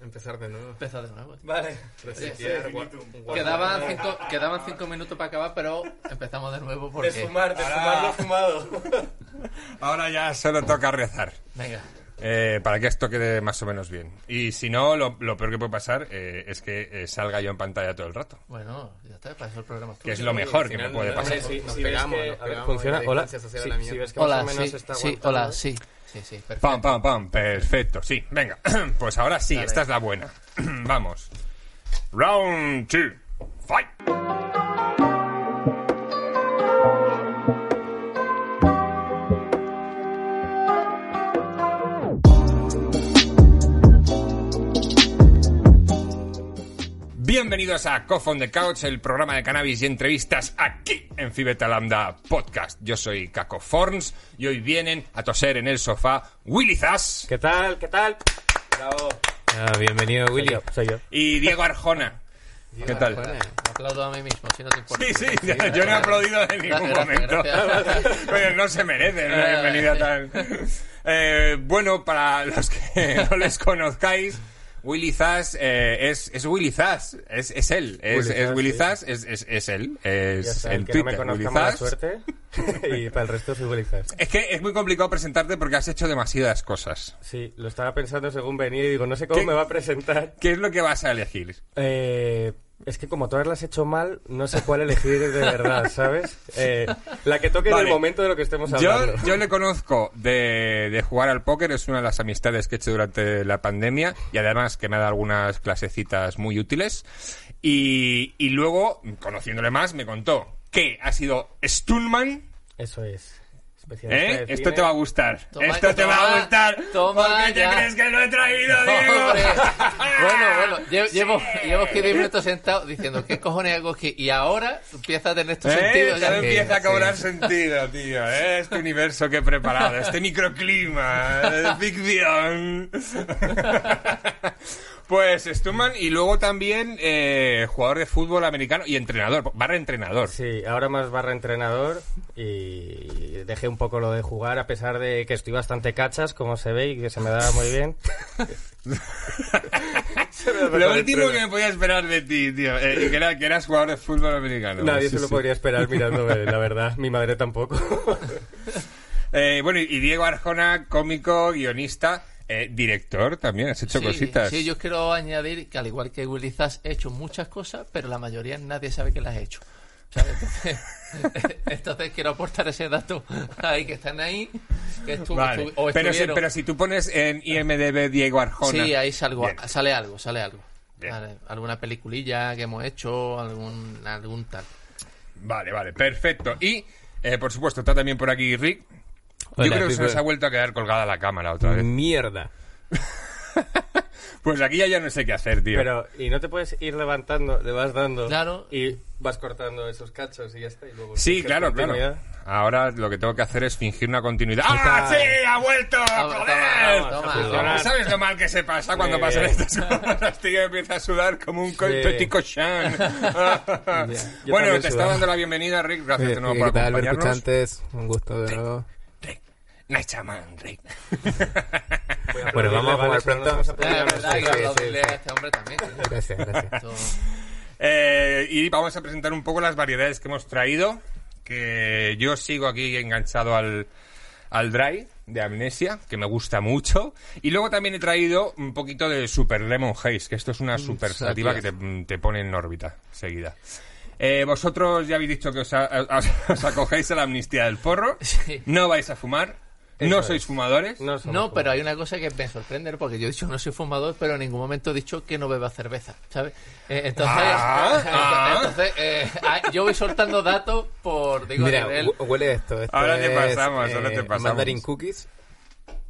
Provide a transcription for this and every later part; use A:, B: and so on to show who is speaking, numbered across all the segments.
A: Empezar de nuevo.
B: Empezar de nuevo. tío.
C: Vale.
A: Resetear,
D: sí,
A: gua-
D: infinitum.
A: guardar.
B: Quedaban cinco, quedaban cinco minutos para acabar, pero empezamos de nuevo porque...
C: Desfumar, desfumar
D: Ahora-
C: lo fumado.
D: Ahora ya solo toca rezar.
B: Venga.
D: eh, para que esto quede más o menos bien. Y si no, lo, lo peor que puede pasar eh, es que eh, salga yo en pantalla todo el rato.
B: Bueno, ya está, para eso el programa es
D: Que es
B: tuyo.
D: lo mejor
A: Pues Al
D: que me
A: final,
D: puede
A: no,
D: pasar.
A: hombre, sí. Nos
E: ves
A: pegamos,
E: que-
A: nos
E: a ver,
A: pegamos,
E: funciona.
A: la
E: Hola.
A: distancia social a
E: Sí,
A: la mierda.
E: si ves que más
B: Hola,
E: o menos
B: sí,
E: está
B: sí,
E: aguantando. ¿eh?
B: hola, sí, sí, sí, perfecto.
D: Pam, pam, pam. Perfecto. Sí, venga. pues ahora sí,
B: Dale.
D: esta es la buena. Vamos. Round 2. Fight. Bienvenidos a Cough on the Couch, el programa de cannabis y entrevistas aquí en Fibeta Lambda Podcast. Yo soy Caco Forns y hoy vienen a toser en el sofá Willy Zas
E: ¿Qué tal? ¿Qué tal?
C: Bravo.
E: Ah, bienvenido, Willy. Soy yo.
D: y Diego Arjona. ¿Qué tal?
B: Bueno, aplaudo a mí mismo, si no te importa.
D: Sí, sí, ya- yo no he aplaudido en ningún
B: Gracias,
D: momento.
B: gracias.
D: Pero no se merece una
B: Vale,
D: bienvenida
E: Ah.
B: vale,
D: tan. Eh, bueno, para los que no les conozcáis, Willy Zas eh, es, es Willy Zas, es, es él, es
E: Willy
D: es
E: Zas,
D: Willy
E: sí.
D: Zas, es, es, es él,
E: Ya
D: es
E: está,
D: en
E: el que
D: Twitter.
E: no me
D: Willy
E: conozca mala
D: Zas.
E: suerte. y para el resto soy Willy Zas.
D: Es que es muy complicado presentarte porque has hecho demasiadas cosas.
E: Sí, lo estaba pensando según venía y digo, no sé cómo
D: ¿Qué?
E: me va a presentar.
D: ¿Qué es lo que vas a elegir?
E: Eh, es que como todas las he hecho mal, no sé cuál elegir de verdad, ¿sabes? Eh, la que toque en
D: Vale.
E: el momento de lo que estemos hablando.
D: Yo, yo le conozco de, de jugar al póker, es una de las amistades que he hecho durante la pandemia y además que me ha dado algunas clasecitas muy útiles. Y, y luego, conociéndole más, me contó que ha sido Stuntman.
E: Eso es. Especialista
D: ¿eh?
E: de
D: Esto
E: cine.
D: te va a gustar.
B: Toma,
D: Esto te va a
B: toma,
D: gustar.
B: toma
D: ¿Por qué te
B: ya.
D: crees que lo he traído,
B: Hombre.
D: Diego?
B: Bueno, bueno, lle- llevo, llevo 15 minutos sentado diciendo qué cojones hago aquí y ahora empieza a tener este estos
D: ¿Eh?
B: sentidos.
D: Todo empieza a cobrar
B: cobrarse
D: sentido, tío. ¿eh? Este universo que he preparado, este microclima, eh, ficción. Pues Stuman y luego también eh, jugador de fútbol americano y entrenador, barra entrenador.
E: Sí, ahora más barra entrenador y dejé un poco lo de jugar a pesar de que estoy bastante cachas, como se ve, y que se me daba muy bien.
D: Lo último que me podía esperar de ti, tío, eh, que, era, que eras jugador de fútbol americano.
E: Nadie
D: Sí,
E: se lo
D: sí.
E: podría esperar mirándome, la verdad. Mi madre tampoco.
D: Eh, bueno, y- y Diego Arjona, cómico, guionista, eh, director también, has hecho
B: sí,
D: cositas.
B: Sí, yo quiero añadir que al igual que Willy Zas, he hecho muchas cosas, pero la mayoría nadie sabe que las he hecho. ¿sabes? Entonces, entonces quiero aportar ese dato ahí que están ahí, que estuvo,
D: Vale.
B: estuvi- o
D: pero, si,
B: estuvieron.
D: pero si tú pones en IMDB Diego Arjona.
B: Sí, ahí salgo,
D: Bien.
B: sale algo, sale algo.
D: Bien.
B: Vale, alguna peliculilla que hemos hecho, algún, algún tal.
D: Vale, vale, perfecto. Y, eh, por supuesto, está también por aquí Rick. Yo
E: Hola, Mm.
D: creo que se
E: people.
D: nos ha vuelto a quedar colgada la cámara otra vez.
E: Mierda.
D: Pues aquí ya, ya no sé qué hacer, tío.
E: Pero, y no te puedes ir levantando, le vas dando.
B: Claro.
E: Y vas cortando esos cachos y ya está. Y luego
D: sí,
E: sigues
D: claro, claro.
E: continuidad.
D: Ahora lo que tengo que hacer es fingir una continuidad.
E: está.
D: ¡Ah, sí! ¡Ha vuelto!
B: Toma,
D: ¡Joder! Pues,
B: toma,
E: Vamos a
B: toma.
E: funcionar.
D: ¿Sabes lo mal que se pasa cuando
E: Muy
D: pasan
E: bien.
D: estas cosas? Tío, empieza a sudar como un co-
E: Sí.
D: petit cochán.
E: Yo
D: bueno,
E: también
D: te
E: sudaba.
D: estaba dando la bienvenida, Rick. Gracias
F: Eh,
D: de nuevo
F: eh,
D: por
F: ¿Qué tal,
D: acompañarnos.
F: Bercuchantes? Un gusto de nuevo.
D: Rick, no es chamán, Rick.
E: Voy
F: Bueno, vamos a
E: aplaudirle,
F: jugar
E: vale, solo
F: pronto.
E: nos vamos a
B: Ah,
E: aplaudir a
B: es verdad, hay que
E: nosotros.
B: aplaudirle a este hombre también. ¿eh?
F: Gracias, gracias.
B: Esto-
D: Eh, y vamos a presentar un poco las variedades que hemos traído. Que yo sigo aquí enganchado al, al dry de Amnesia, que me gusta mucho. Y luego también he traído un poquito de Super Lemon Haze, que esto es una super sativa que te, te pone en órbita seguida. Eh, vosotros ya habéis dicho que os, a- os- os acogéis a la amnistía del porro.
B: Sí.
D: No vais a fumar. no sois fumadores.
E: No, somos
B: No, pero hay una cosa que me sorprende, ¿no? porque yo he dicho no soy fumador, pero en ningún momento he dicho que no beba cerveza, ¿sabes? Eh, entonces,
D: Ah, ah.
B: entonces eh, ah, yo voy soltando datos por, digo, a
F: Mira,
B: nivel... eh,
F: hu- huele esto. Esto
D: Ahora te
F: es, eh,
D: pasamos, ahora te pasamos.
F: Mandarin Cookies.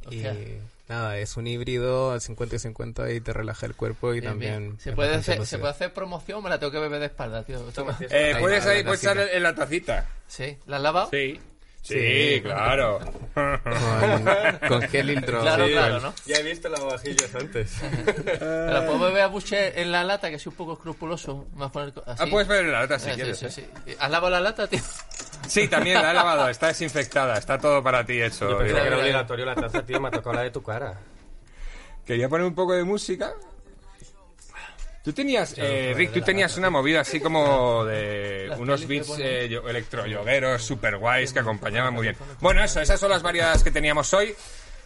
B: Hostia.
F: Y nada, es un híbrido al 50 y 50 y te relaja el cuerpo y
B: Bien, bien.
F: también...
B: ¿Se,
F: es
B: puede
F: bastante
B: hacer, ¿Se
F: lúcido.
B: puede hacer promoción? Me la tengo que beber de espalda, tío.
D: Eh,
F: Ahí
D: puedes
F: va,
D: ahí,
F: la
D: puedes
F: tacita.
D: estar en la tacita.
B: ¿Sí? ¿La has lavado?
D: Sí. Sí, claro. Ah,
F: Con, con gel hidro.
B: Claro,
F: Sí.
B: claro, ¿no?
E: Ya he visto lavavajillas antes.
B: ¿Me la puedo beber a buche en la lata, que soy un poco escrupuloso? Me vas a poner co- así.
D: Ah, puedes ver la lata
B: Ah,
D: si
B: sí,
D: quieres.
B: sí,
D: ¿eh?
B: sí. ¿Has lavado la lata, tío?
D: Sí, también la he lavado, está desinfectada, está todo para ti hecho.
E: Pensé
D: Diego.
E: que era obligatorio la taza, tío, me ha tocado la de tu cara.
D: Quería poner un poco de música Tú tenías, eh, Rick, tú tenías una movida así como de unos beats eh, yo- electroyogueros super guays que acompañaban muy bien. Bueno, eso, esas son las variedades que teníamos hoy.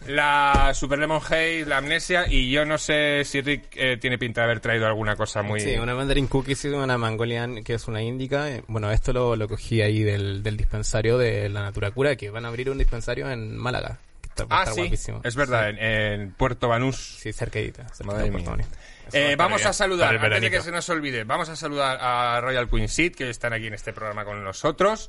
D: La Super Lemon Haze, la Amnesia, y yo no sé si Rick eh, tiene pinta de haber traído alguna cosa muy...
F: Sí, una Mandarin Cookies y una Mongolian, que es una índica. Eh, Bueno, esto lo, lo cogí ahí del, del dispensario de la Natura Cura, que van a abrir un dispensario en Málaga. que está- va a
D: Ah,
F: estar
D: sí,
F: guapísimo.
D: es verdad, eh. en, en Puerto Banús.
F: Sí, cerquedita. cerquita
D: Madre
F: de
D: mía.
F: Puerto Montt.
D: Eh,
A: estar
D: vamos
A: bien,
D: a saludar,
A: para el
D: antes de que
A: veranito.
D: se nos olvide, vamos a saludar a Royal Queen Seed, que están aquí en este programa con nosotros.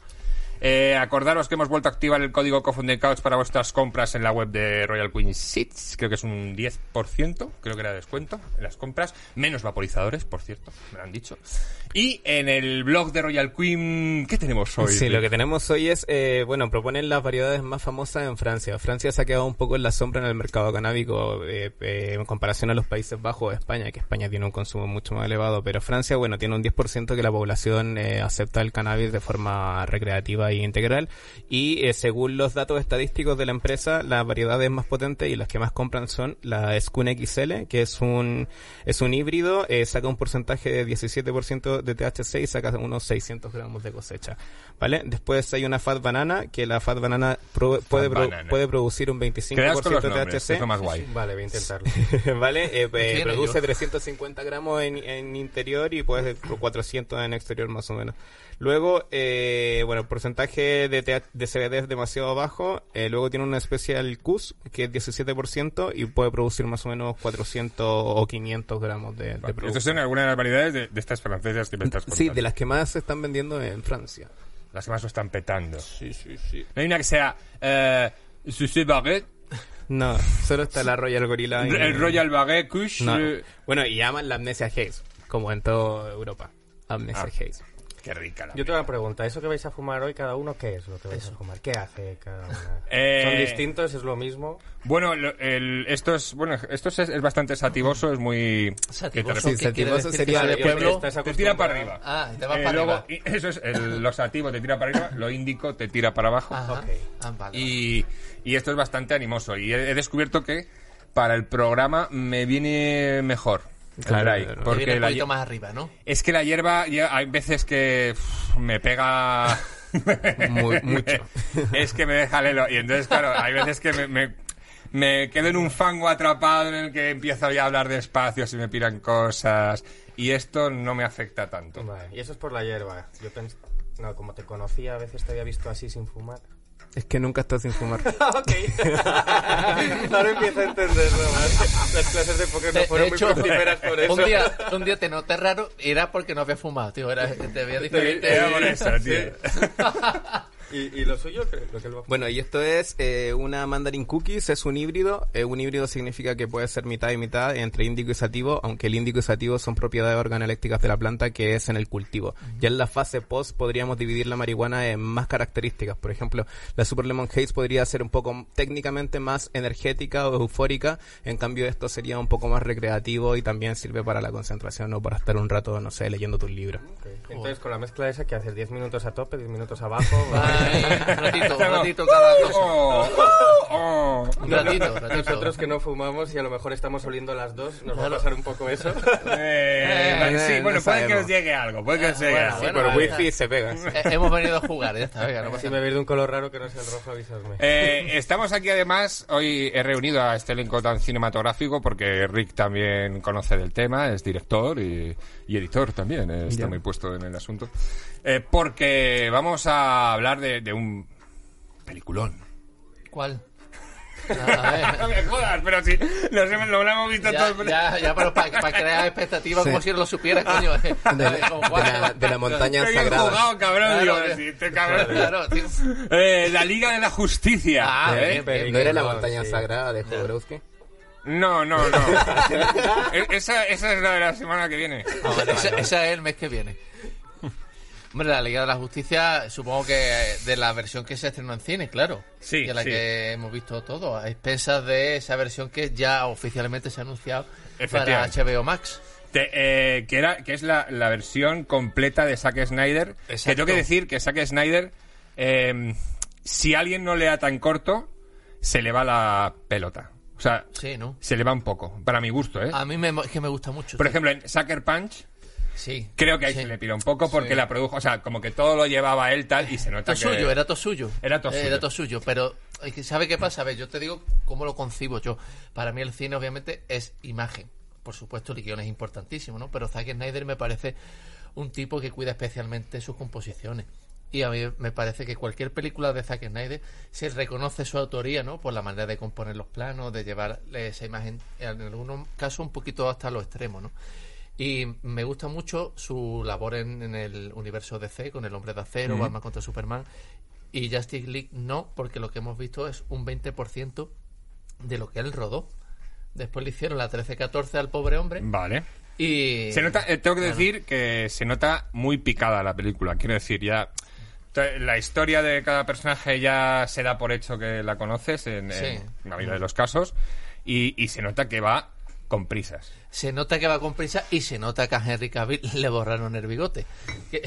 D: Eh, acordaros que hemos vuelto a activar el código Cofounding Couch para vuestras compras en la web de Royal Queen Seeds. Creo que es un 10%, creo que era de descuento en las compras. Menos vaporizadores, por cierto, me lo han dicho. Y en el blog de Royal Queen, ¿qué tenemos hoy?
F: Sí, lo que tenemos hoy es, eh, bueno, proponen las variedades más famosas en Francia. Francia se ha quedado un poco en la sombra en el mercado canábico eh, eh, en comparación a los Países Bajos o España, que España tiene un consumo mucho más elevado, pero Francia, bueno, tiene un 10% que la población eh, acepta el cannabis de forma recreativa e integral. Y eh, según los datos estadísticos de la empresa, las variedades más potentes y las que más compran son la Skun XL, que es un, es un híbrido, eh, saca un porcentaje de 17% de THC y saca unos 600 gramos de cosecha. ¿Vale? Después hay una Fat Banana, que la Fat Banana pro- puede, pro-
D: Banana.
F: puede producir un 25%
D: Quedaos con los
F: de
D: nombres, que es lo
F: THC.
D: más guay.
E: Vale, voy a intentarlo.
F: ¿Vale? Eh, eh,
B: tiene
F: produce
B: yo?
F: 350 gramos en, en interior y pues 400 en exterior más o menos. Luego, eh, bueno, el porcentaje de, TH de CBD es demasiado bajo. Eh, luego tiene una especial CUS que es 17% y puede producir más o menos 400 o 500 gramos de, de producto.
D: Estas son algunas de las variedades de, de estas francesas que me estás
F: Sí,
D: contando.
F: de las que más se están vendiendo en Francia.
D: Las que más lo están petando.
B: Sí, sí, sí.
D: No hay una que sea... Eh, Sucé Baguette,
F: No, solo está la Royal Gorilla. y-
D: el Royal Baguette Kush...
F: No.
D: eh,
F: Bueno, y llaman la Amnesia Haze, como en toda Europa. Amnesia
D: Ah.
F: Haze.
D: Qué rica la
E: Yo tengo una pregunta. ¿Eso que vais a fumar hoy, cada uno qué es lo que vais a fumar? ¿Qué hace cada uno?
D: Eh,
E: ¿Son distintos? ¿Es lo mismo?
D: Bueno, lo- el- esto es bueno, esto es, es bastante sativoso, es muy que
B: Sativoso,
D: te,
F: Sí,
B: ¿qué quiere
F: sativoso
B: decir?
F: sería
B: Que
F: de
B: sale pueblo.
E: Estás
D: te tira
E: acostumbrado.
D: para arriba.
B: Ah, y te vas
D: Eh,
B: para
D: luego,
B: arriba.
D: y eso es el- lo sativo te tira para arriba, lo índico te tira para abajo
B: Ajá.
E: Ok.
B: Ah, vale.
D: y, y esto es bastante animoso y he, he descubierto que para el programa me viene mejor. el
F: Claro,
D: Rai,
F: claro.
B: Porque
D: porque
B: un
D: la
B: poquito
D: hie-
B: más arriba, ¿no?
D: es que la hierba ya hay veces que uf, me pega
F: Muy- mucho.
D: es que me deja lelo. Y entonces, claro, hay veces que me, me, me quedo en un fango atrapado en el que empiezo ya a hablar despacio si me piran cosas. Y esto no me afecta tanto.
E: Vale, Y eso es por la hierba. Yo pens- No, como te conocía, a veces te había visto así sin fumar.
F: Es que nunca estás sin fumar.
B: Ah,
E: ok. Ahora empiezo a entenderlo más. Las clases de póker no
B: De,
E: fueron
B: de hecho,
E: muy fructíferas por eso.
B: un día, un día te noté raro y era porque no había fumado, tío. Era, te veía diferente.
D: Era por eso, tío.
E: ¿Y, y lo suyo? ¿Qué- Lo que él va a
F: Bueno, y esto es eh, una Mandarin Cookies, es un híbrido. Eh, un híbrido significa que puede ser mitad y mitad entre índico y sativo, aunque el índico y sativo son propiedades organoeléctricas de la planta que es en el cultivo. Ya en la fase post podríamos dividir la marihuana en más características. Por ejemplo, la Super Lemon Haze podría ser un poco m- técnicamente más energética o eufórica. En cambio, esto sería un poco más recreativo y también sirve para la concentración o para estar un rato, no sé, leyendo tus libros.
E: Ok. Entonces, con la mezcla esa que haces 10 minutos a tope, 10 minutos abajo.
B: Ay, un ratito, un ratito cada cosa.
D: Oh, oh.
B: Un ratito, un ratito.
E: Nosotros que no fumamos y a lo mejor estamos oliendo las dos, nos va a
B: Claro.
E: pasar un poco eso.
D: Eh, vale, sí,
F: no
D: bueno, puede que
F: sabemos.
D: os llegue algo, puede que os llegue
B: Bueno,
D: algo.
B: bueno,
F: Por
B: vale.
F: wifi se pega.
B: Eh, Hemos venido a jugar, ya está, venga, no pasa
E: si
B: nada.
E: me veis de un color raro que no sea el rojo, avisadme.
D: Eh, estamos aquí además, hoy he reunido a este elenco tan cinematográfico porque Rick también conoce del tema, es director y, y editor también, eh, está muy puesto en el asunto. Eh, porque vamos a hablar de, de un peliculón.
B: ¿Cuál? Ah,
D: No me jodas, pero si nos hemos- lo hemos visto
B: eh,
D: todos.
B: Ya, ya, ya, pero para crear expectativas
F: Sí.
B: como si lo supieras, coño. eh.
F: De la-
B: Con
F: de la-
B: Juan.
F: de la montaña
D: Qué bien
F: sagrada.
D: jugado, cabrón, digo,
B: tío.
D: sí, este cabrón.
B: Claro, tío.
D: Eh, la Liga de la Justicia.
B: Ah,
D: ¿eh?
B: bien, bien.
F: ¿No era la
E: No,
F: montaña
E: sí.
F: sagrada de Jodorowsky?
D: No, no, no. E- esa, esa es la de la semana que viene.
B: Ah, vale, esa, esa es el mes que viene. Hombre, la Liga de la Justicia, supongo que eh, de la versión que se estrenó en cine, claro.
D: Sí,
B: Que la
D: sí.
B: que hemos visto todos, a expensas de esa versión que ya oficialmente se ha anunciado para
D: Efectivamente.
B: HBO Max.
D: Te- eh, que, era, que es la, la versión completa de Zack Snyder.
B: Exacto.
D: Que tengo que decir que Zack Snyder, em, eh, si alguien no lea tan corto, se le va la pelota. O sea,
B: Sí, ¿no?
D: se le va un poco, para mi gusto, ¿eh?
B: A mí me, es que me gusta mucho.
D: Por ejemplo, en Sucker Punch,
B: sí.
D: creo que ahí
B: Sí.
D: se le pira un poco porque la produjo, o sea, como que todo lo llevaba él tal y se nota
B: Todo
D: que...
B: suyo, era todo suyo.
D: Era todo
B: Eh,
D: suyo.
B: Era todo suyo, pero es que, ¿sabe qué pasa? A ver, yo te digo cómo lo concibo yo. Para mí el cine obviamente es imagen. Por supuesto, el guión es importantísimo, ¿no? Pero Zack Snyder me parece un tipo que cuida especialmente sus composiciones. Y a mí me parece que cualquier película de Zack Snyder se reconoce su autoría, ¿no? Por la manera de componer los planos, de llevar eh, esa imagen, en algunos casos, un poquito hasta los extremos, ¿no? Y me gusta mucho su labor en, en el universo DC, con el hombre de acero, Batman contra Superman. Y Justice League no, porque lo que hemos visto es un 20% de lo que él rodó. Después le hicieron la 13-14 al pobre hombre.
D: Vale.
B: Y.
D: Mm. Se nota, eh, tengo que
B: Claro.
D: decir que se nota muy picada la película, quiero decir, ya... t- La historia de cada personaje ya se da por hecho que la conoces en, en
B: Sí.
D: la vida de los casos y, y se nota que va con prisas.
B: Se nota que va con prisa y se nota que a Henry Cavill le borraron el bigote. Que-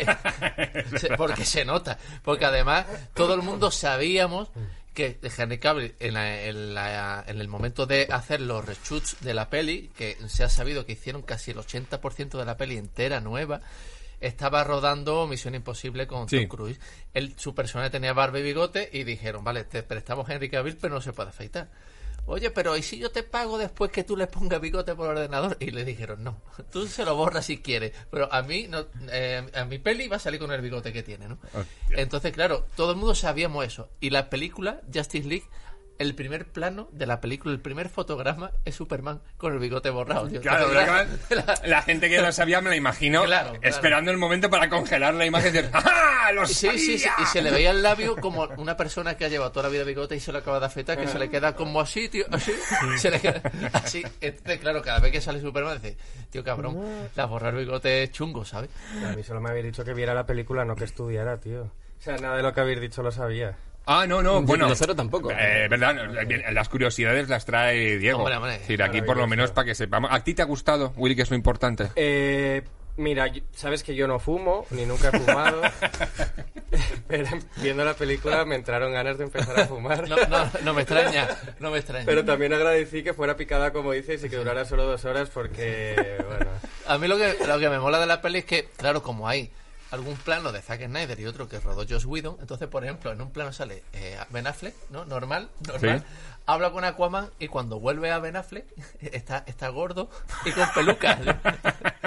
B: que- se- porque se nota. Porque además todo el mundo sabíamos que Henry Cavill en, la- en la- en el momento de hacer los reshoots de la peli, que se ha sabido que hicieron casi el 80% de la peli entera nueva, estaba rodando Misión Imposible con
D: Sí.
B: Tom Cruise. Él- su personaje tenía barba y bigote y dijeron, vale, te prestamos Henry Cavill, pero no se puede afeitar. Oye, pero ¿y si yo te pago después que tú le pongas bigote por ordenador? Y le dijeron, no, tú se lo borras si quieres, pero a mí, no, eh, a mi peli va a salir con el bigote que tiene, ¿no?
D: Hostia.
B: Entonces, claro, todo el mundo sabíamos eso. Y la película, Justice League, el primer plano de la película, el primer fotograma es Superman con el bigote borrado. tío.
D: Claro,
B: Entonces,
D: la, la gente que lo sabía me la imagino
B: Claro, claro.
D: esperando el momento para congelar la imagen de ¡Ah! ¡Lo
B: Sí, sí, sí,
D: sabía!
B: y se le veía el labio como una persona que ha llevado toda la vida bigote y se lo acaba de afeitar, que se le queda como así, tío, así, se le queda así. Entonces, claro, cada vez que sale Superman dice, tío, cabrón, la borrar bigote es chungo, ¿sabes?
E: A mí solo me habéis dicho que viera la película, no que estudiara, tío. O sea, nada de lo que habéis dicho lo sabía.
D: Ah, no, no, bueno.
F: Nosotros tampoco.
D: Eh, verdad, bien, las curiosidades las trae Diego.
B: Hombre, hombre.
D: Es decir, aquí por lo menos para que sepamos. ¿A ti te ha gustado, Willy, que es lo importante?
E: Eh, mira, yo- sabes que yo no fumo, ni nunca he fumado. pero viendo la película me entraron ganas de empezar a fumar.
B: No, no, no me extraña, no me extraña.
E: Pero también agradecí que fuera picada, como dices, y que durara solo dos horas, porque, bueno.
B: A mí lo que, lo que me mola de la peli es que, claro, como hay algún plano de Zack Snyder y otro que rodó Josh Whedon, entonces, por ejemplo, en un plano sale eh, Ben Affleck, ¿no? Normal, normal. Habla con Aquaman y cuando vuelve a Ben Affleck está, está gordo y con peluca.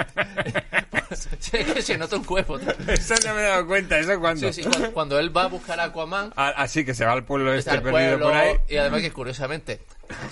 B: Sí, es que se nota un cuerpo. tío.
D: Eso no me he dado cuenta, ¿eso cuándo?
B: Sí, sí, cuando, cuando él va a buscar a Aquaman,
D: Ah, Así que se va al pueblo
B: está
D: este
B: el
D: perdido
B: pueblo,
D: por ahí.
B: y además que curiosamente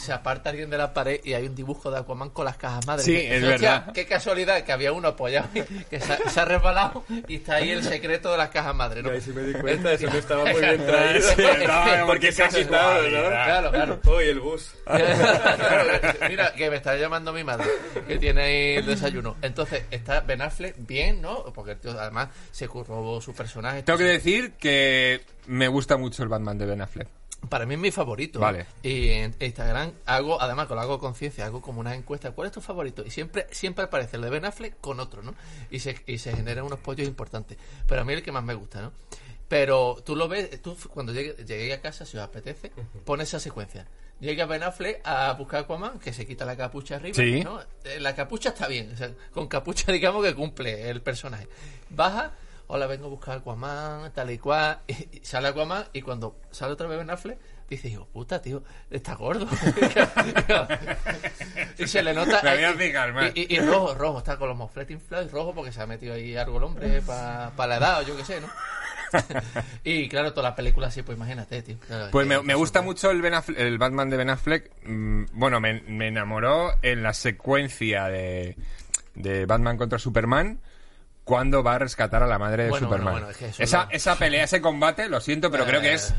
B: se aparta alguien de la pared y hay un dibujo de Aquaman con las cajas madre.
D: Sí,
B: Que-
D: es
B: hostia,
D: verdad.
B: Qué casualidad que había uno apoyado que se ha, se ha resbalado y está ahí el secreto de las cajas madre. ¿no?
E: Y ahí sí me di cuenta, eso no estaba muy bien traído.
D: Sí, estaba-
E: Porque se ha quitado, ¿no?
B: Claro, claro.
E: Uy, el bus.
B: Claro, Mira, que me está llamando mi madre, que tiene ahí el desayuno. Entonces, está Ben Affleck bien, ¿no? Porque el tío, además se curró su personaje.
D: Tengo que decir que me gusta mucho el Batman de Ben Affleck.
B: Para mí es mi favorito.
D: Vale.
B: Y en Instagram hago, además que lo hago con ciencia, hago como una encuesta. ¿Cuál es tu favorito? Y siempre, siempre aparece el de Ben Affleck con otro, ¿no? Y se, y se generan unos pollos importantes. Pero a mí el que más me gusta, ¿no? Pero tú lo ves, tú cuando llegue- llegué a casa, si os apetece, pone esa secuencia. Llega Ben Affleck a buscar a Aquaman, que se quita la capucha arriba,
D: Sí.
B: ¿no? Eh, La capucha está bien, o sea, con capucha digamos que cumple el personaje. Baja, hola, vengo a buscar a Aquaman, tal y cual, y y sale Aquaman y cuando sale otra vez Ben Affleck, dice, hijo, puta, tío, está gordo. y se le nota...
D: Me voy a fijar más.
B: Y, y- y rojo, rojo, está con los mofletes inflados y rojo porque se ha metido ahí algo el hombre para la edad o yo qué sé, ¿no? y claro, todas las películas así, pues imagínate, tío. Claro,
D: Pues
B: es
D: me,
B: que-
D: me gusta mucho el, Ben Affle- el Batman de Ben Affleck. Mm, Bueno, me, me enamoró en la secuencia de, de Batman contra Superman cuando va a rescatar a la madre de
B: Bueno, bueno,
D: Superman.
B: bueno, es que eso
D: esa,
B: lo-
D: esa pelea, ese combate, lo siento, pero creo que es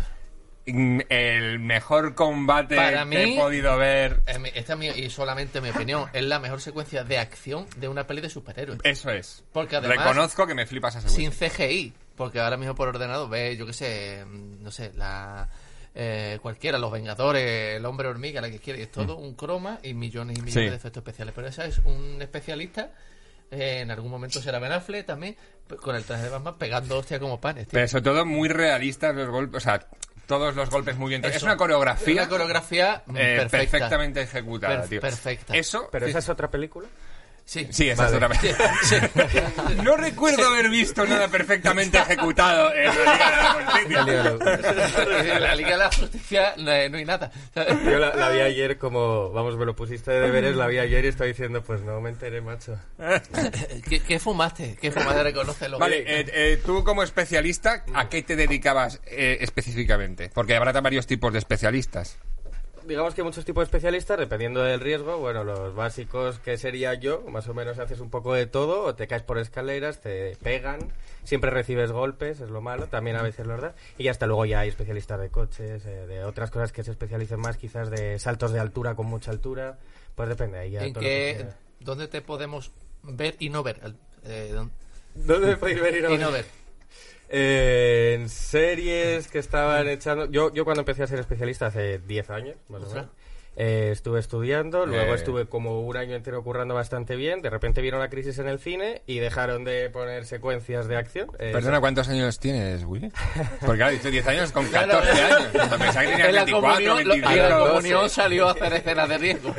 D: mm, el mejor combate
B: Para
D: que
B: mí-
D: he podido ver.
B: Eh, mi- Esta es mi, y solamente mi opinión. Es la mejor secuencia de acción de una peli de superhéroes.
D: Eso es.
B: Porque además-
D: Reconozco que me flipas esa
B: Sin
D: secuencia.
B: CGI. Porque ahora mismo por ordenado ve, yo qué sé, mm, no sé, la. eh, cualquiera, los Vengadores, el hombre hormiga, la que quiere, es todo un croma y millones y millones
D: Mm. Sí.
B: de efectos especiales. Pero esa es un especialista, eh, en algún momento será Ben Affleck también, con el traje de Batman pegando hostia como panes. tío.
D: Pero sobre todo muy realistas los golpes. O sea, todos los golpes muy bien. Es
B: Eso.
D: una coreografía.
B: Una coreografía mm,
D: eh,
B: perfecta.
D: perfectamente ejecutada,
B: Per-
D: tío.
B: perfecta.
D: Eso.
E: ¿Pero
D: sí,
E: esa es otra película?
B: Sí,
D: sí, esa es otra vez. No recuerdo haber visto nada perfectamente ejecutado en la Liga de la Justicia.
B: en la Liga de la Justicia no hay, no hay nada. ¿sabes?
E: Yo la, la vi ayer como, vamos, me lo pusiste de deberes, la vi ayer y estoy diciendo, pues no me enteré, macho.
B: ¿Qué, qué fumaste? ¿Qué fumaste? Reconócelo.
D: Vale, eh, eh, tú como especialista, ¿a qué te dedicabas eh, específicamente? Porque habrá varios tipos de especialistas.
E: Digamos que hay muchos tipos de especialistas, dependiendo del riesgo, bueno, los básicos que sería yo, más o menos haces un poco de todo, o te caes por escaleras, te pegan, siempre recibes golpes, es lo malo, también a veces los das, y hasta luego ya hay especialistas de coches, eh, de otras cosas que se especialicen más, quizás de saltos de altura con mucha altura, pues depende, ahí ya
B: ¿En
E: todo lo que
B: qué,
E: sea.
B: ¿Dónde te podemos ver y no ver? Eh, ¿dónde-
E: ¿Dónde podéis venir a
B: y no ver.
E: Eh, en series que estaban echando. Yo, yo cuando empecé a ser especialista hace 10 años, más o
B: Ostras.
E: menos. eh, estuve estudiando, luego
D: Eh.
E: estuve como un año entero currando bastante bien. De repente vino la crisis en el cine y dejaron de poner secuencias de acción. eh,
D: Perdona, ¿cuántos años tienes, Willy? Porque claro, dice 10 años con
B: Claro.
D: 14 años. Pensaba que tenías
B: En la
D: 24,
B: comunión, lo- en
D: 25.
B: la
E: no sé.
B: comunión salió a hacer escenas de riesgo.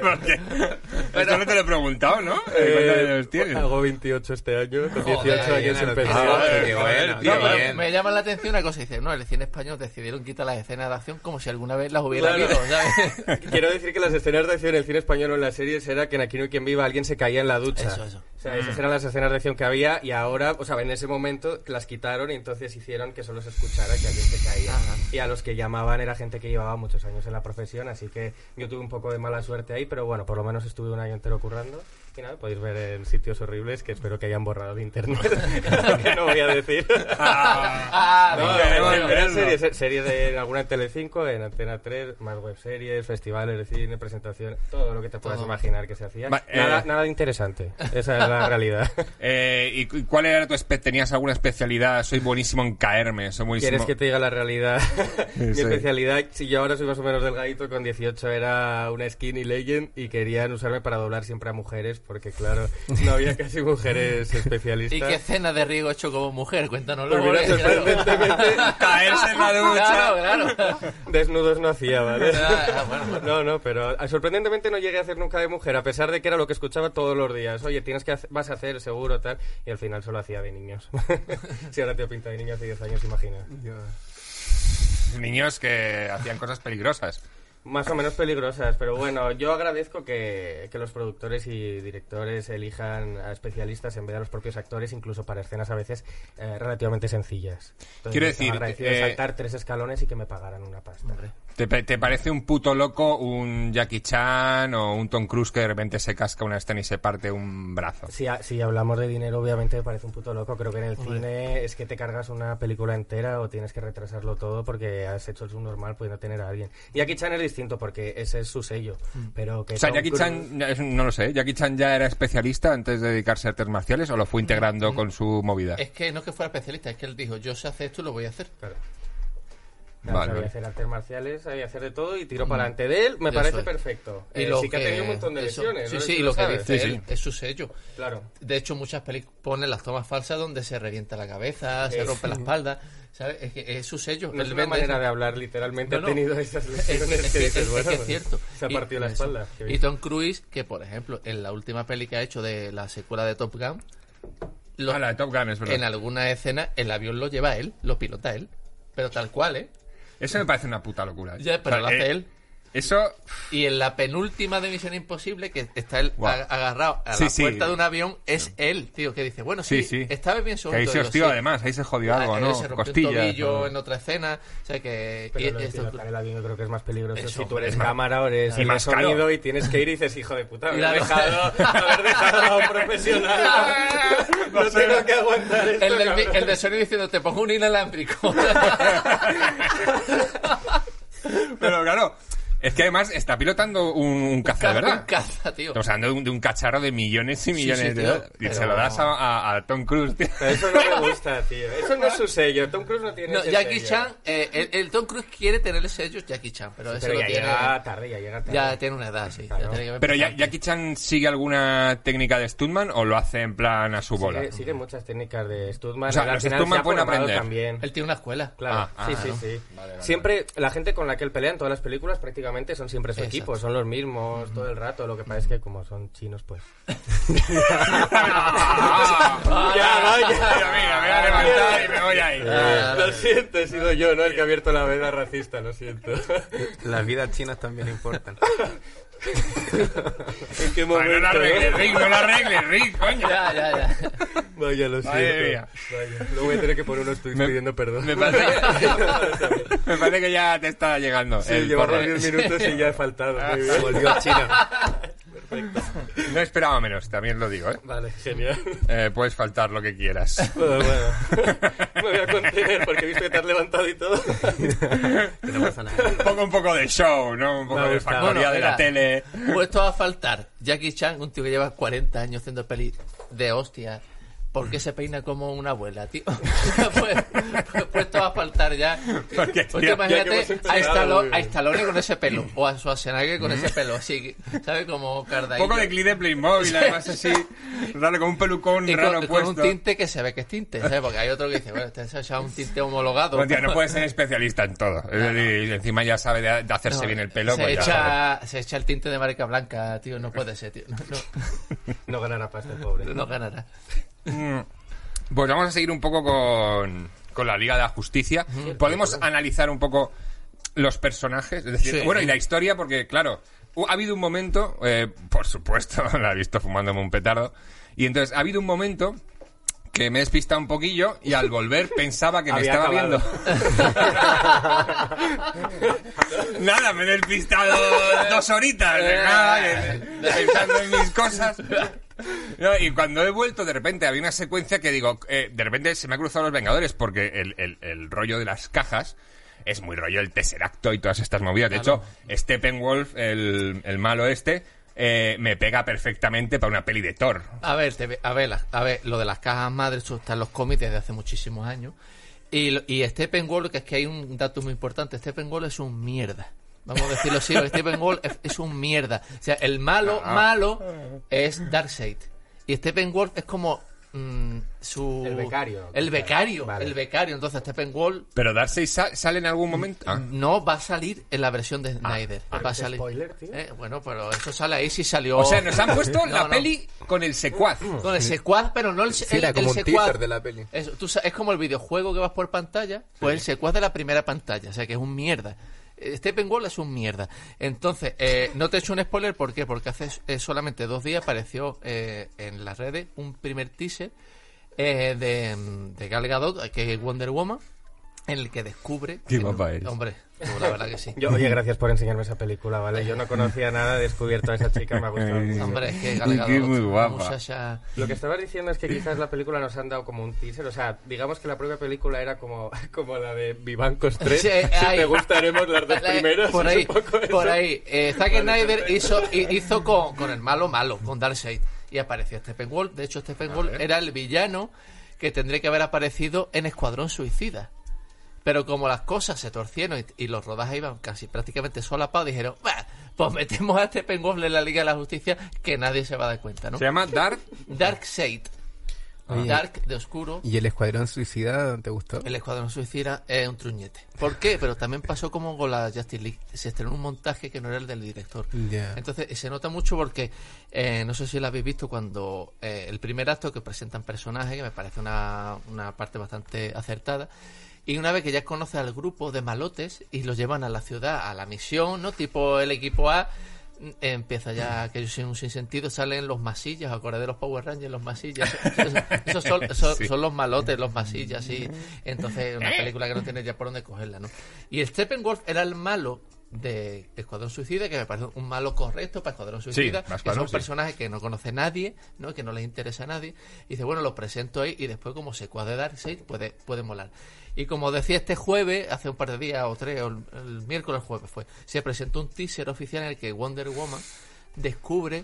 D: Esto no te lo he preguntado, ¿no? Eh, ¿Cuántos
E: eh,
D: años tienes?
E: hago 28 este año, con 18
B: ahí
E: años
F: en el
E: empecé.
F: Ah,
D: Joder,
F: qué
D: joder,
F: bueno,
D: tío,
F: qué
D: vale.
F: bien.
B: Me llama la atención una cosa. Dice, no, el cine español decidieron quitar las escenas de acción como si alguna vez las hubiera
E: Claro.
B: habido. ¿sabes?
E: Quiero decir que las escenas de acción en el cine español o en las series era que en Aquí no hay quien viva alguien se caía en la ducha.
B: Eso, eso.
E: O sea, esas eran las escenas de acción que había y ahora, o sea, en ese momento las quitaron y entonces hicieron que solo se escuchara que alguien se caía.
B: Ajá.
E: Y a los que llamaban era gente que llevaba muchos años en la profesión, así que yo tuve un poco de mala suerte ahí, pero bueno, por lo menos estuve un año entero currando. Y nada, podéis ver en sitios horribles que espero que hayan borrado de internet, que no voy a decir.
B: Ah,
E: No,
D: Ah,
B: venga,
D: no,
E: no,
B: venga.
D: no,
E: no, era
D: no.
E: serie, se- serie de alguna en Telecinco, en Antena 3, más web series, festivales de cine, presentaciones, todo lo que te puedas
B: Todo.
E: imaginar que se hacía.
D: Va,
E: nada,
D: eh.
E: nada interesante, esa es la realidad.
D: Eh, ¿Y cu- cuál era tu especialidad? ¿Tenías alguna especialidad? Soy buenísimo en caerme, soy buenísimo...
E: ¿Quieres que te diga la realidad? Mi
D: Sí.
E: especialidad, si yo ahora soy más o menos delgadito, con 18 era una skinny legend y querían usarme para doblar siempre a mujeres porque, claro, no había casi mujeres especialistas.
B: ¿Y qué escena de riesgo hecho como mujer? Cuéntanoslo.
E: Pues mira,
B: porque, claro.
E: sorprendentemente,
D: Caerse en la ducha.
B: Claro, claro.
E: Desnudos no hacía, ¿vale?
B: Ah, ah, bueno, bueno.
E: No, no, pero ah, sorprendentemente no llegué a hacer nunca de mujer, a pesar de que era lo que escuchaba todos los días. Oye, tienes que hacer- vas a hacer seguro, tal. Y al final solo hacía de niños. si ahora te pinta de niño hace 10 años, imagina.
D: Niños que hacían cosas peligrosas.
E: Más o menos peligrosas, pero bueno, yo agradezco que, que los productores y directores elijan a especialistas en vez de a los propios actores, incluso para escenas a veces eh, relativamente sencillas. Entonces,
D: Quiero decir,
E: agradecido de
D: eh,
E: saltar tres escalones y que me pagaran una pasta.
D: ¿Te, pa- te parece un puto loco un Jackie Chan o un Tom Cruise que de repente se casca una escena y se parte un brazo?
E: Si, ha- si hablamos de dinero, obviamente me parece un puto loco. Creo que en el cine es que te cargas una película entera o tienes que retrasarlo todo porque has hecho el subnormal pudiendo tener a alguien. Jackie Chan es distinto porque ese es su sello.
B: Mm.
E: Pero que
D: O sea,
E: Tom
D: Jackie
E: Cruise-
D: Chan, es- no lo sé, ¿Jackie Chan ya era especialista antes de dedicarse a artes marciales o lo fue integrando con su movida?
B: Es que no es que fuera especialista, es que él dijo, yo sé hacer esto y lo voy a hacer.
E: Claro.
D: Vale,
E: Claro,
D: vale.
E: sabía hacer artes marciales, sabía hacer de todo y tiro para adelante de él. Me
B: Mm. Eso
E: parece
B: es.
E: perfecto.
B: Y
E: Eh,
B: lo
E: sí que ha tenido un montón de
B: eso-
E: lesiones.
B: Sí,
E: ¿no?
B: sí,
E: Eso
B: y
E: lo
B: lo que
E: sabes.
B: dice
D: Sí,
B: él es su sello.
E: Claro.
B: De hecho, muchas películas ponen las tomas falsas donde se revienta la cabeza, se
E: Es-
B: rompe la espalda. ¿sabes? Es, que es su sello.
E: No
B: Él
E: es una
B: vende
E: manera
B: eso.
E: de hablar, literalmente
B: No, no.
E: ha tenido esas
B: Es que-
E: lesiones
B: es
E: que
B: que-
E: dices,
B: es que
E: bueno, pues,
B: es cierto.
E: se ha
B: Y-
E: partido la
B: eso.
E: espalda. qué
B: Y
E: bien.
B: Tom Cruise, que por ejemplo, en la última peli que ha hecho de la secuela de Top Gun, lo-
D: Ah, la de Top Gun, es verdad.
B: en alguna escena el avión lo lleva él, lo pilota él. Pero tal cual, ¿eh?
D: Eso me parece una puta locura. ¿eh?
B: Ya, pero
D: O
B: lo
D: sea,
B: hace
D: eh,
B: él.
D: Eso,
B: Y en la penúltima de Misión Imposible, que está él
D: Guau.
B: ag- agarrado a
D: Sí,
B: la
D: sí.
B: puerta de un avión, es él, tío, que dice, bueno, sí,
D: Sí, sí.
B: estaba bien
D: que
B: solito.
D: ahí se
B: Digo,
D: hostió
B: sí.
D: además, ahí se jodió
B: Ah,
D: algo,
B: él
D: ¿no?
B: Se rompió un
D: Costillas.
B: tobillo
D: ¿no?
B: en otra escena, o sea que... y-
E: Pero lo
B: y
E: de
B: esto-
E: pilotar el avión yo creo que es más peligroso.
B: Eso,
E: si tú eres
D: es más-
E: cámara o eres
D: Y
E: el
D: más
E: más
D: caro.
E: sonido y tienes que ir y dices, hijo de puta, me
B: Claro.
E: he dejado, haber dejado a un profesional. no tengo que aguantar esto.
B: el, del, mi-
E: cabrón.
B: el de Sony diciendo, te pongo un inalámbrico.
D: Pero claro, Es que además está pilotando un, un caza, de verdad.
B: Un caza, tío.
D: Estamos hablando de un, de un cacharro de millones y millones
B: sí,
D: de
B: tío,
D: dólares. Y
B: pero-
D: se lo das a, a- a Tom Cruise, tío.
E: Pero eso no me gusta, tío. Eso no es su sello. Tom Cruise no tiene
B: No,
E: ese
B: Jackie
E: sello.
B: Chan, eh, el, el Tom Cruise quiere tener ese sello Jackie Chan, pero ese
E: Pero
B: lo
E: ya
B: tiene.
E: llega tarde, ya llega tarde.
B: Ya tiene una edad, sí. ya
E: Claro.
B: tiene que ver
D: Pero ya,
B: bastante.
D: Jackie Chan sigue alguna técnica de Stuntman o lo hace en plan a su bola.
E: Sigue, sigue muchas técnicas de Stuttman.
D: O sea,
E: Ahora, al
D: los
E: final
D: Stuntman
E: se ha
D: pueden
E: formado
D: aprender.
E: También.
B: Él tiene una escuela.
E: Claro,
D: Ah,
E: sí,
D: ah,
E: sí,
D: ¿no?
E: sí.
D: Vale, vale,
E: siempre la gente con la que él pelea en todas las películas prácticamente son siempre su
B: Exacto.
E: equipo, son los mismos todo el rato, lo que pasa es que como son chinos, pues...
D: Ah,
E: Ya, vaya.
D: Mira, mira, me voy a levantar y me voy a ir.
B: Ah,
E: lo siento, he sido yo, ¿no? El que ha abierto la veda racista, lo siento.
F: Las vidas chinas también importan.
E: ¿En qué
D: Ay, No la
E: ¿eh?
D: arregles, Rick, no la arregles, Rick, coño.
B: Ya, ya, ya.
E: Vaya, lo
D: Madre mía.
E: Vaya. Luego voy a tener que poner unos tweets pidiendo perdón.
D: Me parece, que, me parece que ya te está llegando
E: Sí,
D: el Ah,
E: llevamos
D: porro.
E: 10 minutos y ya he faltado. muy bien.
F: Volvió a China.
D: No esperaba menos, también lo digo, ¿eh?
E: Vale, genial.
D: Eh, Puedes faltar lo que quieras.
E: Bueno, bueno. Me voy a contener porque he visto que te has levantado y todo.
F: No pasa nada.
D: Pongo un poco de show, ¿no? Un poco
E: Me
D: de
E: gusta.
D: factoría
B: Bueno,
D: de la
B: mira,
D: tele.
B: Puesto a faltar, Jackie Chan, un tío que lleva 40 años haciendo pelis de hostia. ¿Por qué se peina como una abuela, tío? pues, pues puesto a faltar ya.
D: Porque,
B: Porque
E: ya
D: tío,
E: que hemos
B: imagínate
E: empezado,
B: a, Stalo-
D: eh.
E: tío.
B: a Stallone con ese pelo. O a Schwarzenegger con ese pelo. Así, que, ¿sabes? Como
D: Un
B: Cardaillo.
D: Mm. poco de clip de Playmobil, además así, raro, con un pelucón
B: Y con,
D: raro
B: con
D: puesto.
B: un tinte que se ve que es tinte, ¿sabes? Porque hay otro que dice, bueno, este se ha echado un tinte homologado.
D: Bueno, tío, Pues no puedes ser especialista en todo. Es decir, y encima ya sabe de, de hacerse
B: No,
D: bien el pelo.
B: se,
D: pues ya sabe.
B: echa, se echa el tinte de marca blanca, tío. No puede ser, tío. No,
E: No ganará pasta, el pobre.
B: no, no ganará.
D: Mm. Pues vamos a seguir un poco con, con la Liga de la Justicia. Podemos analizar un poco los personajes, es decir,
B: Sí.
D: bueno, y la historia, porque claro, hu- ha habido un momento, eh, por supuesto, la he visto fumándome un petardo, y entonces ha habido un momento que me he despistado un poquillo y al volver pensaba que me
E: Había
D: estaba
E: acabado.
D: viendo. nada, me he despistado dos horitas, de nada, que- pensando en mis cosas. No, y cuando he vuelto, de repente había una secuencia que digo, eh, de repente se me ha cruzado los Vengadores porque el, el- el rollo de las cajas es muy rollo el Tesseracto y todas estas movidas. De hecho, Steppenwolf, el, el malo este, eh, me pega perfectamente para una peli de Thor.
B: A ver, te ve- a, ver las- a ver, lo de las cajas madres eso está en los cómics desde hace muchísimos años. Y, lo- y Steppenwolf, que es que hay un dato muy importante, Steppenwolf es un mierda. Vamos a decirlo así, Steppenwolf es, es un mierda. O sea, el malo, malo es Darkseid. Y Steppenwolf es como mm, su...
E: El becario.
B: El becario,
E: Vale.
B: el becario. Entonces Steppenwolf
D: Pero Darkseid sa- sale en algún momento. Ah.
B: no va a salir en la versión de Snyder.
E: ah,
B: va a
E: es
B: salir.
E: spoiler, tío.
B: Eh, bueno, pero eso sale ahí si salió...
D: O sea, nos han puesto
B: No,
D: la
B: no.
D: peli con el secuaz.
B: Con el secuaz, pero no el,
F: Sí,
B: el-
F: era
B: el
F: como un
B: secuaz.
F: teaser de la peli.
B: Es, tú sa- es como el videojuego que vas por pantalla, pues el secuaz de la primera pantalla, o sea que es un mierda. Eh, Steppenwolf es un mierda. Entonces, eh, no te he hecho un spoiler, ¿por qué? Porque hace eh, solamente dos días apareció eh, en las redes un primer teaser eh, de, de Gal Gadot, que es Wonder Woman, en el que descubre...
D: Qué
B: que no-
D: guapa eres.
B: Hombre, pues la verdad que sí.
E: Yo, oye, gracias por enseñarme esa película, ¿vale? Yo no conocía nada, he descubierto a esa chica, me ha gustado
D: Eh,
E: mucho.
B: Hombre, es que
D: Y
B: Gal
D: que
B: Gadot...
D: es muy
B: una
D: guapa.
B: muchacha-
E: Lo que estabas diciendo es que quizás la película nos han dado como un teaser, o sea, digamos que la propia película era como, como la de Vivancos 3,
B: Sí,
E: si
B: ahí.
E: te gustaremos las dos
B: La-
E: primeras,
B: Por
E: es
B: ahí,
E: un poco eso.
B: por ahí. Eh, Zack Snyder hizo, hi- hizo con, con el malo malo, con Darkseid. Y apareció Steppenwolf. De hecho, Steppenwolf era el villano que tendría que haber aparecido en Escuadrón Suicida. Pero como las cosas se torcieron y, y los rodajes iban casi prácticamente solapados, dijeron, "Bah, pues metemos a Steppenwolf en la Liga de la Justicia que nadie se va a dar cuenta, ¿no?
D: Se llama Dark.
B: Darkseid.
F: Oye.
B: Dark de oscuro.
F: ¿Y el Escuadrón Suicida te gustó?
B: El Escuadrón Suicida es un truñete. ¿Por qué? Pero también pasó como con la Justice League. Se estrenó un montaje que no era el del director.
F: Ya.
B: Entonces eh, se nota mucho porque, eh, no sé si lo habéis visto, cuando eh, el primer acto que presentan personajes, que me parece una, una parte bastante acertada, y una vez que ya conoce al grupo de malotes y los llevan a la ciudad, a la misión, ¿no? Tipo el equipo A, mm, empieza ya que sin un sinsentido, salen los masillas, acordé de los Power Rangers, los masillas. Esos son, son-
D: Sí.
B: son los malotes, los
D: Eh.
B: masillas, sí. Entonces, una película que no tiene ya por dónde cogerla, ¿no? Y Steppenwolf era el malo de Escuadrón Suicida, que me parece un malo correcto para Escuadrón Suicida, que
D: para Escuadrón,
B: son
D: sí.
B: personajes que no conoce nadie, ¿no? que no les interesa a nadie, y dice, bueno, lo presento ahí y después como se cuadre Darkseid puede, puede molar. Y como decía este jueves, hace un par de días o tres, o el, el miércoles jueves fue, se presentó un teaser oficial en el que Wonder Woman descubre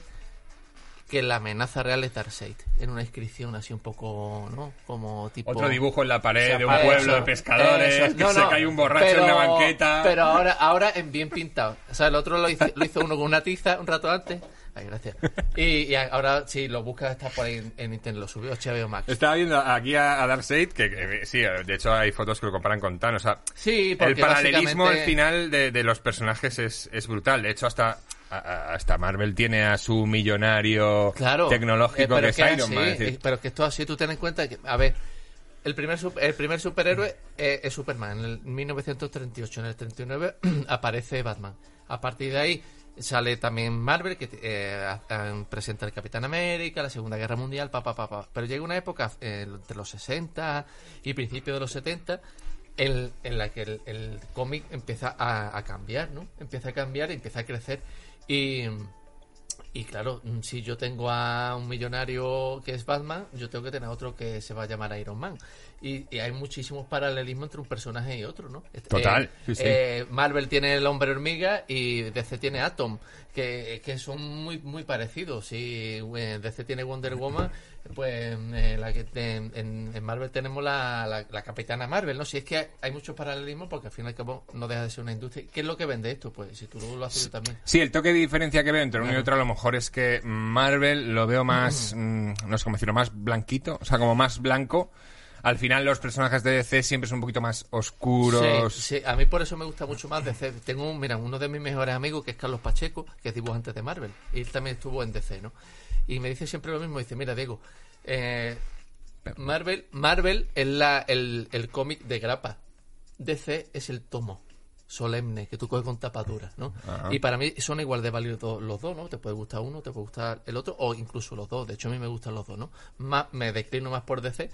B: que la amenaza real es Darkseid, en una inscripción así un poco, ¿no? Como tipo...
D: Otro dibujo en la pared
E: Se
D: de un
E: aparece.
D: pueblo de pescadores,
B: Eso,
D: que
B: no,
D: se
B: no,
D: cae un borracho en
B: pero-
D: una banqueta.
B: Pero ahora, ahora en bien pintado. O sea, el otro lo hizo, lo hizo uno con una tiza un rato antes. Ay, gracias. Y, y ahora, si lo buscas, está por ahí en, en internet. Lo subió HBO Max.
D: Estaba viendo aquí a, a Darkseid, que, que, eh, sí, eh, de hecho hay fotos que lo comparan con Thanos. O sea,
B: Sí, porque
D: el paralelismo al
B: básicamente-
D: final de, de los personajes es, es brutal. De hecho, hasta, a- a- hasta Marvel tiene a su millonario
B: claro, Eh,
D: tecnológico
B: pero
D: que
B: es
D: es Iron Man.
B: así,
D: es decir,
B: eh, Pero es que esto así, tú ten en cuenta que, a ver, el primer, sup- el primer superhéroe eh, es Superman, en el 1938, en el 39 aparece Batman. A partir de ahí sale también Marvel, que eh, ha- han- presenta el Capitán América, la Segunda Guerra Mundial, papá, papá. Pero llega una época eh, entre los 60 y principios de los 70 en, en la que el, el cómic empieza a, a cambiar, ¿no? Empieza a cambiar, empieza a crecer y... Y claro, mm, si yo tengo a un millonario que es Batman, yo tengo que tener a otro que se va a llamar Iron Man. Y, y hay muchísimos paralelismos entre un personaje y otro, ¿no? Este,
D: Total,
B: eh,
D: sí, sí.
B: eh, Marvel tiene el hombre hormiga y DC tiene Atom, que, que son muy muy parecidos. Si eh, DC tiene Wonder Woman, pues eh, la que te- en, en Marvel tenemos la, la, la capitana Marvel, ¿no? Si es que hay, hay muchos paralelismos porque al fin y al cabo no deja de ser una industria. ¿Qué es lo que vende esto? Pues si tú lo haces yo también.
D: Sí, el toque de diferencia que veo entre uno y otro a lo mejor es que Marvel lo veo más, mm, no sé cómo decirlo, más blanquito, o sea, como más blanco. Al final los personajes de DC siempre son un poquito más oscuros.
B: Sí, sí, a mí por eso me gusta mucho más DC. Tengo, un- mira, uno de mis mejores amigos que es Carlos Pacheco, que es dibujante de Marvel, y él también estuvo en DC, ¿no? Y me dice siempre lo mismo, dice, mira, Diego, eh, Marvel, Marvel es la, el, el cómic de grapa, DC es el tomo solemne que tú coges con tapaduras, ¿no? Y para mí son igual de válidos los dos, ¿no? Te puede gustar uno, te puede gustar el otro, o incluso los dos. De hecho, a mí me gustan los dos, ¿no? Más, me declino más por DC,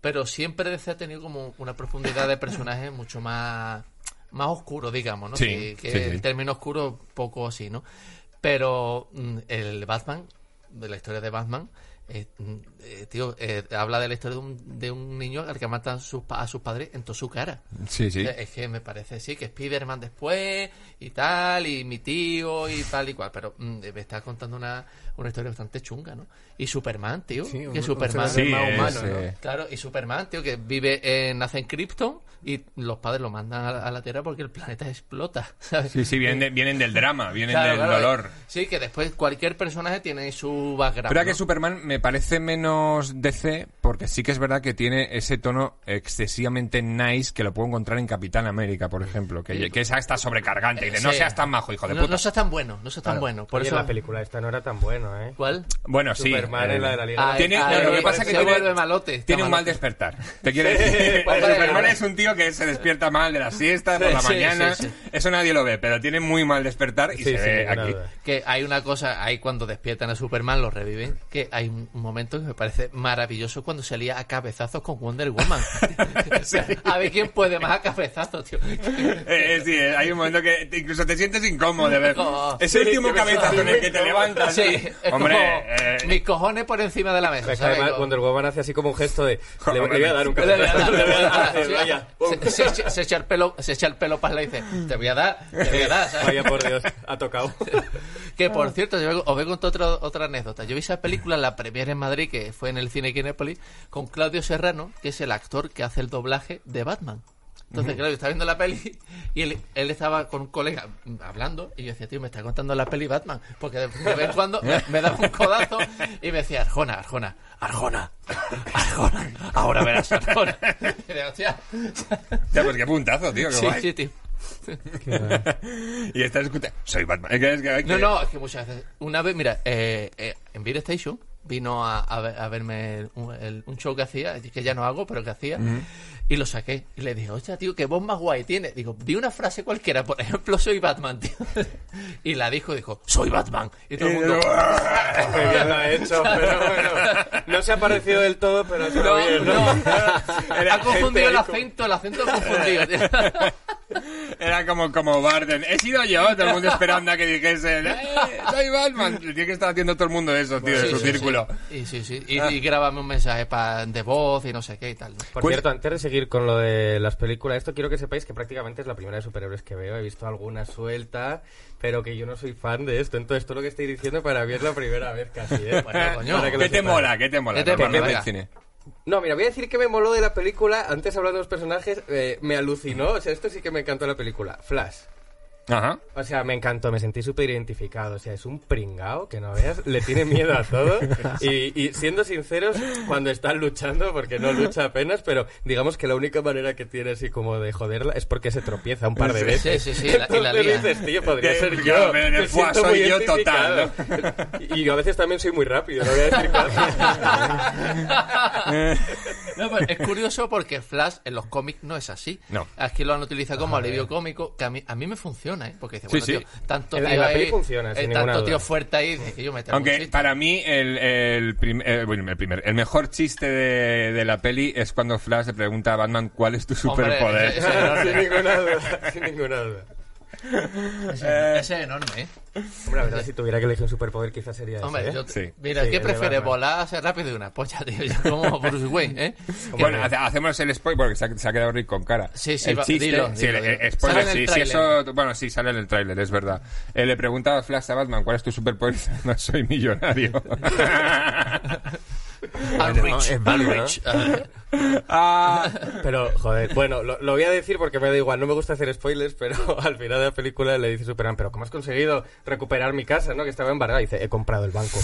B: pero siempre DC ha tenido como una profundidad de personajes mucho más, más oscuro, digamos, ¿no?
D: Sí,
B: que que
D: sí, sí.
B: el término oscuro, poco así, ¿no? Pero mm, el Batman, de la historia de Batman, eh, mm, eh, tío, eh, habla de la historia de un, de un niño al que matan sus pa- a sus padres en toda su cara.
D: Sí, sí.
B: O sea, Eh, Es que me parece, sí, que Spiderman después y tal, y mi tío y tal y cual, pero mm, me está contando una, una historia bastante chunga, ¿no? Y Superman, tío,
F: Sí,
B: que
F: un- un
B: Superman...
F: ser
D: Sí,
F: más
D: es,
F: humano, ¿no?
D: eh,
B: Claro, y Superman, tío, que vive en, nace en Krypton y los padres lo mandan a, la- a la Tierra porque el planeta explota, ¿sabes?
D: sí, sí, vienen, de- vienen del drama, vienen
B: Claro,
D: del
B: claro,
D: dolor.
B: eh. Sí, que después cualquier personaje tiene su background.
D: Pero es
B: ¿no?
D: que Superman me parece menos DC porque sí que es verdad que tiene ese tono excesivamente nice que lo puedo encontrar en Capitán América, por ejemplo, que, que esa está sobrecargante y de no
B: Eh, Sí.
D: seas tan majo, hijo de
B: no,
D: puta.
B: No seas tan bueno, no seas tan bueno. Por
E: Oye,
B: eso
E: la película esta no era tan bueno, ¿eh?
B: ¿Cuál?
D: Bueno, sí.
E: Superman
D: eh,
E: es la de la Liga.
B: Ay,
D: Tiene,
B: ay,
D: no, lo que pasa es que
B: se
D: tiene,
B: vuelve malote, está
D: tiene un mal
B: malote.
D: despertar. Te quiere decir,
E: pues,
D: Superman
E: vale.
D: es un tío que se despierta mal de la siesta por
B: Sí,
D: la
B: sí,
D: mañana.
B: sí,
D: Eso nadie lo ve, pero tiene muy mal despertar y
E: Sí, sí,
D: se ve
E: ninguna
D: aquí.
E: duda.
B: Que hay una cosa, ahí cuando despiertan a Superman, lo reviven, que hay un un momento que me parece maravilloso cuando se lía a cabezazos con Wonder Woman.
D: Sí.
B: a ver quién puede más a cabezazos, tío.
D: Eh, eh, sí, eh, hay un momento que te- incluso te sientes incómodo de ver.
B: Oh,
D: Ese último cabezazo con el que te levantas.
B: Sí,
D: y-
B: es como
D: hombre, eh,
B: mis cojones por encima de la mesa.
E: Es que
B: ¿sabes?
E: Pues además
B: Como-
E: Wonder Woman hace así como un gesto de... Le,
D: Hombre,
E: le voy a dar un
D: sí.
E: café.
B: Se- se echa- se echa el pelo se echa el pelo para la y dice te voy a dar te voy a dar ¿sabes?
E: Vaya por Dios, ha tocado.
B: Que por cierto, yo os voy a contar otra, otra anécdota. Yo vi esa película, la premiere en Madrid, que fue en el cine Kinépolis, con Claudio Serrano, que es el actor que hace el doblaje de Batman. Entonces, claro, yo estaba viendo la peli y él, él estaba con un colega mm, hablando y yo decía, tío, me está contando la peli Batman. Porque de, de vez en cuando me, me daba un codazo y me decía, Arjona, Arjona, Arjona, Arjona, ahora verás Arjona. Y digo, hostia.
D: hostia, pues qué puntazo, tío. qué
B: Sí,
D: guay.
B: sí, tío.
D: Y estás escuchando. Soy Batman. Es que- es que-
E: Eh,
B: No, no, es que muchas veces. Una vez, mira, eh, eh, en Beer Station vino a, a ver- a verme el- un, el- un show que hacía, que ya no hago, pero que hacía, y lo saqué. Y le dije, hostia, tío, qué voz más guay tiene. Digo, di una frase cualquiera, por ejemplo, soy Batman, tío. Y la dijo, dijo, soy Batman. Y todo el mundo.
E: Muy bien lo ha hecho, pero bueno. No se ha parecido del todo, pero ha estado
B: No,
E: bien,
B: no.
E: ¿no?
B: Ha
E: Era
B: confundido el
E: gente ahí como-
B: acento, el acento ha confundido. tío.
D: Era como, como Barden. He sido yo, todo el mundo esperando a que dijesen, ¡Eh, soy Batman! Tiene que estar haciendo todo el mundo eso, tío, de
B: Sí,
D: su
B: sí,
D: círculo.
B: sí. Y, sí, sí. Y,
E: Ah.
B: y grábame un mensaje pa- de voz y no sé qué y tal. ¿no?
E: Por
D: Pues-
E: cierto, antes de seguir con lo de las películas, esto quiero que sepáis que prácticamente es la primera de superhéroes que veo. He visto alguna suelta, pero que yo no soy fan de esto. Entonces, todo lo que estoy diciendo para mí es la primera vez casi. ¿eh?
B: Bueno, coño.
E: Para que lo
D: ¿Qué te
E: sepáis.
D: mola? ¿Qué te mola?
B: ¿Qué te mola?
D: Normalmente
B: Venga.
D: el cine.
E: No, mira, voy a decir que me moló de la película. Antes hablando de los personajes, eh, me alucinó. O sea, esto sí que me encantó de la película. Flash.
D: Ajá.
E: O sea, me encantó, me sentí súper identificado. O sea, es un pringao que no veas, le tiene miedo a todo. Y, y siendo sinceros, cuando están luchando, porque no lucha apenas, pero digamos que la única manera que tiene así como de joderla es porque se tropieza un par de
D: Sí,
E: veces.
B: sí, sí, la- y la
E: Entonces
B: lía.
E: dices, tío, podría
D: Que-
E: ser
D: claro,
E: yo.
D: pero en
E: Me
D: el fuá
E: siento
D: soy
E: muy
D: yo total,
E: identificado. Y, y a veces también soy muy rápido, no voy a decir nada.
B: No, pero es curioso porque Flash en los cómics no es así.
D: No.
B: Aquí lo han utilizado como alivio cómico, que a mí, a mí me funciona, ¿eh? Porque dice,
D: Sí,
B: bueno, tío,
D: sí.
B: tanto
E: En
B: tío
E: la- en la
B: ahí, eh,
E: peli funciona, sin ninguna
B: tanto
E: duda.
B: tío fuerte ahí, dice que yo me tengo un
D: Aunque
B: chiste.
D: para mí el, el, prim- eh, bueno, el primer, el mejor chiste de, de la peli es cuando Flash le pregunta a Batman cuál es tu
B: Hombre,
D: superpoder.
B: ese- ese-
E: sin ninguna duda, sin ninguna duda.
B: Ese ese es enorme, ¿eh?
E: Hombre, la verdad, si tuviera que elegir un superpoder, quizás sería ese,
B: Hombre,
E: ¿eh?
B: yo-
D: Sí.
B: mira,
E: Sí,
B: ¿qué
E: el de
B: prefieres?
E: Batman.
B: ¿Volar, hacer rápido y una polla, tío? Yo como Bruce Wayne, ¿eh?
D: Bueno, hace- hacemos el spoiler porque se ha, se ha quedado Rick con cara.
B: Sí, sí,
D: el
B: va-
D: chiste,
B: dilo,
D: sí, el-
B: dilo, dilo.
D: el spoiler,
B: Sale en
D: sí,
B: el
D: sí,
B: tráiler.
D: eso, bueno, sí, sale en el tráiler, es verdad. Eh, le preguntaba Flash a Batman, ¿cuál es tu superpoder? No soy millonario.
B: I'm
E: Bueno,
B: rich,
E: es
B: I'm
E: válido,
B: rich. Ah,
D: Ah,
E: Pero, joder, bueno, lo, lo voy a decir porque me da igual, no me gusta hacer spoilers, pero al final de la película le dice Superman, pero ¿cómo has conseguido recuperar mi casa, no? Que estaba embargada. Y dice, he comprado el banco.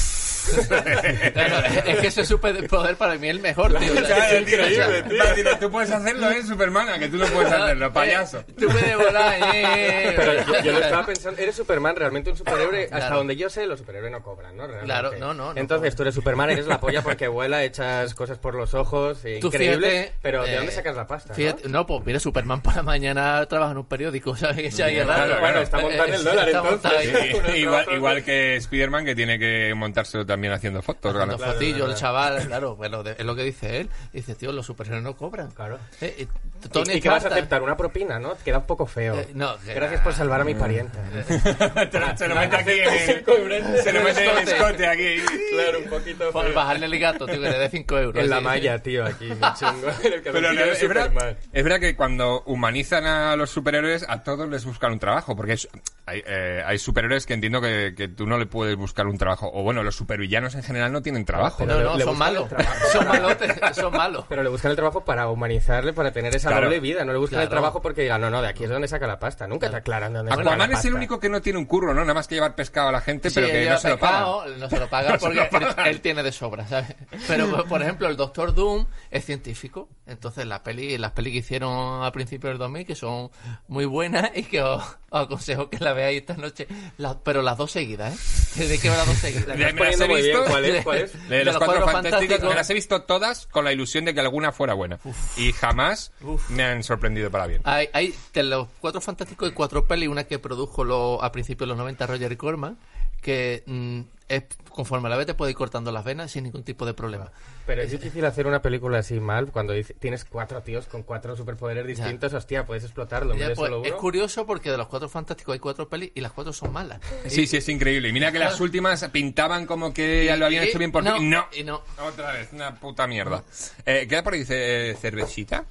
B: claro, es que ese superpoder para mí es el mejor, tío.
D: claro,
B: Es
D: tío, tío, Tú puedes hacerlo, ¿eh, Superman? ¿A que tú no puedes
B: Eh,
D: hacerlo, payaso.
B: Tú puedes volar, eh, eh, eh.
E: Pero yo, yo lo estaba pensando, eres Superman, realmente un superhéroe, hasta
B: Claro.
E: donde yo sé, los superhéroes no cobran, ¿no? Realmente.
B: Claro, no, no, no
E: Entonces
B: cobran.
E: tú eres Superman, eres la polla porque vuela, echas cosas por los ojos, eh,
B: Tú
E: increíble,
B: fíjate,
E: pero ¿de
B: eh,
E: dónde sacas la pasta?
B: fíjate-
E: no?
B: no? pues mira, Superman para mañana trabaja en un periódico, ¿sabes? Que sea ahí
D: Claro,
B: raro.
D: claro,
E: está
B: Eh,
E: montado en el
B: eh,
E: dólar,
B: está
E: entonces.
B: montado ahí.
E: Sí.
D: Eh, igual, igual que Spider-Man, que tiene que montárselo también haciendo fotos.
B: Cuando
D: ganando-
B: fotillo, el chaval, claro, bueno, de- es lo que dice él. Dice, tío, los superhéroes no cobran.
E: Claro.
B: Eh, eh,
E: Y,
B: Tony
E: y que vas a
B: Stark-
E: aceptar una propina, ¿no? Queda un poco feo.
B: Eh, no, que-
E: Gracias por salvar a mi parienta.
D: Te lo- se lo mete aquí en el,
E: Congruente.
D: se lo mete en el
B: Escote.
D: escote aquí.
E: Claro, un poquito
B: Por bajarle el gato, tío, que le dé 5 euros.
E: En la
B: Sí.
E: malla, tío, aquí, me chingo. En el
D: Pero
E: calzoncillo
D: no,
E: de
D: es, verdad,
E: Superman.
D: es verdad que cuando humanizan a los superhéroes, a todos les buscan un trabajo. Porque es- hay, eh, hay superhéroes que entiendo que, que tú no le puedes buscar un trabajo. O bueno, los supervillanos en general no tienen trabajo.
B: No, no,
E: Le
B: son
E: buscan
B: malos.
E: el trabajo.
B: Son malotes, son malos.
E: Pero le buscan el trabajo para humanizarle, para tener esa
D: Claro.
E: doble vida. No le buscan el
B: Claro.
E: trabajo porque digan, no, no, de aquí es donde saca la pasta. Nunca te aclaran de dónde saca la
D: Aquaman es
E: pasta.
D: el único que no tiene un curro, ¿no? Nada más que llevar pescado a la gente, pero
B: Sí,
D: que
B: lleva
D: no se lo pagan.
B: pescado, No se lo pagan porque Él, él tiene de sobra, ¿sabes? Pero, por ejemplo, el Doctor Doom es científico. Entonces, la peli, las pelis que hicieron a principios del 2000, que son muy buenas y que os, os aconsejo que la veáis esta noche. La- pero las dos seguidas, ¿eh? ¿De qué las dos seguidas?
D: De- me las he
E: poniendo muy bien,
D: visto.
E: ¿cuál es? ¿Cuál es?
D: De, los, cuatro, fantásticos, me las he visto todas con la ilusión de que alguna fuera buena. Y jamás me han sorprendido para bien.
B: Hay, hay de los cuatro fantásticos y cuatro pelis, una que produjo lo- a principios de los 90 Roger Corman, que mm, es, conforme la ve te puede ir cortando las venas sin ningún tipo de problema.
E: Pero es difícil hacer una película así mal cuando dice- tienes cuatro tíos con cuatro superpoderes distintos. Hostia, puedes explotarlo. en
B: Ya,
E: vez de
B: pues,
E: solo uno.
B: es curioso porque de los cuatro fantásticos hay cuatro pelis y las cuatro son malas.
D: Sí, sí, es increíble. Y mira que las últimas pintaban como que ya lo habían
B: Y-
D: hecho bien por
B: no,
D: fin. No.
B: y no.
D: Otra vez, una puta mierda. Eh, ¿Queda por ahí ce- eh, cervecita?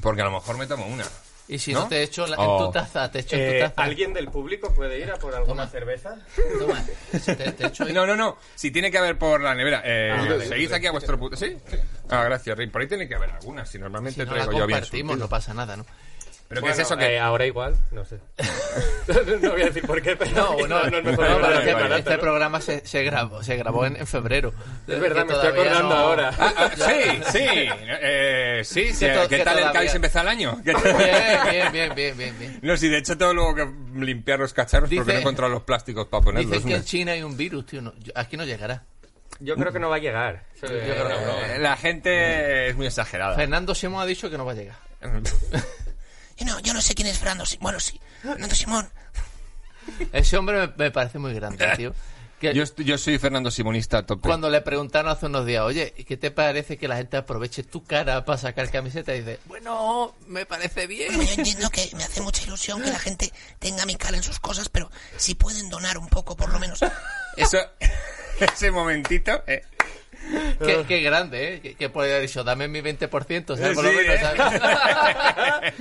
D: Porque a lo mejor me tomo una.
B: Y si no,
D: ¿No?
B: te echo la- en
D: Oh.
B: tu taza, te echo
E: Eh,
B: en tu taza.
E: ¿Alguien del público puede ir a por alguna
B: Toma.
E: cerveza?
B: Toma, te, te echo ahí.
D: No, no, no. Si tiene que haber por la nevera.
B: Ah,
D: Eh,
E: vale.
D: seguid aquí a vuestro puto. ¿Sí? sí. Ah, gracias, Rick. Por ahí tiene que haber alguna. Si
B: si
D: normalmente
B: no la
D: traigo yo bien.
B: compartimos, no pasa nada, ¿no?
D: Pero ¿qué
E: Bueno,
D: es eso que.?
E: eh, ahora igual, no sé. no voy a decir por qué, pero
B: No, no,
E: es
B: no,
E: mejor
B: pero
E: hablar
D: vale,
B: este,
E: de
D: vale.
E: barata,
B: este
E: ¿no?
B: programa se, se grabó, se grabó en, en febrero.
E: Es verdad,
B: Que
E: me estoy
B: todavía
E: acordando
B: no-
E: ahora.
D: Ah, ah, sí, sí. Eh, sí, sí.
B: Que to-
D: ¿Qué
B: que
D: tal el
B: todavía-
D: cáliz empezó el año? ¿Qué
B: Bien,
D: tal?
B: bien, bien, bien, bien, bien.
D: No, sí, de hecho tengo luego que limpiar los cacharros porque
B: Dice-
D: no he encontrado los plásticos para ponerlos.
B: Dicen que
D: ¿no?
B: en China hay un virus, tío. no, yo- aquí no llegará.
E: Yo creo que no va a llegar.
B: Yo creo que no.
D: Eh, La gente es muy exagerada.
B: Fernando Simón ha dicho que no va a llegar.
A: Yo no, yo no sé quién es Fernando Simón. Bueno, sí. Fernando Simón.
B: Ese hombre me, me parece muy grande, tío. Que-
D: Yo, est- yo soy Fernando Simonista a tope.
B: Cuando le preguntaron hace unos días, oye, ¿y qué te parece que la gente aproveche tu cara para sacar camiseta? Y dice, bueno, me parece bien.
A: Bueno, yo entiendo que me hace mucha ilusión que la gente tenga mi cara en sus cosas, pero si pueden donar un poco, por lo menos.
D: Eso, ese momentito. eh.
B: qué, qué grande, ¿eh? Que, que podría haber dicho, dame mi 20%, o sea, por lo
D: Sí,
B: menos,
D: ¿eh?
B: ¿sabes?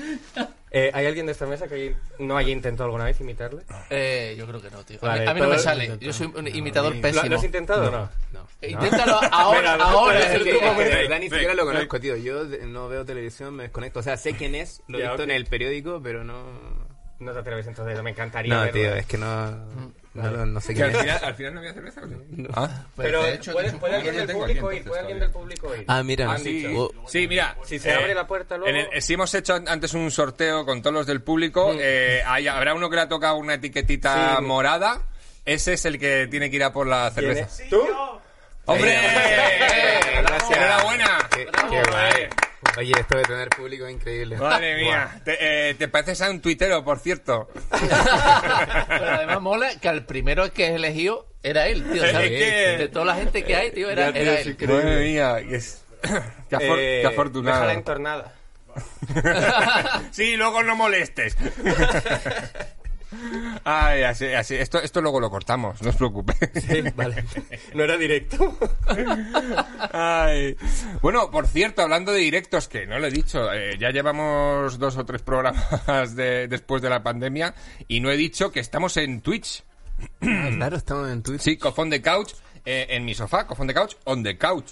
E: Eh, ¿Hay alguien de esta mesa que no haya intentado alguna vez imitarle?
B: Eh, yo creo que no, tío. A mí-
E: Vale,
B: a mí, no me
E: todo-
B: sale. Yo soy un imitador
E: ¿Lo, lo
B: pésimo. Eh,
E: has intentado o no?
B: Inténtalo ahora,
E: Venga,
B: ahora.
E: puede ser
B: es el
E: tú,
B: que-
E: hombre.
F: De verdad ni
D: Sí,
F: siquiera lo
D: sí.
F: conozco, tío. Yo de- no veo televisión, me desconecto. O sea, sé quién es, lo he
E: Ya,
F: visto
E: ok.
F: en el periódico, pero no...
E: No te atreves entonces, no me encantaría.
F: No,
E: verlo.
F: tío, es que no... No, lo- no sé
D: Que
F: quién
D: al,
F: es.
D: final, al final no había cerveza. ¿o sí?
F: Ah,
E: Pero
B: Pues, De hecho,
E: ¿puede,
B: tengo-
E: puede alguien
D: Pues, yo
E: del
D: tengo aquí,
E: público ir,
D: entonces,
E: puede alguien del
D: todavía.
E: público ir.
F: Ah, mira,
D: Ah,
F: no
D: sí.
F: sé. Oh,
D: Sí, mira. eh,
E: Si se abre la puerta luego- Mm.
D: en el- si hemos hecho an- antes un sorteo con todos los del público, eh, hay- habrá uno que le ha tocado una etiquetita
E: Sí.
D: morada. Ese es el que tiene que ir a por la cerveza.
E: ¿Tienes- ¿Tú?
D: ¡Hombre!
F: Eh, gracias.
D: ¡Enhorabuena!
F: Qué, qué guay. Oye, esto de tener público es increíble.
D: Madre mía. Te, eh, te pareces a un tuitero, por cierto.
B: Pero además mola que al primero que es elegido era él, tío, ¿sabes?
D: Es que-
B: De toda la gente que hay, tío, era,
E: Ya, tío,
B: era
E: sí
B: él.
D: Madre mía. que es- Qué, afor-
E: Eh,
D: qué afortunado.
E: Déjala entornada.
D: sí, luego no molestes. Ay, así, así. Esto, esto luego lo cortamos, no os preocupéis.
E: vale. No era directo.
D: Ay. Bueno, por cierto, hablando de directos, que no lo he dicho, eh, ya llevamos dos o tres programas de- después de la pandemia y no he dicho que estamos en Twitch.
F: Claro, estamos en Twitch.
D: Sí, Cofón de Couch, eh, en mi sofá, Cofón de Couch, on the couch.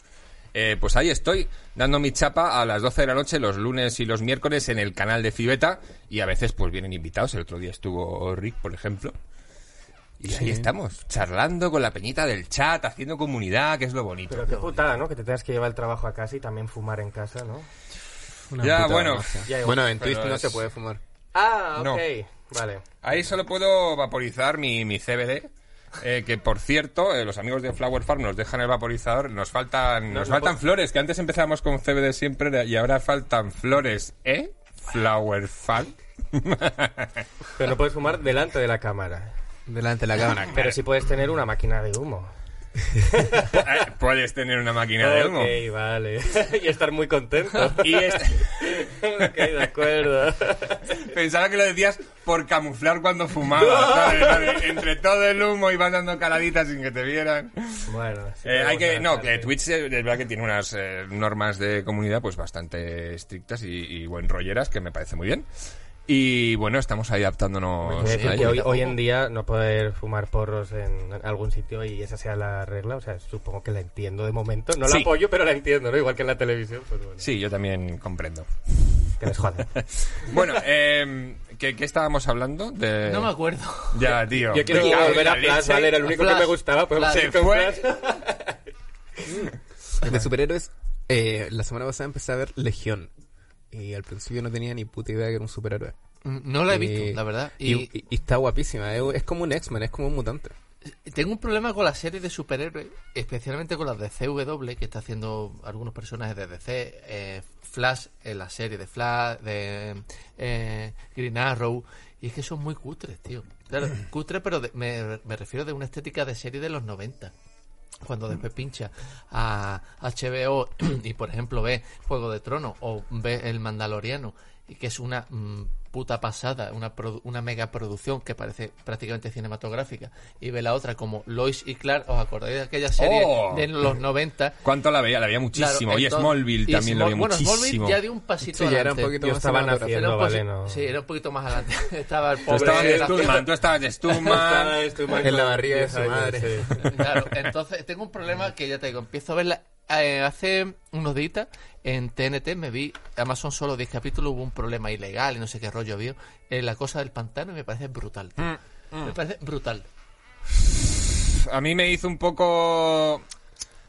D: Eh, pues ahí estoy, dando mi chapa a las 12 de la noche, los lunes y los miércoles, en el canal de Fibeta. Y a veces, pues vienen invitados. El otro día estuvo Rick, por ejemplo. Y ahí estamos, charlando con la peñita del chat, haciendo comunidad, que es lo bonito.
E: Pero qué putada, ¿no? Que te tengas que llevar el trabajo a casa y también fumar en casa, ¿no?
D: ya,
F: puta
D: bueno.
F: gracia.
E: Ya, igual.
F: Bueno, en
D: Pero
F: Twitch no
D: es-
F: se puede fumar.
E: Ah, ok.
D: No.
E: Vale.
D: Ahí solo puedo vaporizar mi, mi CBD. eh, que por cierto, eh, los amigos de Flower Farm nos dejan el vaporizador. Nos faltan, nos faltan flores, que antes empezamos con CBD siempre y ahora faltan flores, ¿eh? Flower Farm. Eh,
E: Pero no puedes fumar delante de la cámara.
F: Delante de la cámara.
E: Pero sí puedes tener una máquina de humo.
D: Pu- eh, Puedes tener una máquina de humo.
E: Ok, vale. y estar muy contento.
D: Y es-
E: ok, de acuerdo.
D: pensaba que lo decías por camuflar cuando fumabas, ¿sabes? ¿sabes? Entre todo el humo ibas dando caladitas sin que te vieran.
E: bueno. sí
D: Eh, hay
E: podemos
D: que, no,
E: avanzar,
D: que
E: sí.
D: Twitch eh, es verdad que tiene unas eh, normas de comunidad pues bastante estrictas y, y buen rolleras, que me parece muy bien. Y bueno, estamos ahí adaptándonos
E: Quiero
D: a
E: decir que
D: ello.
E: hoy, hoy en día no poder fumar porros en algún sitio y esa sea la regla, o sea, supongo que la entiendo de momento. No la
D: Sí.
E: apoyo, pero la entiendo, ¿no? Igual que en la televisión, pues bueno.
D: Sí, yo también comprendo.
E: Que les jodan.
D: Bueno, eh, ¿qué, qué estábamos hablando? De...
B: No me acuerdo.
D: Ya, tío.
E: Yo quiero
D: Me cago en
E: volver a
D: la
E: Flash,
D: leche.
E: ¿vale? Era el único que
B: Flash.
E: me gustaba, pues
D: Se
E: sí, con
D: fue.
E: Flash.
F: De superhéroes, eh, la semana pasada empecé a ver Legión. Y al principio no tenía ni puta idea que era un superhéroe.
B: No la he
F: Eh,
B: visto, la verdad.
F: Y,
B: Y,
F: y- y está guapísima. Es, es como un X-Men, es como un mutante.
B: tengo un problema con las series de superhéroes, especialmente con las de CW, que está haciendo algunos personajes de DC, eh, Flash en la serie de Flash, de eh, Green Arrow. Y es que son muy cutres, tío. Claro, cutres, pero de- me, me refiero de una estética de serie de los 90. cuando después pincha a HBO y por ejemplo ve Juego de Tronos o ve El Mandaloriano y que es una mm, puta pasada, una, produ- una mega producción que parece prácticamente cinematográfica y ve la otra como Lois y Clark, ¿os acordáis de aquella serie
D: ¡Oh!
B: de los 90?
D: ¿Cuánto la veía? La veía
B: Claro,
D: muchísimo. y
B: entonces-
D: Smallville
B: y
D: también la
B: Small-
D: veía
B: bueno,
D: muchísimo.
B: Smallville ya dio un pasito
F: Sí, ya era un
B: adelante.
F: poquito
E: Yo
F: más
E: estaba
F: cinematográfico.
B: Era
E: naciendo.
B: un
E: No, vale,
B: posi-
E: no.
B: pues Sí, era un poquito más adelante. estaba el
D: Tú
B: pobre...
D: estabas de
B: era-
D: Stuntman, tú estabas de Stuntman.
F: En la barriga de su madre.
B: Claro, entonces tengo un problema que ya te digo, empiezo a verla. eh, hace unos días en TNT me vi, además son solo 10 capítulos, hubo un problema ilegal y no sé qué rollo vio. Eh, la cosa del pantano y me parece brutal. tío.
D: Mm,
B: Me parece brutal.
D: A mí me hizo un poco...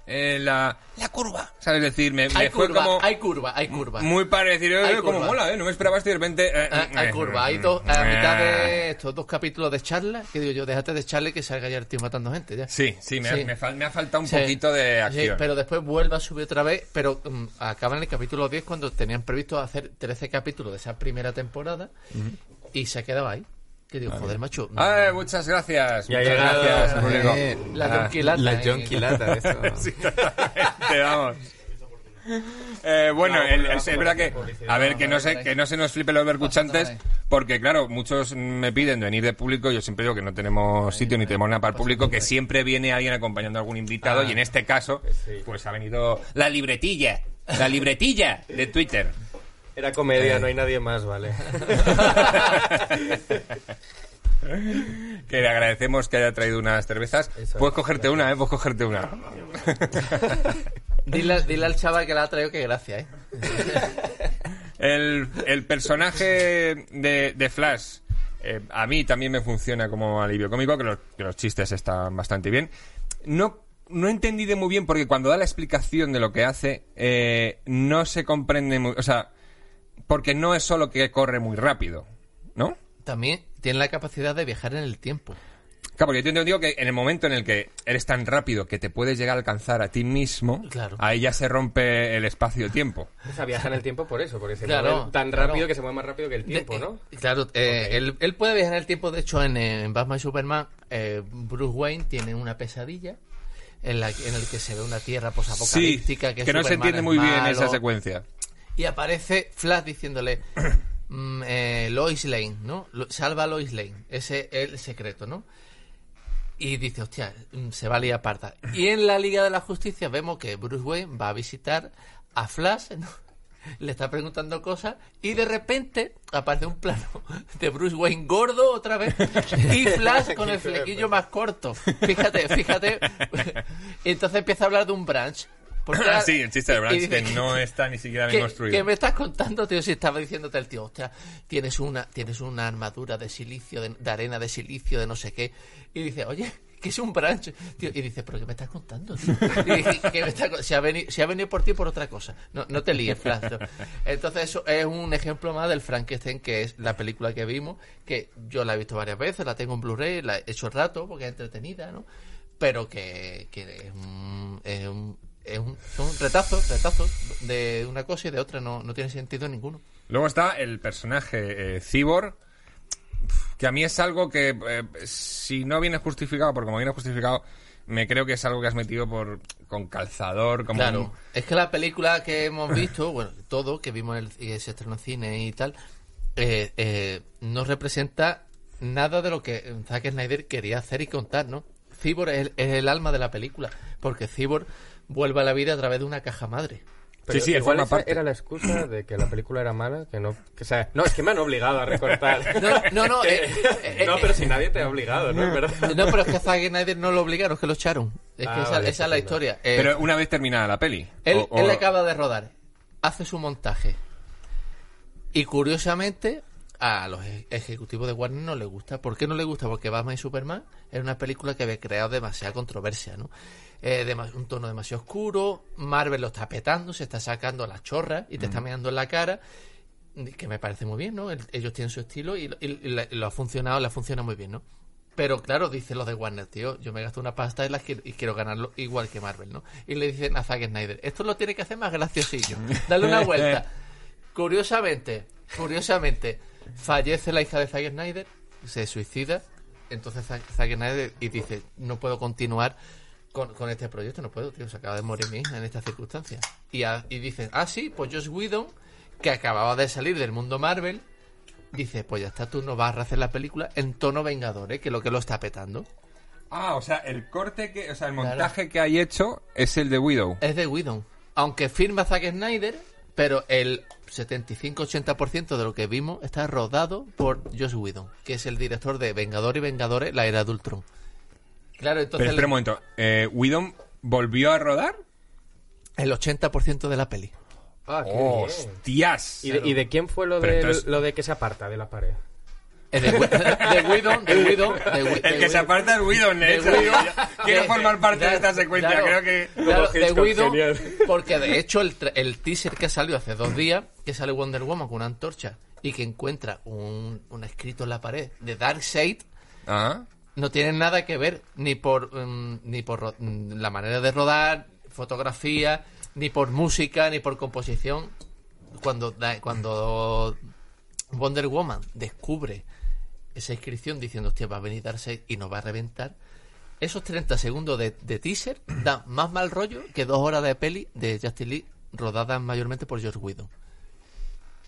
D: eh, la...
A: La curva.
D: ¿Sabes? Es decir, me, me
B: Hay
D: fue
B: curva,
D: como...
B: hay curva, hay curva.
D: Muy parecido,
B: Hay
D: eh, como
B: curva.
D: mola, ¿eh? No me esperaba esto y de repente... eh,
B: Ah, hay
D: eh,
B: curva, hay dos, a
D: eh.
B: mitad de estos dos capítulos de charla, que digo yo, déjate de charla y que salga ya el tío matando gente. Ya.
D: Sí, sí, me,
B: Sí.
D: Ha, me fal- me ha faltado un
B: Sí.
D: poquito de
B: Sí,
D: acción.
B: pero después vuelve a subir otra vez, pero mm, acaba en el capítulo 10 cuando tenían previsto hacer 13 capítulos de esa primera temporada y se ha quedado ahí. Que digo, joder, macho. mm". no-
D: Ah, muchas gracias.
E: Ya ha
D: muchas
E: llegado.
D: gracias, público.
F: Eh,
B: La Yonki Lata,
F: La
B: eh.
F: Yonki Lata, eso.
D: Sí, totalmente, vamos. Eh, bueno, el- el- es verdad que a ver que no se que no se nos flipe los vercuchantes porque claro muchos me piden venir de público yo siempre digo que no tenemos sitio ni tenemos nada para el público que siempre viene alguien acompañando a algún invitado y en este caso pues ha venido la libretilla la libretilla de Twitter
E: Era
B: Eh.
E: comedia, no hay nadie más, ¿vale?
D: que le agradecemos que haya traído unas cervezas
E: Eso es.
D: puedes cogerte una eh puedes cogerte una
B: Dile, dile al chaval que la ha traído que gracias, ¿eh?
D: El, el personaje de, de Flash eh, a mí también me funciona como alivio cómico, que los, que los chistes están bastante bien. No, no entendí de muy bien porque cuando da la explicación de lo que hace, eh, no se comprende muy... O sea, porque no es solo que corre muy rápido, ¿no?
B: También tiene la capacidad de viajar en el tiempo.
D: Claro, porque yo te digo que en el momento en el que eres tan rápido que te puedes llegar a alcanzar a ti mismo,
B: Claro.
D: ahí ya se rompe el espacio-tiempo.
E: O sea, viaja en el tiempo por eso, porque se
B: Claro,
E: mueve tan
B: claro.
E: rápido que se mueve más rápido que el tiempo,
B: De-
E: ¿no?
B: eh, claro, eh, él, él puede viajar en el tiempo. De hecho, en, eh, en Batman y Superman, eh, Bruce Wayne tiene una pesadilla en la en el que se ve una tierra
D: Sí,
B: posapocalíptica
D: que,
B: que,
D: no
B: Superman
D: se entiende
B: es
D: muy bien
B: malo.
D: esa secuencia.
B: Y aparece Flash diciéndole, mm, eh, Lois Lane, ¿no? Lo- salva a Lois Lane. Ese es el secreto, ¿no? Y dice, hostia, mm, se va a liar parda. Y en la Liga de la Justicia vemos que Bruce Wayne va a visitar a Flash, ¿no? le está preguntando cosas y de repente aparece un plano de Bruce Wayne gordo otra vez y Flash con el flequillo más corto. Fíjate, fíjate. Entonces empieza a hablar de un branch. Porque
D: Ah, sí, el chiste de
B: y
D: Branch
B: dice-
D: que no está ni siquiera bien
B: ¿Qué,
D: construido.
B: qué me estás contando, tío? Si estaba diciéndote el tío, hostia, tienes una, tienes una armadura de silicio, de, de arena de silicio, de no sé qué. Y dice, oye, que es un branch. Tío, y dice, ¿pero qué me estás contando? tío? Y dice, "¿Qué me estás con- si, ha venido, si ha venido por ti, por otra cosa. No, no te líes, Flash. tío. Entonces, eso es un ejemplo más del Frankenstein, que es la película que vimos, que yo la he visto varias veces, la tengo en Blu-ray, la he hecho rato porque es entretenida, ¿no? Pero que, que es un- es un es un, son retazos, retazos de una cosa y de otra, no, no tiene sentido ninguno.
D: Luego está el personaje eh, Cyborg, que a mí es algo que, eh, si no viene justificado, porque como viene justificado, me creo que es algo que has metido por con calzador, como
B: claro,
D: un-
B: es que la película que hemos visto, bueno, todo, que vimos en el, que se estrenó en cine y tal, eh, eh, no representa nada de lo que Zack Snyder quería hacer y contar, ¿no? Cyborg es, el- es el alma de la película, porque Cyborg vuelve a la vida a través de una caja madre.
D: Sí, sí, él
E: igual
D: forma
E: esa
D: parte.
E: era la excusa de que la película era mala, que no... Que, o sea, no, es que me han obligado a recortar.
B: No, no, no,
E: Que-
B: eh, eh,
E: no,
B: eh,
E: pero si nadie te ha obligado, ¿no? Es verdad.
B: No, pero es que a Zack Snyder no lo obligaron, es que lo echaron. Es
E: Ah,
B: que esa,
E: vale,
B: esa es la
E: sí,
B: historia. Eh,
D: Pero una vez terminada la peli.
B: Él,
D: o- o-
B: él acaba de rodar, hace su montaje. Y curiosamente, a los eje- ejecutivos de Warner no les gusta. ¿Por qué no les gusta? Porque Batman y Superman era una película que había creado demasiada controversia, ¿no? Eh, dema- un tono demasiado oscuro, Marvel lo está petando, se está sacando las chorras y te
D: Mm.
B: está mirando en la cara. Que me parece muy bien, ¿no? El- Ellos tienen su estilo y, lo- y- y la- y lo ha funcionado, la funciona muy bien, ¿no? Pero claro, dicen los de Warner, tío, yo me gasto una pasta y, las quiero, y quiero ganarlo igual que Marvel, ¿no? Y le dicen a Zack Snyder, esto lo tiene que hacer más graciosillo, dale una vuelta. curiosamente, curiosamente, fallece la hija de Zack Snyder, se suicida, entonces Zack Zack Snyder y dice, no puedo continuar con, con este proyecto, no puedo, tío, se acaba de morir mi hija en estas circunstancias. Y, a- y dicen, ah, sí, pues Josh Whedon, que acababa de salir del mundo Marvel, Dice, pues ya está, tú no vas a hacer la película en tono vengador, ¿eh? que lo que lo está petando.
D: Ah, o sea, el corte que. O sea, el montaje que hay hecho es el de Widow.
B: Es de Whedon. Aunque firma Zack Snyder, pero el 75-80% de lo que vimos está rodado por Josh Whedon, que es el director de Vengador y Vengadores, la era de Ultron. Claro,
D: Pero
B: entonces
D: espera un momento. Eh, ¿Widow volvió a rodar?
B: el 80% de la peli.
E: Ah, qué
B: Oh,
E: bien.
D: ¡Hostias!
E: ¿Y de, y de quién fue lo
D: Pero
E: de,
D: entonces-
E: lo de que se aparta de la pared?
B: Es de, Whe- de Whedon, de Whedon, de Whe- de
D: El que se
B: Whedon.
D: aparta es Widow,
B: De
D: de hecho.
B: Guido.
D: Quiero
B: De-
D: formar parte de
B: Eh, claro,
D: esta secuencia,
B: claro,
D: creo que.
B: claro, de
E: Hitchcock,
B: Guido,
E: genial.
B: porque de hecho el, tra- el teaser que salió hace dos días, que sale Wonder Woman con una antorcha y que encuentra un, un escrito en la pared de Darkseid,
D: Ah.
B: no tienen nada que ver ni por mm, ni por ro- mm, la manera de rodar, fotografía, ni por música, ni por composición. Cuando da- cuando Wonder Woman descubre esa inscripción diciendo, hostia, va a venir Darkseid y nos va a reventar. Esos 30 segundos de, de teaser dan más mal rollo que dos horas de peli de Justin Lee rodadas mayormente por George Widow.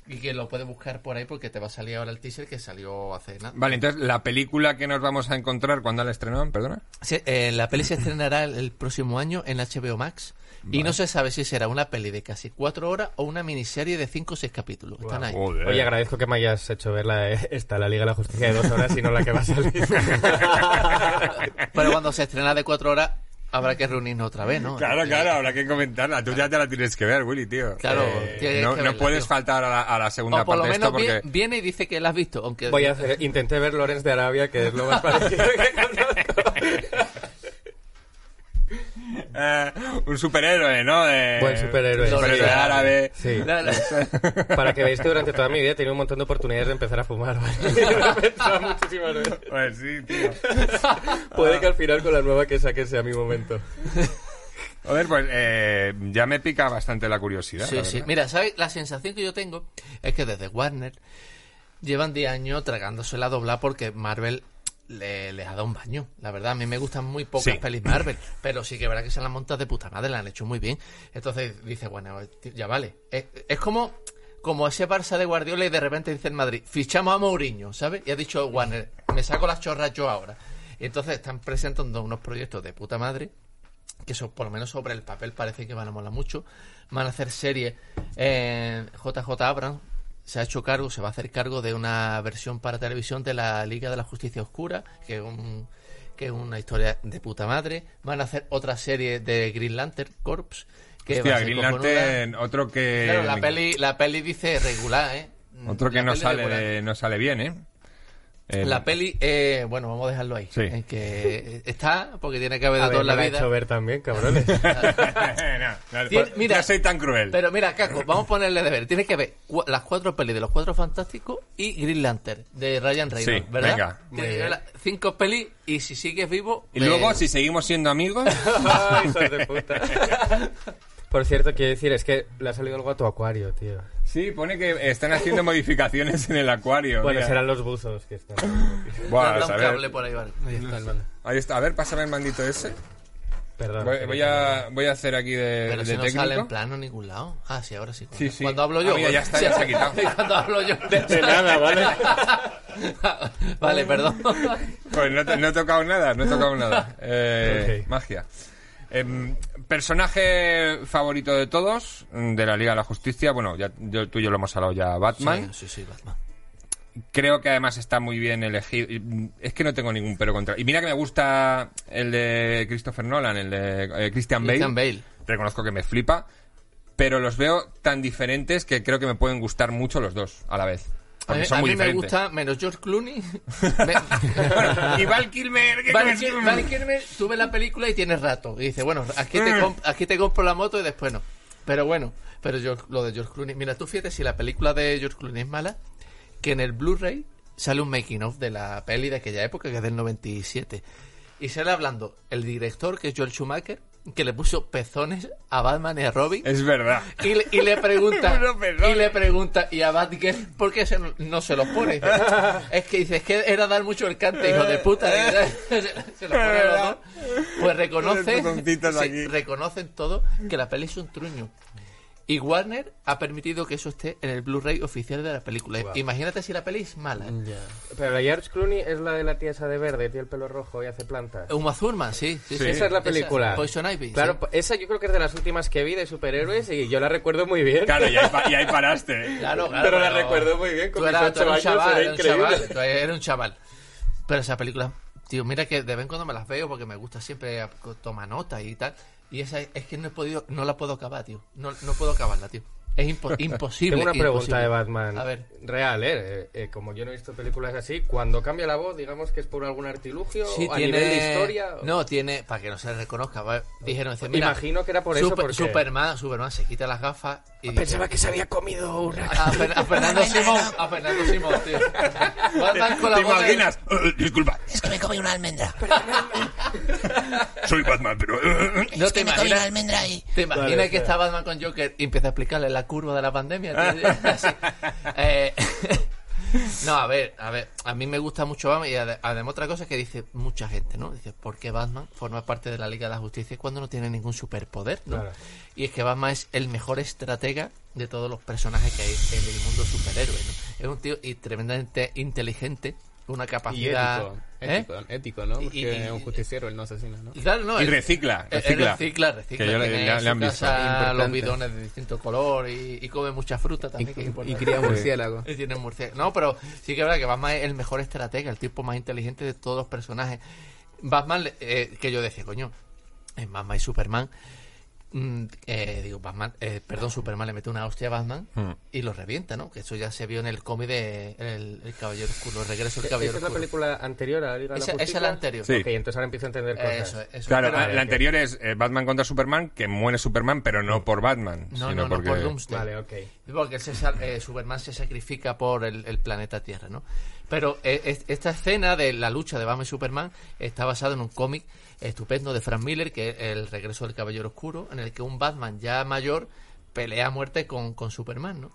B: Y que lo puedes buscar por ahí porque te va a salir ahora el teaser que salió hace nada.
D: Vale, entonces, ¿la película que nos vamos a encontrar cuando la estrenaban? Perdona.
B: Se- eh, la peli se estrenará el, el próximo año en HBO Max. Y no se sabe si será una peli de casi cuatro horas o una miniserie de cinco o seis capítulos. Están ahí.
D: Joder.
E: Oye, agradezco que me hayas hecho ver la, eh, esta, la Liga de la Justicia de dos horas y no la que va a salir.
B: Pero cuando se estrena de cuatro horas, habrá que reunirnos otra vez, ¿no?
D: Claro,
B: Eh,
D: claro, habrá que comentarla. Tú ya te la tienes que ver, Willy, tío.
B: Claro,
D: Eh,
B: tienes
D: no,
B: que
D: no
B: verla,
D: puedes
B: tío.
D: faltar a la, a la segunda
B: O por lo
D: parte de esto
B: menos
D: porque...
B: vie- viene y dice que la has visto, aunque...
E: Voy a hacer, intenté ver Lorenz de Arabia, que es lo más parecido que conozco.
D: Eh, un superhéroe, ¿no? Eh,
E: Buen superhéroe,
D: superhéroe
E: sí.
D: árabe.
E: Sí.
B: La- la-
E: Para que veáis que durante toda mi vida he tenido un montón de oportunidades de empezar a fumar. ¿vale? Lo he pensado muchísimas veces.
D: Pues sí, tío.
E: Puede que al final con la nueva que saque sea mi momento.
D: Joder, pues eh, ya me pica bastante la curiosidad.
B: Sí,
D: la
B: sí.
D: verdad.
B: Mira, ¿sabes? La sensación que yo tengo es que desde Warner llevan 10 años tragándose la dobla porque Marvel le, les ha dado un baño. La verdad, a mí me gustan muy pocas
D: Sí.
B: pelis Marvel, pero sí que es verdad que se las montas de puta madre, la han hecho muy bien. Entonces dice, bueno, ya vale. Es, es como... Como ese Barça de Guardiola y de repente dice el Madrid, fichamos a Mourinho, ¿sabes? Y ha dicho Warner, me saco las chorras yo ahora. Y entonces están presentando unos proyectos de puta madre que so- por lo menos sobre el papel parece que van a molar mucho. Van a hacer serie. eh, JJ Abrams se ha hecho cargo, se va a hacer cargo de una versión para televisión de la Liga de la Justicia Oscura, que es, un- que es una historia de puta madre. Van a hacer otra serie de Green Lantern Corps. Que va
D: Hostia,
B: a ser
D: Green
B: cojonuda.
D: Lantern, otro que...
B: Claro, la peli, la peli dice regular, ¿eh?
D: Otro que
B: La
D: no
B: peli
D: sale,
B: regular.
D: no sale bien, ¿eh? Eh,
B: La peli, eh, bueno, vamos a dejarlo ahí.
D: Sí.
B: En que está, porque tiene que haber de
E: A
B: todo
E: ver,
B: en la
E: me la he
B: vida.
E: hecho ver también, cabrones.
D: no, no,
B: Tien-
D: pues,
B: mira.
D: no soy tan cruel.
B: Pero mira, Caco, vamos a ponerle de ver. Tienes que ver cua- las cuatro pelis de los cuatro fantásticos y Green Lantern de Ryan Reynolds,
D: Sí,
B: ¿verdad?
D: venga.
B: Tienes que ver las cinco pelis y si sigues vivo.
D: y luego,
B: eh,
D: si seguimos siendo amigos...
E: Ay, hijos de puta. Por cierto, quiero decir, es que le ha salido el gato acuario, tío.
D: Sí, pone que están haciendo modificaciones en el acuario.
E: Bueno,
D: mira.
E: serán los buzos que están.
B: habrá
D: Buah, a
B: un
D: ver.
B: cable por ahí, vale.
D: Ahí está. A ver, pásame el mandito ese.
E: Perdón.
D: Voy, voy a, voy a hacer aquí de,
B: Pero
D: de
B: si no
D: técnico.
B: sale en plano en ningún lado. Ah, sí, ahora sí. Cuando,
D: Sí, sí.
B: cuando hablo
D: Ah,
B: yo.
D: mira, ya está, ya se ha quitado.
B: cuando hablo yo.
E: De nada, ¿vale?
B: vale, perdón.
D: Pues no, te- no he tocado nada, no he tocado nada. Eh,
E: Ok.
D: Magia. Em, personaje favorito de todos mm, de la Liga de la Justicia. Bueno, ya, yo- tú y yo lo hemos hablado ya. Batman.
B: Sí, sí, sí, Batman.
D: Creo que además está muy bien elegido. Y, mm, Es que no tengo ningún pero contra. Y mira que me gusta el de Christopher Nolan, el de eh, Christian Bale.
B: Christian Bale.
D: Reconozco que me flipa. Pero los veo tan diferentes que creo que me pueden gustar mucho los dos a la vez.
B: A
D: Porque
B: mí,
D: son
B: a
D: muy
B: mí me
D: diferentes.
B: gusta menos George Clooney. Me-
D: Bueno, y Val Kilmer. ¿qué
B: Val
D: comes?
B: Kil- Val Kilmer, tú ves la película y tienes rato. Y dices, bueno, aquí te, comp- aquí te compro la moto y después no. Pero bueno, pero yo, lo de George Clooney. Mira, tú fíjate si la película de George Clooney es mala, que en el Blu-ray sale un making of de la peli de aquella época, que es del 97. Y sale hablando el director, que es George Schumacher, que le puso pezones a Batman y a Robin.
D: Es verdad.
B: Y le, y le pregunta,
D: Uno, perdón.
B: y le pregunta, y a Batgirl, ¿por qué se- no se los pone? Dice, Es que dice, es que era dar mucho el cante, hijo de puta. Se, se los pone a los dos. Pues reconoce,
D: Unos botoncitos
B: sí,
D: aquí.
B: reconocen todo que la peli es un truño. Y Warner ha permitido que eso esté en el Blu-ray oficial de la película. Imagínate si la peli es mala.
E: Pero la George Clooney es la de la tía esa de verde, tiene el pelo rojo y hace plantas.
B: Uma Thurman, sí. sí, sí.
E: Esa es la película.
B: Poison Ivy.
E: Claro,
B: sí.
E: po- esa yo creo que es de las últimas que vi de superhéroes y yo la recuerdo muy bien.
D: Claro, y ahí, pa- y ahí paraste.
B: Claro, claro,
E: Pero la recuerdo muy bien, con
B: tú
E: mis
B: eras-
E: ocho
B: tú eras un
E: años
B: chaval,
E: era
B: era un
E: increíble.
B: chaval, tú eras un chaval. Pero esa película, tío, mira que de vez en cuando me las veo porque me gusta siempre a- co- tomar nota y tal. Y esa es que no he podido, no la puedo acabar, tío. No, no puedo acabarla, tío. Es impo- imposible.
E: Tengo una pregunta
B: imposible.
E: de Batman.
B: A ver.
E: Real, ¿eh? Eh, eh, Como yo no he visto películas así, cuando cambia la voz, digamos que es por algún artilugio
B: Sí,
E: o a
B: tiene-
E: nivel de historia. o-
B: No, tiene. Para que no se le reconozca. va, Dijeron, dice, mira,
E: Imagino que era por eso, porque- Ah,
B: Superman, Superman se quita las gafas y. dice,
E: que se había comido una.
B: a, Fer- a Fernando Simón. A Fernando Simón, tío. Batman con la
D: ¿Te
B: voz de-
D: imaginas? Eh, disculpa,
A: Es que me comí una almendra.
D: soy Batman, pero... eh,
B: No
A: es
B: te
A: que me comí una
B: imaginas.
A: almendra y...
B: ¿Te imaginas
E: Vale,
B: que
E: claro.
B: está Batman con Joker y empieza a explicarle la curva de la pandemia? tío? Así. Eh, No, a ver, a ver, a mí me gusta mucho Batman y ade- además otra cosa que dice mucha gente, ¿no? Dice, ¿por qué Batman forma parte de la Liga de la Justicia cuando no tiene ningún superpoder? ¿no?
E: Claro.
B: Y es que Batman es el mejor estratega de todos los personajes que hay en el mundo superhéroe, ¿no? Es un tío y tremendamente inteligente, una
F: Y
B: capacidad...
F: ético,
B: ¿Eh?
F: ético, ético, ¿no?
B: Y-
F: Porque
B: y-
F: es un justiciero, él no asesina, ¿no?
B: Y claro, no,
D: Y
B: él-
D: recicla,
B: él
D: recicla.
B: recicla, recicla,
D: Que yo le-
B: tiene
D: le-
B: en
D: le
B: su
D: han visto.
B: casa los
F: Importante.
B: bidones de distinto color y, y come mucha fruta
F: Y,
B: también. que es
F: y
B: importante.
F: cría murciélago.
B: Y tiene Murcia. No, pero sí que es verdad que Batman es el mejor estratega, el tipo más inteligente de todos los personajes. Batman, eh, que yo decía, coño, en Batman y Superman. mm, eh, digo, Batman, eh, perdón, Superman le mete una hostia a Batman
D: Mm.
B: y lo revienta, ¿no? Que eso ya se vio en el cómic de El, el Caballero Oscuro, el Regreso del
E: ¿Esa
B: Caballero
E: es la
B: Oscuro.
E: película anterior a la Liga de la
B: Esa- esa
E: Justicia?
B: es la anterior.
D: Sí.
E: Ok, entonces ahora empiezo a entender cosas.
B: Eso, eso.
D: Claro,
B: Pero-
D: la, la anterior es eh, Batman contra Superman, que muere Superman, pero no por Batman,
B: No,
D: sino
B: no, no,
D: porque...
B: por Doomsday.
E: Vale, ok.
B: Porque él se sal- eh, Superman se sacrifica por el, el planeta Tierra, ¿no? Pero eh, es- esta escena de la lucha de Batman y Superman está basada en un cómic estupendo de Frank Miller, que es El regreso del Caballero Oscuro, en el que un Batman ya mayor pelea a muerte con, con Superman, ¿no?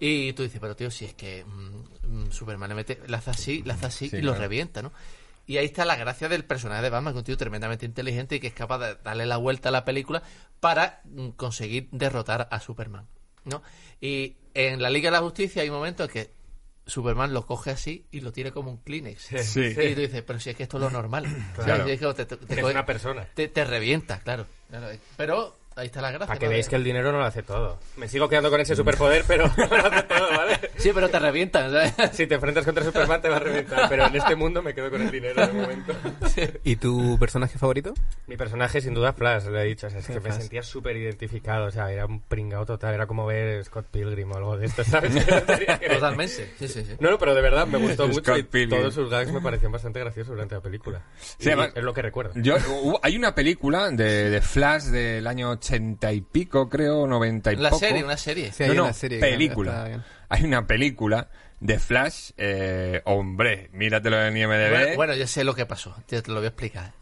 B: Y tú dices, pero tío, si es que mm, mm, Superman le mete, la hace así, la hace así
D: Sí,
B: y lo
D: claro.
B: revienta, ¿no? Y ahí está la gracia del personaje de Batman, que es un tío tremendamente inteligente y que es capaz de darle la vuelta a la película para mm, conseguir derrotar a Superman, ¿no? Y en la Liga de la Justicia hay momentos en que Superman lo coge así y lo tira como un Kleenex.
D: Sí.
B: Y tú dices, pero si es que esto es lo normal.
D: Claro.
B: Y es que te- te- te
E: Es
B: coge-
E: una persona.
B: Te, te revienta, claro. Claro, eh. Pero ahí está la gracia.
E: Para que
B: ¿no?
E: veáis que el dinero no lo hace todo. Me sigo quedando con ese superpoder, pero no lo hace todo, ¿vale?
B: Sí, pero te revientan, ¿sabes?
E: Si te enfrentas contra Superman te va a reventar, pero en este mundo me quedo con el dinero de momento.
F: ¿Y tu personaje favorito?
E: Mi personaje, sin duda, Flash, lo he dicho. o sea, es que me sentía súper identificado. O sea, era un pringao total. Era como ver Scott Pilgrim o algo de esto, ¿sabes? No tenía que ver.
B: Totalmente. Sí, sí, sí.
E: No, no, pero de verdad me gustó mucho. y
D: Scott Pilgrim.
E: todos sus gags me parecían bastante graciosos durante la película.
D: Sí,
E: Y
D: además-
E: es lo que recuerdo.
D: Yo, hubo- hay una película de, de Flash del año ochenta y pico, creo, noventa y
B: La
D: poco.
B: serie, una serie.
F: Sí,
D: no,
F: hay
D: no,
F: una serie que está
D: película.
F: bien.
D: Hay una película de Flash, eh, hombre, míratelo en IMDb.
B: Bueno, bueno, ya sé lo que pasó, ya te lo voy a explicar.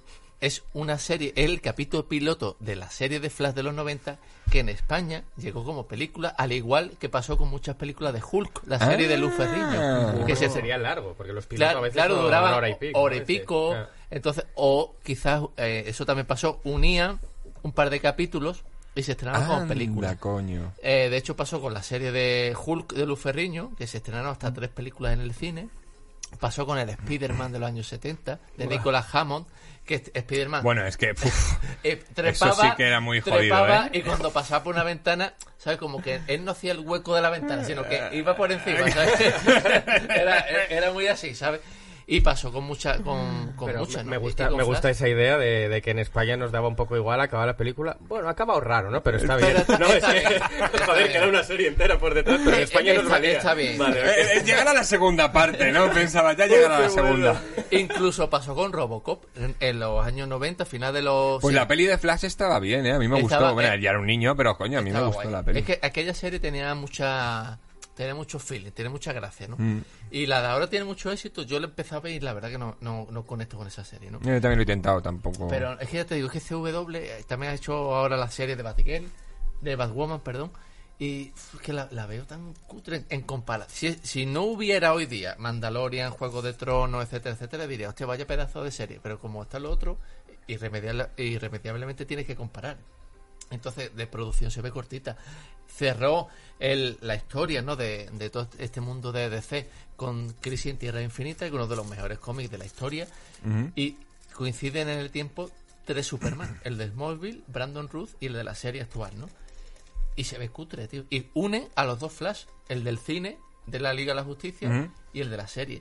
B: Es una serie, el capítulo piloto de la serie de Flash de los 90, que en España llegó como película, al igual que pasó con muchas películas de Hulk, la serie de Luz
D: Ah.
B: Ferriño. Que
E: Que
B: se-
E: sería largo, porque los pilotos a
B: claro,
E: veces
B: claro,
E: son
B: duraban
E: hora y pico.
B: hora y
E: a veces.
B: pico.
E: Claro.
B: Entonces, o quizás eh, eso también pasó, unían un par de capítulos y se estrenaron como
D: Anda,
B: película.
D: coño.
B: Eh, de hecho, pasó con la serie de Hulk de Luz Ferriño, que se estrenaron hasta tres películas en el cine. Pasó con el Spider-Man de los años 70, de Nicolas Hammond, que es- Spider-Man
D: Bueno, es que... puf,
B: eh, trepaba,
D: Eso sí que era muy jodido,
B: trepaba
D: ¿eh?
B: y cuando pasaba por una ventana, ¿sabes? Como que él no hacía el hueco de la ventana, sino
D: Eh.
B: que iba por encima, ¿sabes? Era, era muy así, ¿sabes? Y pasó con mucha, con, con
E: Pero
B: mucha,
E: me-
B: ¿no?
E: me,
B: Y- y
E: gusta,
B: con
E: me gusta
B: Flash.
E: esa idea de, de que en España nos daba un poco igual acabar la película. Bueno, ha acabado raro, ¿no? Pero está bien.
B: Pero está-
E: no,
B: está
E: es que-
B: bien, está
E: joder,
B: bien.
E: que era una serie entera por detrás, pero en
B: Eh,
E: España nos
B: está-
E: valía.
B: está bien.
E: Vale, ok.
D: Eh, eh, llegar a la segunda parte, ¿no? Pensaba, ya llegar a la segunda.
B: Incluso pasó con Robocop en, en los años 90, final de los...
D: Pues
B: sí.
D: la peli de Flash estaba bien, ¿eh? A mí me
B: Estaba-
D: gustó. Bueno,
B: eh,
D: ya era un niño, pero coño, a mí me
B: Estaba
D: gustó
B: guay.
D: la peli.
B: Es que aquella serie tenía mucha. Tenía mucho feeling, tiene mucha gracia, ¿no?
D: Mm.
B: Y la de ahora tiene mucho éxito. Yo la empezaba y la verdad que no, no, no conecto con esa serie, ¿no?
D: Yo también lo he intentado, tampoco...
B: Pero es que ya te digo, es que CW también ha hecho ahora la serie de Batgirl, de Batwoman, perdón. Y es que la, la veo tan cutre en, comparación. Si, si no hubiera hoy día Mandalorian, Juego de Tronos, etcétera, etcétera, diría, hostia, vaya pedazo de serie. Pero como está lo otro, irremediable- irremediablemente tienes que comparar. Entonces, de producción se ve cortita. Cerró el- la historia ¿no? de, de todo este mundo de DC con Crisis en Tierra Infinita, que es uno de los mejores cómics de la historia. Y coinciden en el tiempo tres Superman: el de Smallville, Brandon Ruth y el de la serie actual. ¿no? Y se ve cutre, tío. Y unen a los dos Flash: el del cine, de la Liga de la Justicia, y el de la serie.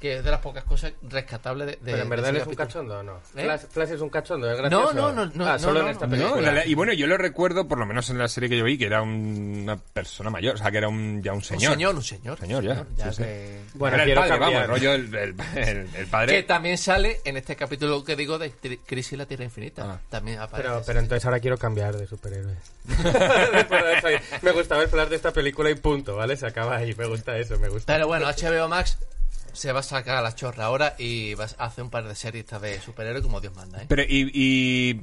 B: Que es de las pocas cosas rescatables de. de-
E: Pero en
B: de
E: verdad
B: ese
E: él es un
B: capítulo.
E: cachondo o no.
B: ¿Eh?
E: Flash, Flash es un cachondo, es gracioso.
B: no, no, no,
E: Ah, solo
B: no,
E: en esta
B: no.
E: película.
D: No, la- la- y bueno, yo lo recuerdo, por lo menos en la serie que yo vi, que era un- una persona mayor, o sea, que era un, ya un señor.
B: Un señor, un señor.
D: Señor, ya, sí, sí.
B: que-
E: Bueno,
D: era el
E: quiero
D: padre, vamos,
E: cambiar.
D: el rollo del el- el- el
B: Que
D: padre.
B: también sale en este capítulo que digo de Tri- Crisis en la Tierra Infinita.
D: Ah.
B: También aparece.
E: Pero,
B: ese
E: pero entonces ahora quiero cambiar de superhéroe. Después de eso, me gustaba el flash de esta película y punto, ¿vale? Se acaba ahí, me gusta eso, me gusta.
B: Pero bueno, HBO Max se va a sacar a la chorra ahora y va a hacer un par de series estas de superhéroes como Dios manda, ¿eh?
D: Pero, y, y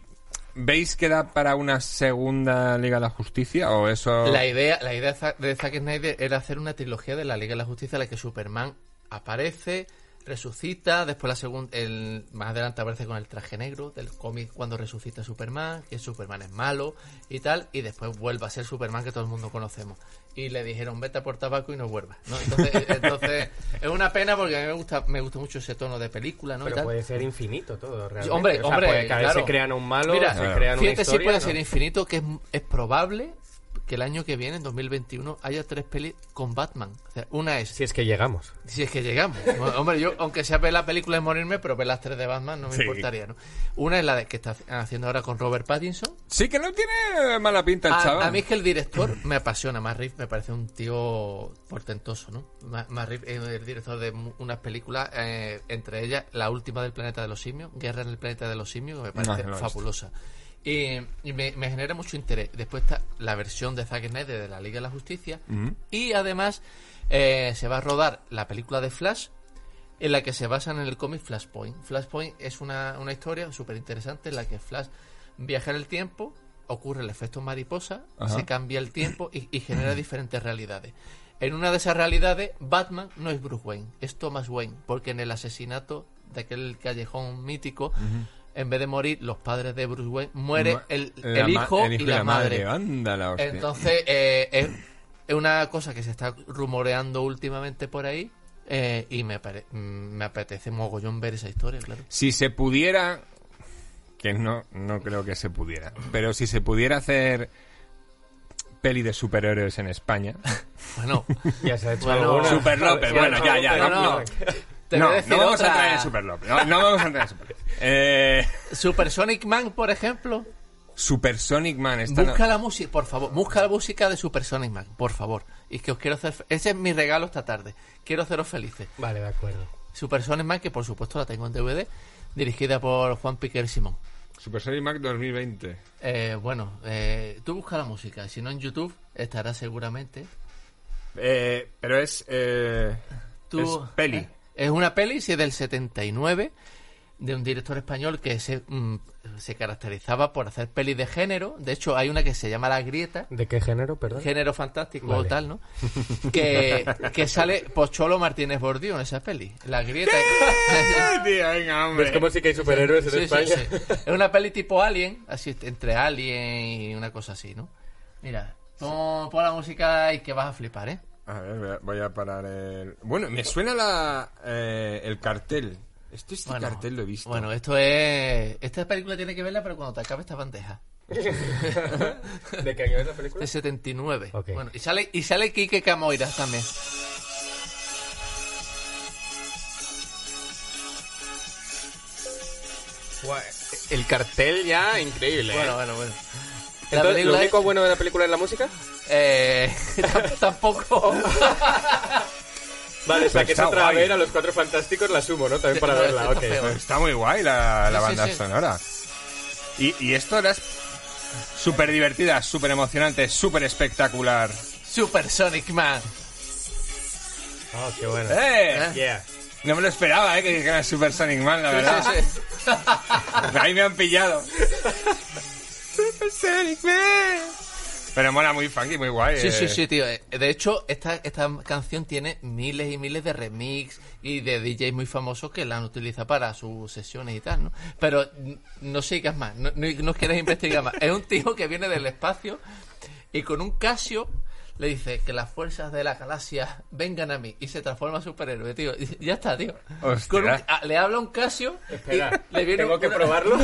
D: ¿Veis que da para una segunda Liga de la Justicia? ¿O eso.?
B: La idea, la idea de Zack- de Zack Snyder era hacer una trilogía de la Liga de la Justicia en la que Superman aparece, resucita, después la segunda, el, más adelante aparece con el traje negro del cómic cuando resucita Superman, que Superman es malo y tal, y después vuelve a ser Superman que todo el mundo conocemos. Y le dijeron, vete a por tabaco y no vuelvas. ¿no? Entonces, entonces, es una pena porque a mí me gusta, me gusta mucho ese tono de película, ¿no? y
E: Pero
B: tal.
E: puede ser infinito todo, realmente.
B: Hombre,
E: O sea,
B: hombre,
E: puede- cada vez
B: claro.
E: se crean un malo,
B: Mira,
E: se
D: Claro.
E: crean una
B: Fíjate si
E: historia,
B: puede
E: ¿no?
B: ser infinito, que es, es probable que el año que viene, en 2021, haya tres pelis con Batman. O sea, una es,
E: Si es que llegamos.
B: si es que llegamos. Bueno, Hombre, yo, aunque sea ver la película y morirme, pero ver las tres de Batman no me
D: Sí.
B: importaría, ¿no? Una es la de, que está haciendo ahora con Robert Pattinson.
D: Sí, que no tiene mala pinta el chaval.
B: A, a mí es que el director me apasiona. Matt Reeves me parece un tío portentoso, ¿no? Ma- Matt Reeves es el director de mu- unas películas, eh, entre ellas la última del planeta de los simios, Guerra en el planeta de los simios, que me parece
D: no lo he visto.
B: fabulosa. Y, y me, me genera mucho interés. Después está la versión de Zack Snyder de la Liga de la Justicia. Y además eh, se va a rodar la película de Flash, en la que se basan en el cómic Flashpoint. Flashpoint es una, una historia súper interesante en la que Flash viaja en el tiempo, ocurre el efecto mariposa,
D: Ajá.
B: se cambia el tiempo y, y genera diferentes realidades. En una de esas realidades, Batman no es Bruce Wayne, es Thomas Wayne, porque en el asesinato de aquel callejón mítico, en vez de morir los padres de Bruce Wayne, muere
D: Ma-
B: el,
D: la
B: el
D: ma-
B: hijo
D: el
B: y la madre.
D: Anda la hostia.
B: Entonces, eh, es, es una cosa que se está rumoreando últimamente por ahí eh, y me, pare- mm, me apetece mogollón ver esa historia, claro.
D: Si se pudiera, que no, no creo que se pudiera, pero si se pudiera hacer peli de superhéroes en España.
B: Bueno,
E: Ya se ha hecho
B: Bueno,
E: alguna.
D: Super López,
E: Se ha
D: bueno,
E: hecho
D: ya, ya,
E: alguna.
D: no,
E: No,
D: no.
B: te voy
D: no,
B: a
D: no
B: decir
D: vamos
B: otra.
D: a entrar en Super López. No, no vamos a entrar en Super López. Eh,
B: Super Sonic Man, por ejemplo.
D: Super Sonic Man. Esta no-
B: Busca la música, por favor. Busca la música de Super Sonic Man, por favor. Y que os quiero hacer. fe- Ese es mi regalo esta tarde. Quiero haceros felices.
E: Vale, de acuerdo.
B: Super Sonic Man, que por supuesto la tengo en DVD, dirigida por Juan Piquer Simón.
D: Super Sonic Man 2020.
B: Eh, bueno, eh, tú busca la música. y Si no en YouTube, estará seguramente.
D: Eh, pero es... eh,
B: Tú-
D: es peli.
B: ¿eh? Es una peli, sí, del 79, de un director español que se, mm, se caracterizaba por hacer pelis de género. De hecho, hay una que se llama La Grieta,
E: ¿De qué género, perdón?
B: género fantástico o
E: Vale.
B: tal, ¿no? Que, que sale Pocholo Martínez Bordío en esa peli. La Grieta.
D: Eh, tío, venga, hombre.
E: Es como si que hay superhéroes en
B: Sí, sí,
E: España.
B: sí. Es una peli tipo Alien, así entre Alien y una cosa así, ¿no? Mira, pon, pon la música y que vas a flipar, ¿eh?
D: A ver, voy a- voy a parar el... Bueno, me suena la, eh, el cartel. Esto este cartel lo he visto.
B: Bueno, esto es. Esta película tiene que verla, pero cuando te acabe esta bandeja.
E: ¿De qué año es la película?
B: De 79.
E: Ok.
B: Bueno, y sale, y sale Kike Camoiras también.
F: El cartel ya, increíble.
D: ¿eh?
B: Bueno, bueno, bueno. La
E: Entonces, ¿Lo
B: película
E: único
B: es-
E: bueno de la película es la música?
B: eh, tamp- tampoco.
E: Vale, o sea, que es
D: está
E: otra
D: guay.
E: vez a los cuatro fantásticos la sumo, ¿no? También para
B: No,
E: verla,
B: está
E: ok.
B: feo.
D: Está muy guay la, la
B: Sí, sí,
D: banda
B: sí.
D: sonora. Y, y esto era súper divertida, súper emocionante, súper espectacular.
B: Super Sonic Man.
E: Ah, qué bueno.
D: ¡Eh!
E: Yeah.
D: No me lo esperaba, ¿eh? Que dijera Super Sonic Man, la verdad.
B: Sí, sí.
D: Ahí me han pillado. Super Sonic Man. Pero mola muy funky, muy guay.
B: Sí,
D: eh.
B: sí, sí, tío. Eh, De hecho, esta, esta canción tiene miles y miles de remix y de DJs muy famosos que la han utilizado para sus sesiones y tal, ¿no? Pero n- no sigas más, no, no, no quieras investigar más. Es un tío que viene del espacio y con un Casio le dice que las fuerzas de la galaxia vengan a mí y se transforma en superhéroe, tío. Y ya está, tío.
D: Hostia.
B: Con un- a- le habla un Casio
E: Espera,
B: y le viene
E: ¿tengo que
B: una-
E: probarlo?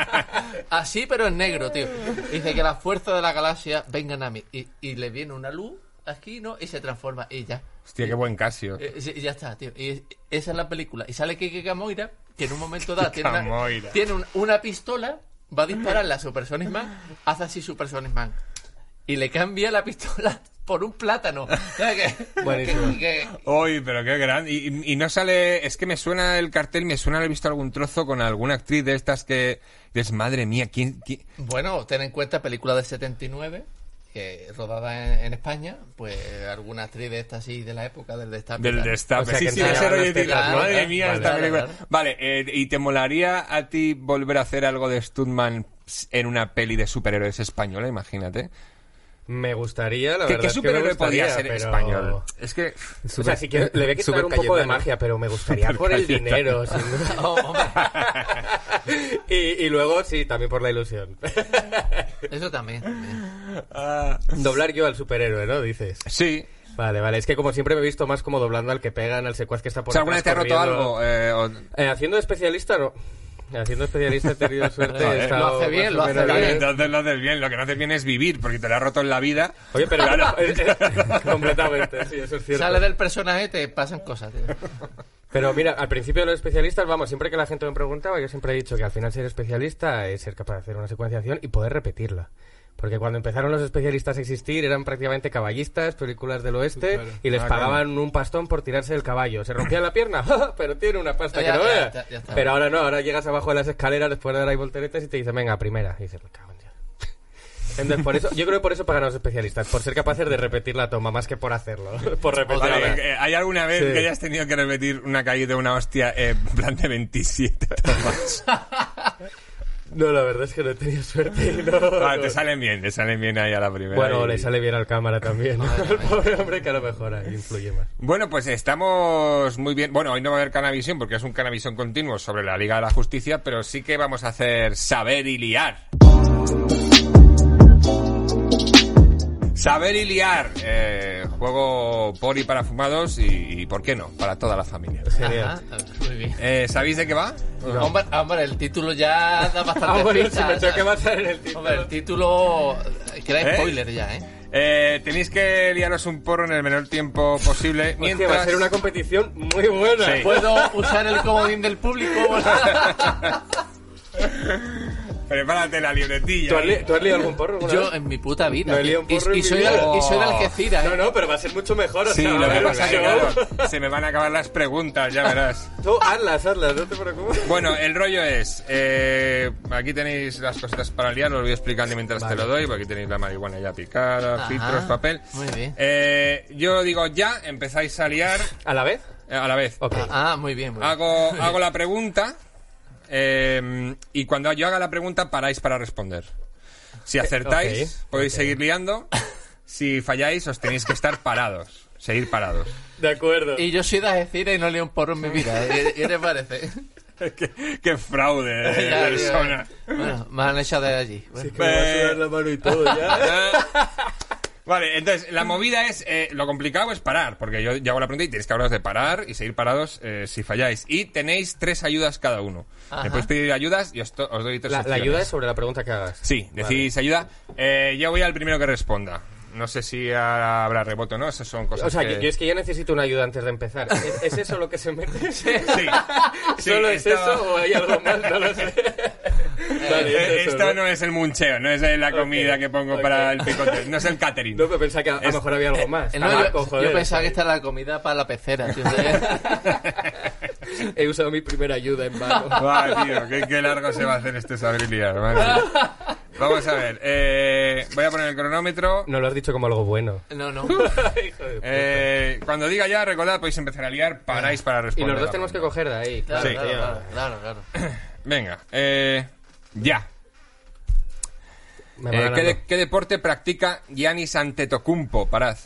B: Así, pero en negro, tío. Dice que las fuerzas de la galaxia vengan a mí. Y, y le viene una luz aquí, ¿no? Y se transforma. Y ya.
D: Hostia, qué buen Casio.
B: Eh, sí, Y ya está, tío. Y es- esa es la película. Y sale Kike Camoira, que en un momento dado tiene, una,
D: Camoira.
B: tiene un- una pistola, va a dispararla a Super Sonic Man, hace así Super Sonic Man. Y le cambia la pistola por un plátano. ¿Sabes qué?
E: Buenísimo.
B: Que- que-
D: Uy, pero qué gran. Y, y- y no sale. Es que me suena el cartel, me suena, haber visto algún trozo con alguna actriz de estas que. Es madre mía, ¿quién, quién?
B: Bueno, ten en cuenta película del 79, que rodada en, en España, pues alguna actriz de esta así de la época del destape.
D: Del
B: tal.
E: Ah,
D: destape.
E: O sea,
D: sí,
E: que
D: sí,
E: entregaban
D: ese rollo
E: las
D: de-
E: tetas, ¿no?
D: Madre mía,
E: Vale,
D: esta
B: vale,
D: película.
B: vale.
D: Vale, eh, ¿y te molaría a ti volver a hacer algo de Stuntman en una peli de superhéroes española, imagínate.
E: Me gustaría, la verdad.
D: ¿Qué, qué
E: es que me
D: superhéroe
E: gustaría,
D: podía ser en
E: pero-
D: español? Es que...
E: O sea, sí que le voy a quitar
F: Super
E: un poco de
F: Cayetano.
E: magia, pero me gustaría
D: Super
E: por el
D: Cayetano.
E: dinero, sin duda.
B: Oh,
E: y, y luego, sí, también por la ilusión.
B: Eso también. también.
E: Doblar yo al superhéroe, ¿no? Dices.
D: Sí.
E: Vale, vale. Es que como siempre me he visto más como doblando al que pegan, al secuaz que está
D: O
E: por
D: sea, alguna vez
E: detrás
D: te ha roto
E: corriendo.
D: algo. eh, o-
E: Eh, haciendo de especialista, no. Haciendo de especialista he tenido suerte.
D: Joder.
E: he estado
B: Lo hace
E: más
B: bien,
E: o
B: lo hace
E: menos
B: bien.
D: Entonces lo haces bien, lo que no haces bien es vivir, porque te lo ha roto en la vida.
E: Oye, pero eh, completamente, sí, eso es cierto.
B: Sale del personaje y te pasan cosas. tío.
E: Pero mira, al principio de los especialistas, vamos, siempre que la gente me preguntaba, yo siempre he dicho que al final ser especialista es ser capaz de hacer una secuenciación y poder repetirla. Porque cuando empezaron los especialistas a existir eran prácticamente caballistas, películas del oeste, y les pagaban un pastón por tirarse del caballo. Se rompía la pierna, pero tiene una pasta
B: Ah, Ya,
E: que no
B: ya,
E: veas.
B: ya, ya está.
E: Pero ahora no, ahora llegas abajo de las escaleras después de dar ahí volteretas y te dicen, venga, primera. Y dices, me cago en Dios. Entonces, por eso, yo creo que por eso pagan a los especialistas, por ser capaces de repetir la toma, más que por hacerlo, por
D: Otra
E: repetirla.
D: vez. Eh, ¿Hay alguna vez
E: Sí.
D: que hayas tenido que repetir una calle de una hostia eh, en plan de 27 tomas?
E: No, la verdad es que no he tenido suerte. y No,
D: Ah,
E: no.
D: te salen bien, te salen bien Ah, ahí a la primera.
E: Bueno,
D: Y-
E: le sale bien al cámara también. Al pobre hombre que a lo mejor ahí influye más.
D: Bueno, pues estamos muy bien. Bueno, hoy no va a haber Canavisión porque es un Canavisión continuo sobre la Liga de la Justicia, pero sí que vamos a hacer saber y liar. Saber y liar, eh, juego por y para fumados y, y, ¿por qué no? Para toda la familia.
E: Genial.
B: Ajá, muy bien.
D: Eh, ¿Sabéis de qué va?
B: Hombre, hombre, el título ya da
E: Ah,
B: bastante
E: bueno, se
B: pista,
E: me
B: o
E: echó
B: sea,
E: que va a ser en el título.
B: Hombre, el título queda
D: ¿Eh?
B: spoiler ya, ¿eh?
D: Eh, tenéis que liaros un porro en el menor tiempo posible
E: Hostia,
D: mientras...
E: va a ser una competición muy buena.
D: Sí.
B: ¿Puedo usar el comodín del público?
D: Prepárate la libretilla.
E: ¿Tú has, li-
D: ahí.
E: tú has liado algún porro alguna
B: Yo
E: vez?
B: en mi puta vida.
E: No he liado un
B: y,
E: porro
B: y
E: en mi
B: soy de,
E: vida.
B: y soy de Algeciras, ¿eh?
E: Oh. No, no, pero va a ser mucho mejor. o
D: Sí,
E: sea,
D: lo que
E: vamos,
D: pasa es que
E: yo-
D: claro, se me van a acabar las preguntas, ya verás.
E: Tú hazlas, hazlas, no te preocupes.
D: Bueno, el rollo es, eh, aquí tenéis las cositas para liar, os voy explicando mientras te lo doy, porque aquí tenéis la marihuana ya picada,
B: Ajá.
D: filtros, papel.
B: Muy bien.
D: Eh, yo digo ya, empezáis a liar
E: ¿A la vez?
D: eh, a la vez.
E: Ok.
B: Ah, ah, muy bien,
E: Pues-
B: muy bien.
D: Hago, hago la pregunta eh, y cuando yo haga la pregunta paráis para responder. Si acertáis,
E: Eh, ok,
D: podéis seguir liando. Si falláis, os tenéis que estar parados. Seguir parados.
E: De acuerdo.
B: Y yo soy de Algeciras y no leo un porro en mi vida. ¿eh? ¿Qué te parece?
D: qué, qué fraude
E: eh,
D: de
B: Ya, tío,
D: persona.
B: Bueno, me han echado de allí. Bueno.
E: Que me va a sudar la mano y todo ya.
D: Vale, entonces la movida es, eh, lo complicado es parar, porque yo, yo hago la pregunta y tenéis que hablaros de parar y seguir parados eh, si falláis. Y tenéis tres ayudas cada uno. Me
B: Ajá.
D: podéis pedir ayudas y os, to- os doy tres
E: La, la
D: opciones.
E: ayuda es sobre la pregunta que hagas.
D: Sí, decís ayuda. Eh, yo voy al primero que responda. No sé si ah, habrá rebote o no, esas son cosas
E: O sea,
D: que...
E: yo, yo es que ya necesito una ayuda antes de empezar. ¿Es, es eso lo que se mete?
D: Sí. Sí,
E: ¿Solo es
D: estaba-
E: eso o hay algo más? No lo sé. Vale, es
D: Eh,
E: eso,
D: Esto
E: ¿no?
D: no es el muncheo, no es eh, la comida
E: Ok,
D: que pongo
E: ok.
D: para el picote, no es el catering.
E: No, pero pensaba que a a lo
D: Es-
E: mejor había algo más. Ah,
B: Eh, no,
E: Tabaco,
B: yo,
E: joder.
B: yo pensaba que esta era la comida para la pecera, tío.
E: He usado mi primera ayuda en vano.
D: Va, tío, qué, qué largo se va a hacer este sabriliar. madre mía. Vamos a ver, eh, voy a poner el cronómetro.
E: No lo has dicho como algo bueno.
B: No, no.
E: Hijo de puta.
D: Eh, cuando diga ya, recordad, podéis empezar a liar, paráis para
E: Ah, y
D: responder.
E: los dos
D: la
E: tenemos que
D: pregunta.
E: coger de ahí.
B: Claro,
E: Claro,
B: claro,
E: tío.
B: claro, claro, claro.
D: Venga, eh, ya.
E: Me va
D: Eh, ¿qué,
E: ganando.
D: de- qué deporte practica Giannis Antetokounmpo? Parad.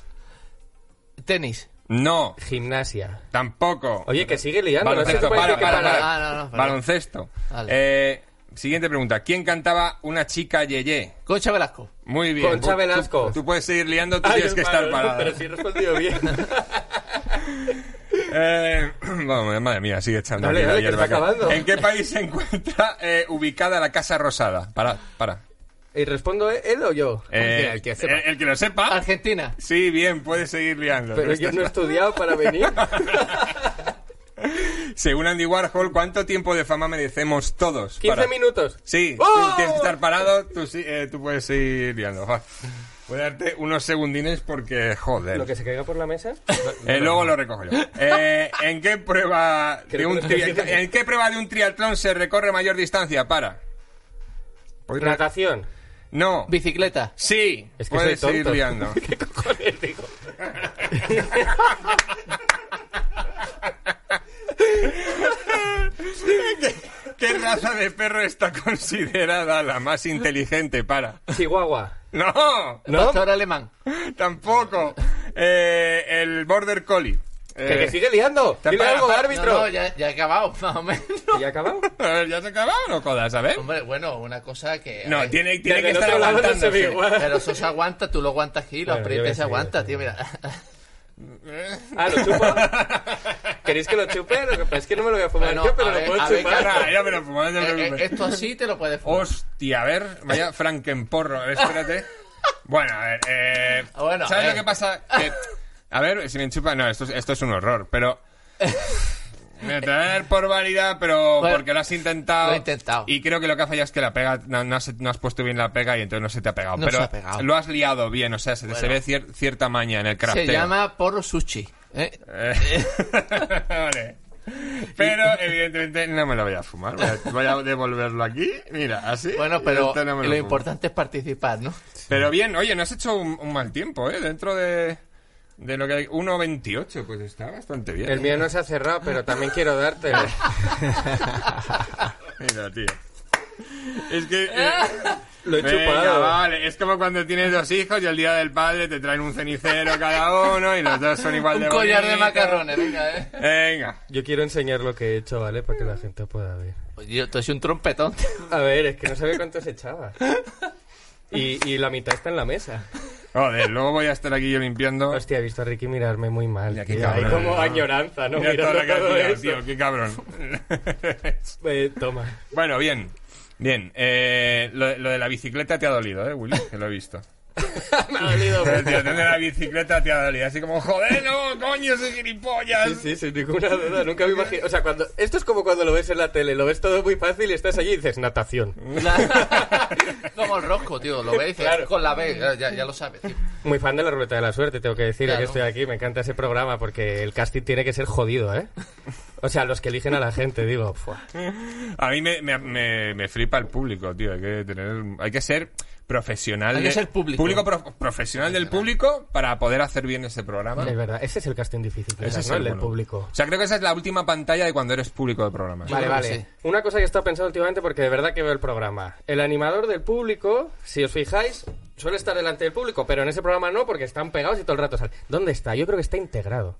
B: Tenis.
D: No,
E: Gimnasia.
D: tampoco.
E: Oye, que sigue liando. No sé
D: Baloncesto,
E: si puede
D: para,
E: decir que
D: para,
E: para.
D: para.
B: Ah, no, no, perdón.
D: Baloncesto.
B: Vale.
D: Eh, siguiente pregunta. ¿Quién cantaba Una chica Yeye?
B: Concha Velasco.
D: Muy bien.
E: Concha
D: Tú-
E: Velasco.
D: Tú, tú puedes seguir liando, tú
E: Ay,
D: tienes que estar
E: hermano,
D: parado.
E: Pero sí he respondido bien.
D: Eh, vamos, madre mía, sigue echando
E: Dale,
D: aquí la
E: dale, que
D: hierba
E: está
D: acá.
E: acabando.
D: ¿En qué país se encuentra eh, ubicada la Casa Rosada? Para, para.
E: ¿Y respondo e- él o yo?
D: Eh,
F: el que sepa.
D: el- el que lo
B: Ah.
D: sepa.
B: Argentina.
D: Sí, bien, puedes seguir liando.
E: Pero
D: No
E: yo
D: estás-
E: no he estudiado para venir.
D: Según Andy Warhol, ¿cuánto tiempo de fama merecemos todos?
E: 15
D: Para-
E: minutos.
D: Sí,
E: ¡Oh!
D: tú tienes que estar parado, tú, sí- eh, tú puedes seguir liando. Va. Voy a darte unos segundines porque, joder.
E: Lo que se caiga por la mesa.
D: Eh, luego lo recojo yo. Eh, ¿en, qué prueba de
E: Creo
D: un
E: que lo
D: tri-
E: recojo.
D: ¿En qué prueba de un triatlón se recorre mayor distancia? Para. Podéis-
E: Natación.
D: No.
B: Bicicleta.
D: Sí,
E: Es que
D: puedes
E: soy
D: seguir
E: tonto.
D: liando.
E: ¿Qué cojones digo?
D: ¿Qué raza de perro está considerada la más inteligente para?
E: Chihuahua.
D: ¡No!
B: Pastor alemán.
D: Tampoco. Eh, el Border Collie.
E: ¡Que,
D: Eh,
E: que sigue liando!
D: Está
E: ¡Dile
D: para-
E: algo,
D: para-
E: árbitro!
B: No, no, ya, ya he acabado, más o menos.
E: ¿Y ha acabado?
D: a ver, Eh, ¿Ya se acabado o no, Coda? ¿Sabes?
B: Hombre, bueno, una cosa que. a
D: No,
B: ver,
D: tiene, tiene
E: eh, Desde
D: que
E: el
D: estar
E: otro lado no se ve
D: aguantándose.
E: igual.
B: Pero eso se aguanta, tú lo aguantas aquí, lo
E: Bueno, yo voy a
B: aprietas y se
E: seguir,
B: aguanta,
E: yo
B: tío.
E: voy a
B: Mira,
E: Ah, ¿lo chupo? ¿Queréis que lo chupe? Lo que- Es que no me lo voy a fumar
B: Bueno,
E: yo, pero
B: a
E: lo
B: ver,
E: puedo
B: a ver,
E: chupar.
D: Ahora, ya me lo fumo, ya me lo
B: Eh, eh,
D: fumo.
B: esto así te lo puedes fumar.
D: Hostia, a ver, vaya frankenporro, a ver, espérate. Bueno, a ver, eh,
B: Bueno,
D: ¿sabes
B: eh.
D: lo que pasa? Que- a ver, si me enchupa, no, esto, es- esto es un horror, pero... Me traer por vanidad, pero
B: Bueno,
D: porque lo has intentado.
B: lo he intentado.
D: Y creo que lo que ha fallado es que la pega, no, no has, no has puesto bien la pega y entonces no se te ha pegado.
B: No
D: pero
B: se ha pegado.
D: lo has liado bien, o sea, se, te- se ve cier- cierta maña en el crafteo.
B: Se llama porro sushi. ¿eh?
D: Eh, vale. Pero, evidentemente, no me lo voy a fumar. Voy a, voy a devolverlo aquí. Mira, así.
B: Bueno,
D: Y
B: pero
D: este no me
B: lo,
D: fumo.
B: importante es participar, ¿no?
D: Pero bien, oye, no has hecho un, un mal tiempo, ¿eh? Dentro de, de lo que hay. 1.28, pues está bastante bien.
E: El mío no se ha cerrado, pero también quiero darte.
D: Mira, tío. Es que. eh,
E: Lo he
D: venga,
E: chupado.
D: vale. Es como cuando tienes dos hijos y el día del padre te traen un cenicero cada uno y los dos son igual
B: Un
D: de
B: collar de
D: bonitos.
B: macarrones, venga, ¿eh?
D: Venga.
E: Yo quiero enseñar lo que he hecho, ¿vale? Para que la gente pueda ver.
B: Pues yo, tú eres un trompetón.
E: A ver, es que no sabía cuántos echaba. Y, y la mitad está en la mesa.
D: Joder, luego voy a estar aquí yo limpiando.
E: Hostia, he visto a Ricky mirarme muy mal.
D: Mira, qué
E: tío. Hay
D: cabrón,
E: como
D: ¿no?
E: añoranza, ¿no?
D: Mira todo
E: Mirando
D: lo que
E: todo
D: has tirado,
E: eso.
D: tío, qué cabrón.
E: Eh, toma.
D: bueno, bien. Bien. Eh, lo, lo de la bicicleta te ha dolido, ¿eh, Willy? Que lo he visto.
E: Me ha dolido.
D: El tiroteo de la bicicleta te ha dolido. Así como, joder, no, coño, soy gilipollas.
E: Sí, sí, sin ninguna duda. Nunca me imagino. O sea, cuando... esto es como cuando lo ves en la tele. Lo ves todo muy fácil y estás allí y dices natación.
B: La- Como el rosco, tío, lo veis eh,
E: Claro.
B: con la B, ya, ya lo sabes, tío.
E: Muy fan de la ruleta de la suerte, tengo que decir, ya
B: Claro.
E: que estoy aquí, me encanta ese programa porque el casting tiene que ser jodido, ¿eh? O sea, los que eligen a la gente, digo, "Fua".
D: A mí me, me, me- me flipa el público, tío. Hay que tener, hay que ser profesional.
B: Hay que
D: de-
B: ser público.
D: pro- profesional del público para poder hacer bien ese programa.
E: es verdad, ese es el casting difícil,
D: Ese
E: quizás,
D: es
E: ¿no?
D: el
E: El del
D: bueno.
E: público.
D: O sea, creo que esa es la última pantalla de cuando eres público del programa.
E: Vale,
B: creo que
E: vale.
B: sí.
E: Una cosa que he estado pensando últimamente porque de verdad que veo el programa. El animador del público, si os fijáis, suele estar delante del público, pero en ese programa no porque están pegados y todo el rato salen. ¿Dónde está? Yo creo que está integrado.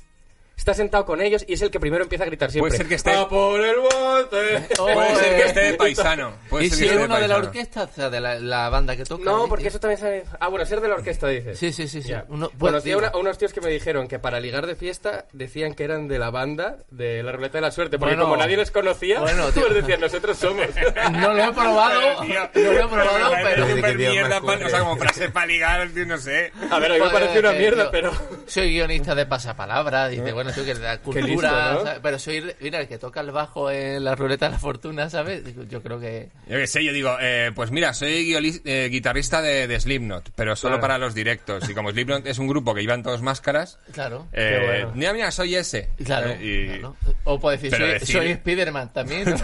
E: Está sentado con ellos y es el que primero empieza a gritar siempre.
D: ser que esté-
E: ¡A por el bote! Pues,
D: Puede ser que
B: eh.
D: esté de paisano. Puede
B: ¿Y
D: ser
B: si
D: que
B: es
D: esté Pues de
B: uno de la
D: paisano.
B: orquesta, o sea, de la, la banda que toca?
E: No,
B: ¿viste?
E: porque eso también sale... Ah, bueno, ser de la orquesta, dices.
B: Sí, sí, sí, sí.
E: Ya.
B: Uno- bueno,
E: Conocí a,
B: digo.
E: una- a unos tíos que me dijeron que para ligar de fiesta decían que eran de la banda de la ruleta de la suerte, porque
B: Bueno.
E: como nadie les conocía,
B: Bueno, tío.
E: pues decían, nosotros somos.
B: No lo he probado, no
D: Tío,
B: lo he probado,
D: me parece
B: pero...
F: que
D: súper
F: Dios me
D: mierda, pa-
F: escuche.
D: o sea, como frase para ligar, tío, no sé.
E: A ver, a mí me
B: Joder,
E: parece una
B: que
E: mierda,
B: yo
E: pero...
B: Soy guionista de pasapalabras, dice,
D: Ah.
B: bueno, tú que la cultura,
E: listo, ¿no?
B: ¿sabes? pero soy, mira, el que toca el bajo en la ruleta de la fortuna, ¿sabes? Digo, Yo creo que...
D: Yo qué sé, yo digo, eh, pues mira, soy guioli- eh, guitarrista de, de Slipknot, pero solo para los directos. Y como Slipknot es un grupo que llevan todos máscaras,
B: Claro.
D: eh,
E: bueno.
D: mira, mira, soy ese.
B: Claro,
D: Eh, y-
B: claro. O puedo decir,
D: Pero
B: soy,
D: decir-
B: soy Spiderman también. ¿no?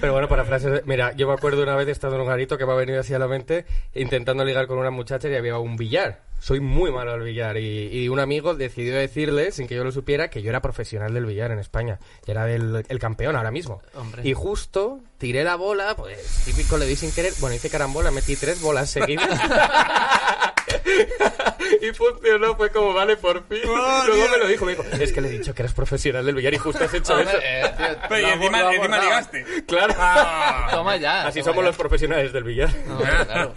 E: Pero bueno, para frases... de- Mira, yo me acuerdo una vez de estado en un garito que me ha venido así a la mente intentando ligar con una muchacha y había un billar. Soy muy malo al billar y, y un amigo decidió decirle, sin que yo lo supiera, que yo era profesional del billar en España. Y era del, el campeón ahora mismo.
B: Hombre.
E: Y justo tiré la bola, pues típico le di sin querer. Bueno, hice carambola, metí tres bolas seguidas. y funcionó, fue como vale por fin.
D: ¡Oh,
E: Luego
D: Dios!
E: me lo dijo, me dijo, es que le he dicho que eras profesional del billar y justo has hecho
B: Hombre,
E: eso.
B: eh, tío,
D: Pero
B: lo
D: y
B: ha-
D: encima,
B: lo ha
D: encima
B: abordado.
D: ligaste.
E: Claro.
D: Ah.
B: Toma ya.
E: Así
B: toma
E: somos
B: ya.
E: los profesionales del billar.
B: No, claro.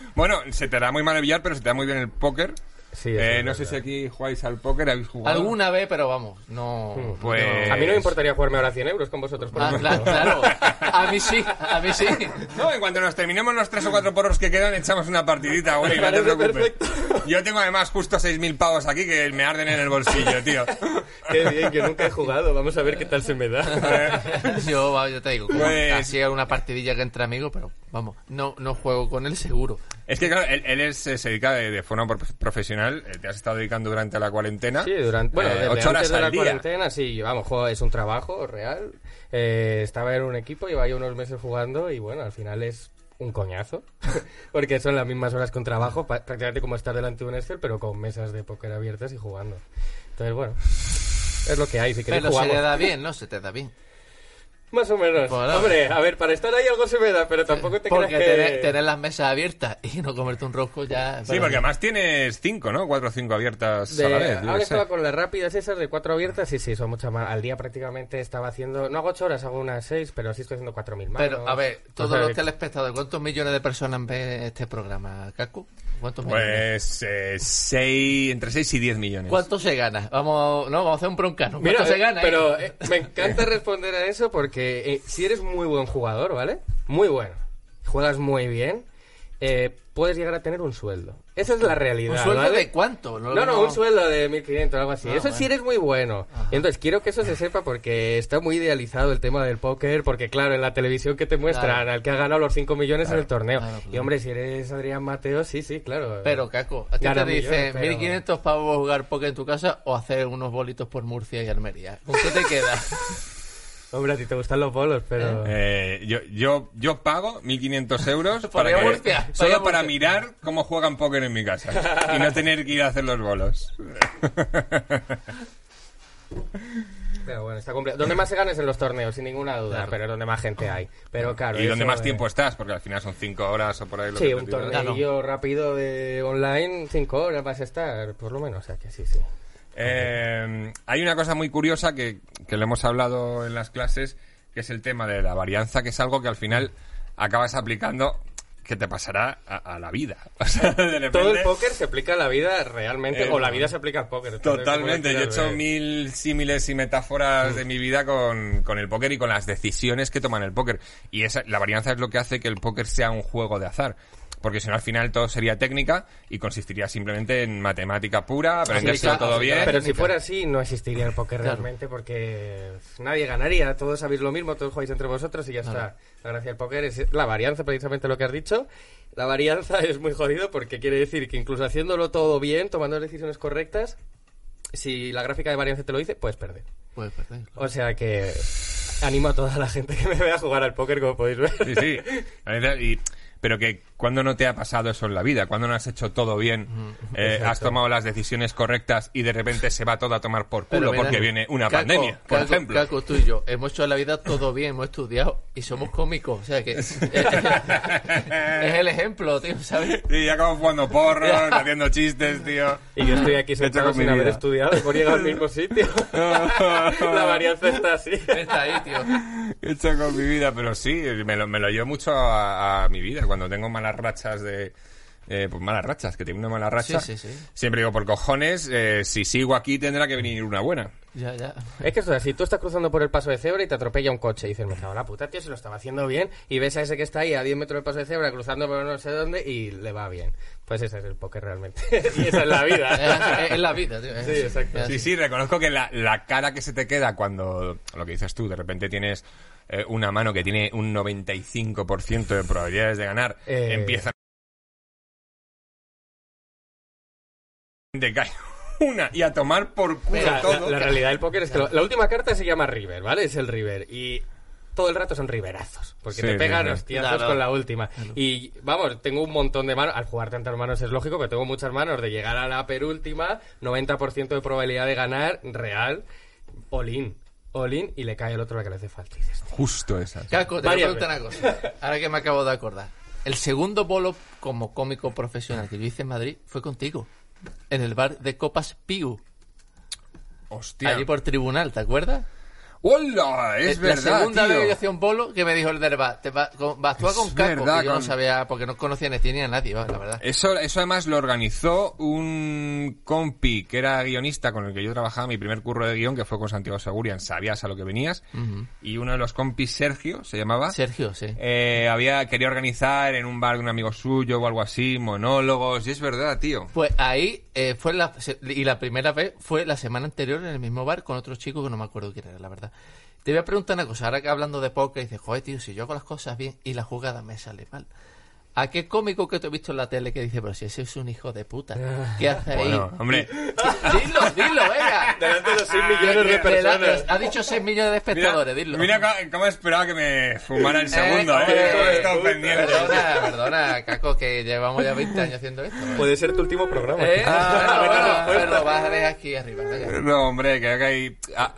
D: bueno, se te da muy mal el billar, pero se te da muy bien el póker.
E: Sí, eso
D: Eh,
E: es
D: no sé si aquí jugáis al póker, habéis jugado.
B: Alguna vez, pero vamos, no.
D: Pues.
E: A mí no me importaría jugarme ahora 100 euros con vosotros, por
B: Ah,
E: ejemplo.
B: cla- claro, a mí sí, a mí sí.
D: No, en cuanto nos terminemos los tres o cuatro porros que quedan, echamos una partidita, güey, no te
E: parece
D: preocupes. Yo tengo además justo 6.000 pavos aquí que me arden en el bolsillo, tío.
E: Qué bien, yo nunca he jugado. Vamos a ver qué tal se me da.
B: Yo, vamos, yo te digo, como
D: Pues-
B: así una partidilla que entre amigos, pero vamos, no, no juego con él seguro.
D: Es que claro, él, él es, eh, se dedica de, de forma prof- profesional, eh, te has estado dedicando durante la cuarentena.
E: Sí, durante bueno,
D: Eh,
E: desde
D: ocho horas
E: antes de la
D: al día.
E: cuarentena, sí, yo, vamos, juego, es un trabajo real. Eh, estaba en un equipo, llevaba yo unos meses jugando y bueno, al final es un coñazo, porque son las mismas horas con trabajo, pa- prácticamente como estar delante de un Excel, pero con mesas de póker abiertas y jugando. Entonces, bueno, Es lo que hay, si queréis
B: Pero se
E: jugamos.
B: te da bien, ¿no? Se te da bien.
E: Más o menos.
B: Bueno.
E: Hombre, a ver, para estar ahí algo se me da, pero tampoco te
B: Porque
E: creas que...
B: tener, tener las mesas abiertas y no comerte un rosco ya...
D: Sí, porque además tienes cinco, ¿no? Cuatro o cinco abiertas
E: De- ah,
D: a la vez. yo
E: ahora
D: qué sé.
E: estaba con las rápidas esas de cuatro abiertas, sí, sí, son muchas más. Al día prácticamente estaba haciendo, no hago ocho horas, hago unas seis, pero sí estoy haciendo cuatro mil más.
B: Pero, a ver, todos
E: O sea,
B: los telespectadores, ¿cuántos millones de personas ven este programa, Kaku? ¿Cuántos millones?
D: Pues eh, seis, entre 6 y 10 millones.
B: ¿Cuánto se gana? Vamos, no, vamos a hacer un broncano. ¿Cuánto
E: Mira,
B: se
E: eh,
B: gana? eh?
E: pero eh, me encanta responder a eso porque eh, si eres muy buen jugador, ¿vale? Muy bueno, juegas muy bien, eh, puedes llegar a tener un sueldo. Esa es la realidad.
B: ¿Un sueldo
E: eh, ¿vale?
B: de cuánto?
E: No, no, un sueldo de 1500 o algo así.
B: Ah,
E: eso sí
B: bueno.
E: eres muy bueno. Y entonces quiero que eso se sepa porque está muy idealizado el tema del póker. Porque, claro, en la televisión que te muestran
B: Claro.
E: al que ha ganado los 5 millones en el torneo.
B: claro,
E: Y,
B: claro.
E: hombre, si eres Adrián Mateo, sí, sí, claro.
B: Pero, Caco, a ti
E: Gana
B: te
E: millones,
B: dicen
E: pero-
B: 1500 pavos jugar poker en tu casa o hacer unos bolitos por Murcia y Almería. ¿Con qué te queda?
E: Hombre, a ti te gustan los bolos, pero.
D: Eh, yo, yo, yo pago 1.500 euros para
B: ir a
D: que-
B: Murcia, para ir a
D: solo para
B: Murcia.
D: mirar cómo juegan póker en mi casa y no tener que ir a hacer los bolos. Eh.
E: Pero bueno, está complicado. Donde más se gana es en los torneos, sin ninguna duda. Pero es donde más gente hay. Pero claro.
D: y donde
E: eso,
D: más
E: eh,
D: tiempo estás, porque al final son 5 horas o por ahí. Lo
E: Sí,
D: que te ¿eh?
E: un
D: tiras.
E: torneo rápido de online, 5 horas vas a estar, por lo menos. O sea que sí, sí.
D: Eh, hay una cosa muy curiosa que, que lo hemos hablado en las clases, que es el tema de la varianza, que es algo que al final acabas aplicando que te pasará a, a la vida. O sea, de repente-
E: Todo el póker se aplica a la vida realmente,
D: Eh,
E: o la vida se aplica al póker. Entonces,
D: Totalmente,
E: como
D: yo
E: lo
D: he
E: quieras
D: hecho
E: ver.
D: mil símiles y metáforas
B: Mm.
D: de mi vida con, con el póker y con las decisiones que toman el póker. Y esa, la varianza es lo que hace que el póker sea un juego de azar. Porque si no, al final todo sería técnica y consistiría simplemente en matemática pura, aprendérselo
B: claro,
D: todo
B: sí,
D: bien.
B: claro.
E: Pero si fuera así, no existiría el póker realmente, porque pues, nadie ganaría. Todos sabéis lo mismo, todos jugáis entre vosotros y ya está. La gracia del póker es la varianza, precisamente lo que has dicho. La varianza es muy jodido porque quiere decir que incluso haciéndolo todo bien, tomando las decisiones correctas, si la gráfica de varianza te lo dice, puedes perder.
B: Pues, perdón.
E: O sea que animo a toda la gente que me vea jugar al póker, como podéis ver.
D: Sí, sí. La verdad, y- pero que cuando no te ha pasado eso en la vida, cuando no has hecho todo bien,
B: Mm,
D: eh, has tomado las decisiones correctas y de repente se va todo a tomar por culo
B: Pero mira,
D: porque viene una
B: Caco,
D: pandemia, por
B: Caco,
D: ejemplo.
B: Caco, tú y yo hemos hecho la vida todo bien, hemos estudiado y somos cómicos. O sea que. es el ejemplo, tío, ¿sabes?
D: Y acabo jugando porros, haciendo chistes, tío.
E: Y yo estoy aquí
D: Me choca
E: sentado
D: con
E: sin
D: mi
E: haber
D: vida.
E: estudiado, por llegar al mismo sitio. la varianza está así.
B: Está ahí, tío.
D: He hecho con mi vida, pero sí, me lo, me lo llevo mucho a, a mi vida. Cuando tengo malas rachas de... eh, pues malas rachas, que tiene una mala racha.
B: Sí, sí, sí.
D: Siempre digo, por cojones, eh, si sigo aquí tendrá que venir una buena.
B: Ya, ya.
E: Es que eso es así, tú estás cruzando por el paso de cebra y te atropella un coche y dices, me cago en la puta, tío, se lo estaba haciendo bien y ves a ese que está ahí a 10 metros del paso de cebra cruzando por no sé dónde y le va bien. Pues ese es el póker realmente. y esa es la
B: Es así,
E: vida.
B: es- es la vida, tío. es
E: Sí,
B: así,
E: exacto.
B: es así.
D: Sí, sí, reconozco que la, la cara que se te queda cuando, lo que dices tú, de repente tienes eh, una mano que tiene un 95% de probabilidades de ganar,
E: Eh.
D: empieza... Te cae una y a tomar por culo
E: Mira, la,
D: todo.
E: la realidad del póker es que lo- la última carta se llama River, ¿vale? Es el River. Y todo el rato son riverazos. Porque
D: Sí,
E: te
D: sí,
E: pegan
D: sí.
E: hostiazos
B: Claro.
E: con la última. Y vamos, tengo un montón de manos. Al jugar tantas manos es lógico, pero tengo muchas manos de llegar a la penúltima. 90% de probabilidad de ganar real. Olin. Olin y le cae el otro la que le hace falta. Y dices,
D: Justo esa.
B: Caco, te voy a
E: Varias
B: preguntar una cosa. Ahora que me acabo de acordar. El segundo bolo como cómico profesional que yo hice en Madrid fue contigo. En el bar de Copas Piu.
D: Hostia.
B: Allí por tribunal, ¿te acuerdas?
D: ¡Hola! Es
B: Eh,
D: verdad,
B: La segunda
D: tío.
B: vez que yo hacía un bolo que me dijo el del bar, te va, con, va a actuar
D: Es
B: con Caco.
D: verdad,
B: que yo no
D: con-
B: sabía, porque no conocía ni a ti ni a nadie, va, la verdad.
D: Eso, eso además lo organizó un compi que era guionista con el que yo trabajaba mi primer curro de guión, que fue con Santiago Segurian, sabías a lo que venías. Y uno de los compis, Sergio, se llamaba.
B: Sergio, sí.
D: eh, había quería organizar en un bar de un amigo suyo o algo así, monólogos, y es verdad, tío.
B: Pues ahí eh, fue la... se- Y la primera vez fue la semana anterior en el mismo bar con otro chico que no me acuerdo quién era, la verdad. Te voy a preguntar una cosa. Ahora que hablando de póker, dices, joder, tío, si yo hago las cosas bien y la jugada me sale mal. ¿A qué cómico que te he visto en la tele que dice, pero si ese es un hijo de puta? ¿Qué hace ahí?
D: Bueno, hombre,
B: Dilo, dilo, venga.
E: Delante de los 6 millones de personas.
B: Delante- Ha dicho 6 millones de
D: mira,
B: espectadores, dilo.
D: mira ca- cómo esperaba que me fumara el segundo,
B: Eh,
D: ¿eh? Cómo he
B: eh,
D: estado
B: puta,
D: pendiente.
B: Perdona, perdona, Caco, que llevamos ya 20 años haciendo esto. ¿eh?
E: Puede ser tu último programa.
B: Eh,
E: Ah,
B: ah,
E: bueno,
B: pero lo vas a dejar aquí arriba. venga.
D: No, hombre, que que hay... ah,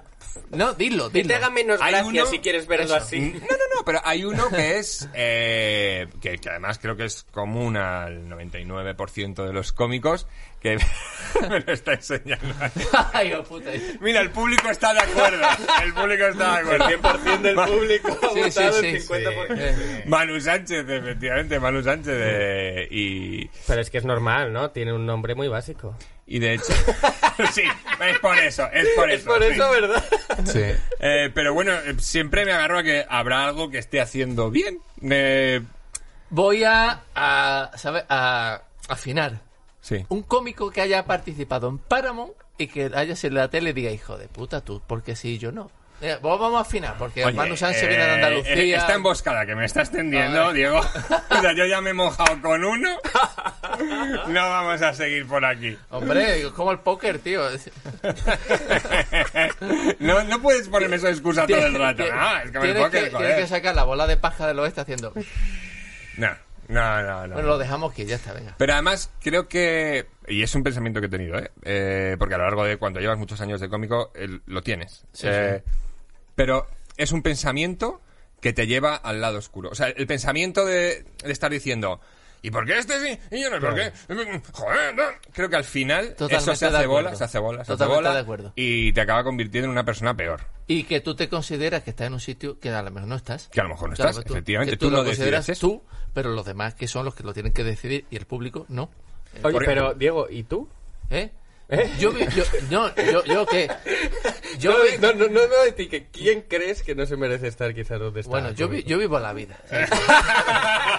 B: No, dilo,
E: Que te
B: dilo.
E: haga menos
D: Hay
E: gracia
D: uno-
E: si quieres verlo
D: No,
E: así.
D: no, no, pero hay uno que es. eh, que, que además creo que es común al 99% de los cómicos. Que me lo está enseñando.
B: Ay, hijo puta. Sí,
D: Mira, el público está de acuerdo. El público está de acuerdo.
E: El 100% del público ha
B: sí,
E: votado
B: sí,
E: el
B: sí.
E: 50%.
B: Eh,
D: Manu Sánchez, efectivamente, Manu Sánchez. eh, y,
E: Pero es que es normal, ¿no? Tiene un nombre muy básico.
D: y de hecho. sí, es por eso, es por eso.
E: Es por
D: sí.
E: eso, ¿verdad?
F: Sí.
D: Eh, pero bueno, eh, siempre me agarro a que habrá algo que esté haciendo bien. Eh,
B: Voy a, a, ¿sabes? a afinar.
D: sí.
B: Un cómico que haya participado en Paramount y que haya sido en la tele y diga, hijo de puta, tú, porque sí, yo no. Mira, vos vamos a afinar, porque
D: Oye,
B: Manu Sánchez
D: eh,
B: viene de
D: eh,
B: Andalucía.
D: Esta emboscada que me estás
B: A
D: tendiendo,
B: ver.
D: Diego. O sea, yo ya me he mojado con uno. No vamos a seguir por aquí.
B: Hombre, digo, es como el póker, tío.
D: No, no puedes ponerme esa excusa todo el rato. No, es que me
B: tienes, que,
D: tengo que
B: tienes que
D: joder.
B: sacar la bola de paja del oeste haciendo.
D: No, no, no. no.
B: Bueno, lo dejamos que ya está, venga.
D: Pero además creo que, y es un pensamiento que he tenido, ¿eh? Eh, porque a lo largo de cuando llevas muchos años de cómico, el- lo tienes. Eh, Pero es un pensamiento que te lleva al lado oscuro. O sea, el pensamiento de, de estar diciendo... ¿Y por qué este sí? ¿Y yo no? ¿Y por qué? Joder, no". Creo que al final
B: Totalmente
D: eso se
B: de
D: hace
B: acuerdo.
D: bola, se hace bola, se hace
B: Totalmente
D: bola
B: de acuerdo.
D: y te acaba convirtiendo en una persona peor.
B: Y que tú te consideras que estás en un sitio que a lo mejor no estás.
D: Que a lo mejor no
B: Claro,
D: estás,
B: tú-
D: efectivamente.
B: que
D: Tú,
B: tú,
D: no
B: lo consideras
D: decides eso.
B: tú, pero los demás que son los que lo tienen que decidir y el público no.
E: Oye,
D: Porque-
E: pero Diego, ¿y tú?
B: ¿Eh? Yo, vi- yo, no, yo, yo que. Yo
E: no,
B: vi-
E: no, no, no, no, de ti, que ¿quién crees que no se merece estar quizás donde está?
B: bueno, yo, vi- yo vivo la vida.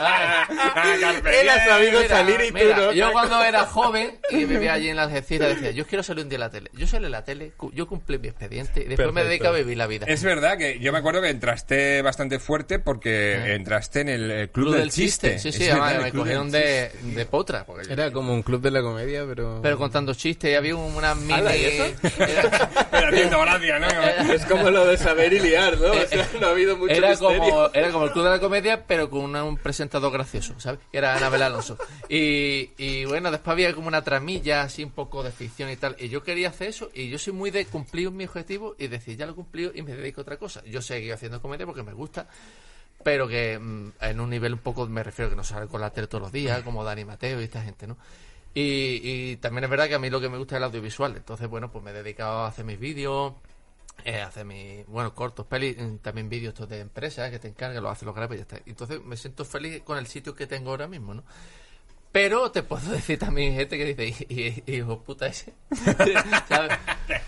D: Ah, Carpe
E: Él ha
D: diem.
E: sabido
B: Mira,
E: salir y
B: mira,
E: tú no.
B: Yo cuando era joven y vivía allí en la Algeciras decía, yo quiero salir un día en la tele. Yo salí en la tele, cu- yo cumplí mi expediente y después me
E: Perfecto.
B: dedico a vivir la vida.
D: Es verdad que yo me acuerdo que entraste bastante fuerte porque entraste en el eh, club,
B: Club
D: del,
B: del
D: chiste.
B: Sí,
D: Es
B: sí,
D: verdad,
E: ah,
B: además
D: el
B: me
D: Club del
B: cogieron
D: Chiste.
B: de, de potra. porque yo-
F: Era como un club de la comedia, pero...
B: Pero contando chistes y había una mini...
E: Ala, ¿y eso?
B: Era,
D: Pero haciendo gracia, ¿no?
E: Es como lo de saber y liar, ¿no? O sea, no ha habido mucho
B: Eh, era
E: misterio.
B: como, era como el club de la comedia, pero con una- un presentador gracioso, ¿sabes? Que era Anabel Alonso. Y, y bueno, después había como una tramilla así un poco de ficción y tal. Y yo quería hacer eso y yo soy muy de cumplir mi objetivo y decir, ya lo he cumplido y me dedico a otra cosa. Yo seguí haciendo comedia porque me gusta, pero que mm, en un nivel un poco, me refiero que no sale con la tele todos los días, como Dani Mateo y esta gente, ¿no? Y, y también es verdad que a mí lo que me gusta es el audiovisual, entonces bueno, pues me he dedicado a hacer mis vídeos, eh, hacer mis, bueno, cortos, pelis, mm, también vídeos estos de empresas que te encargan, los haces, los grabas y ya está. Entonces me siento feliz con el sitio que tengo ahora mismo, ¿no? Pero te puedo decir también gente que dice, "Y- y- y- hijo puta ese. ¿Sabes?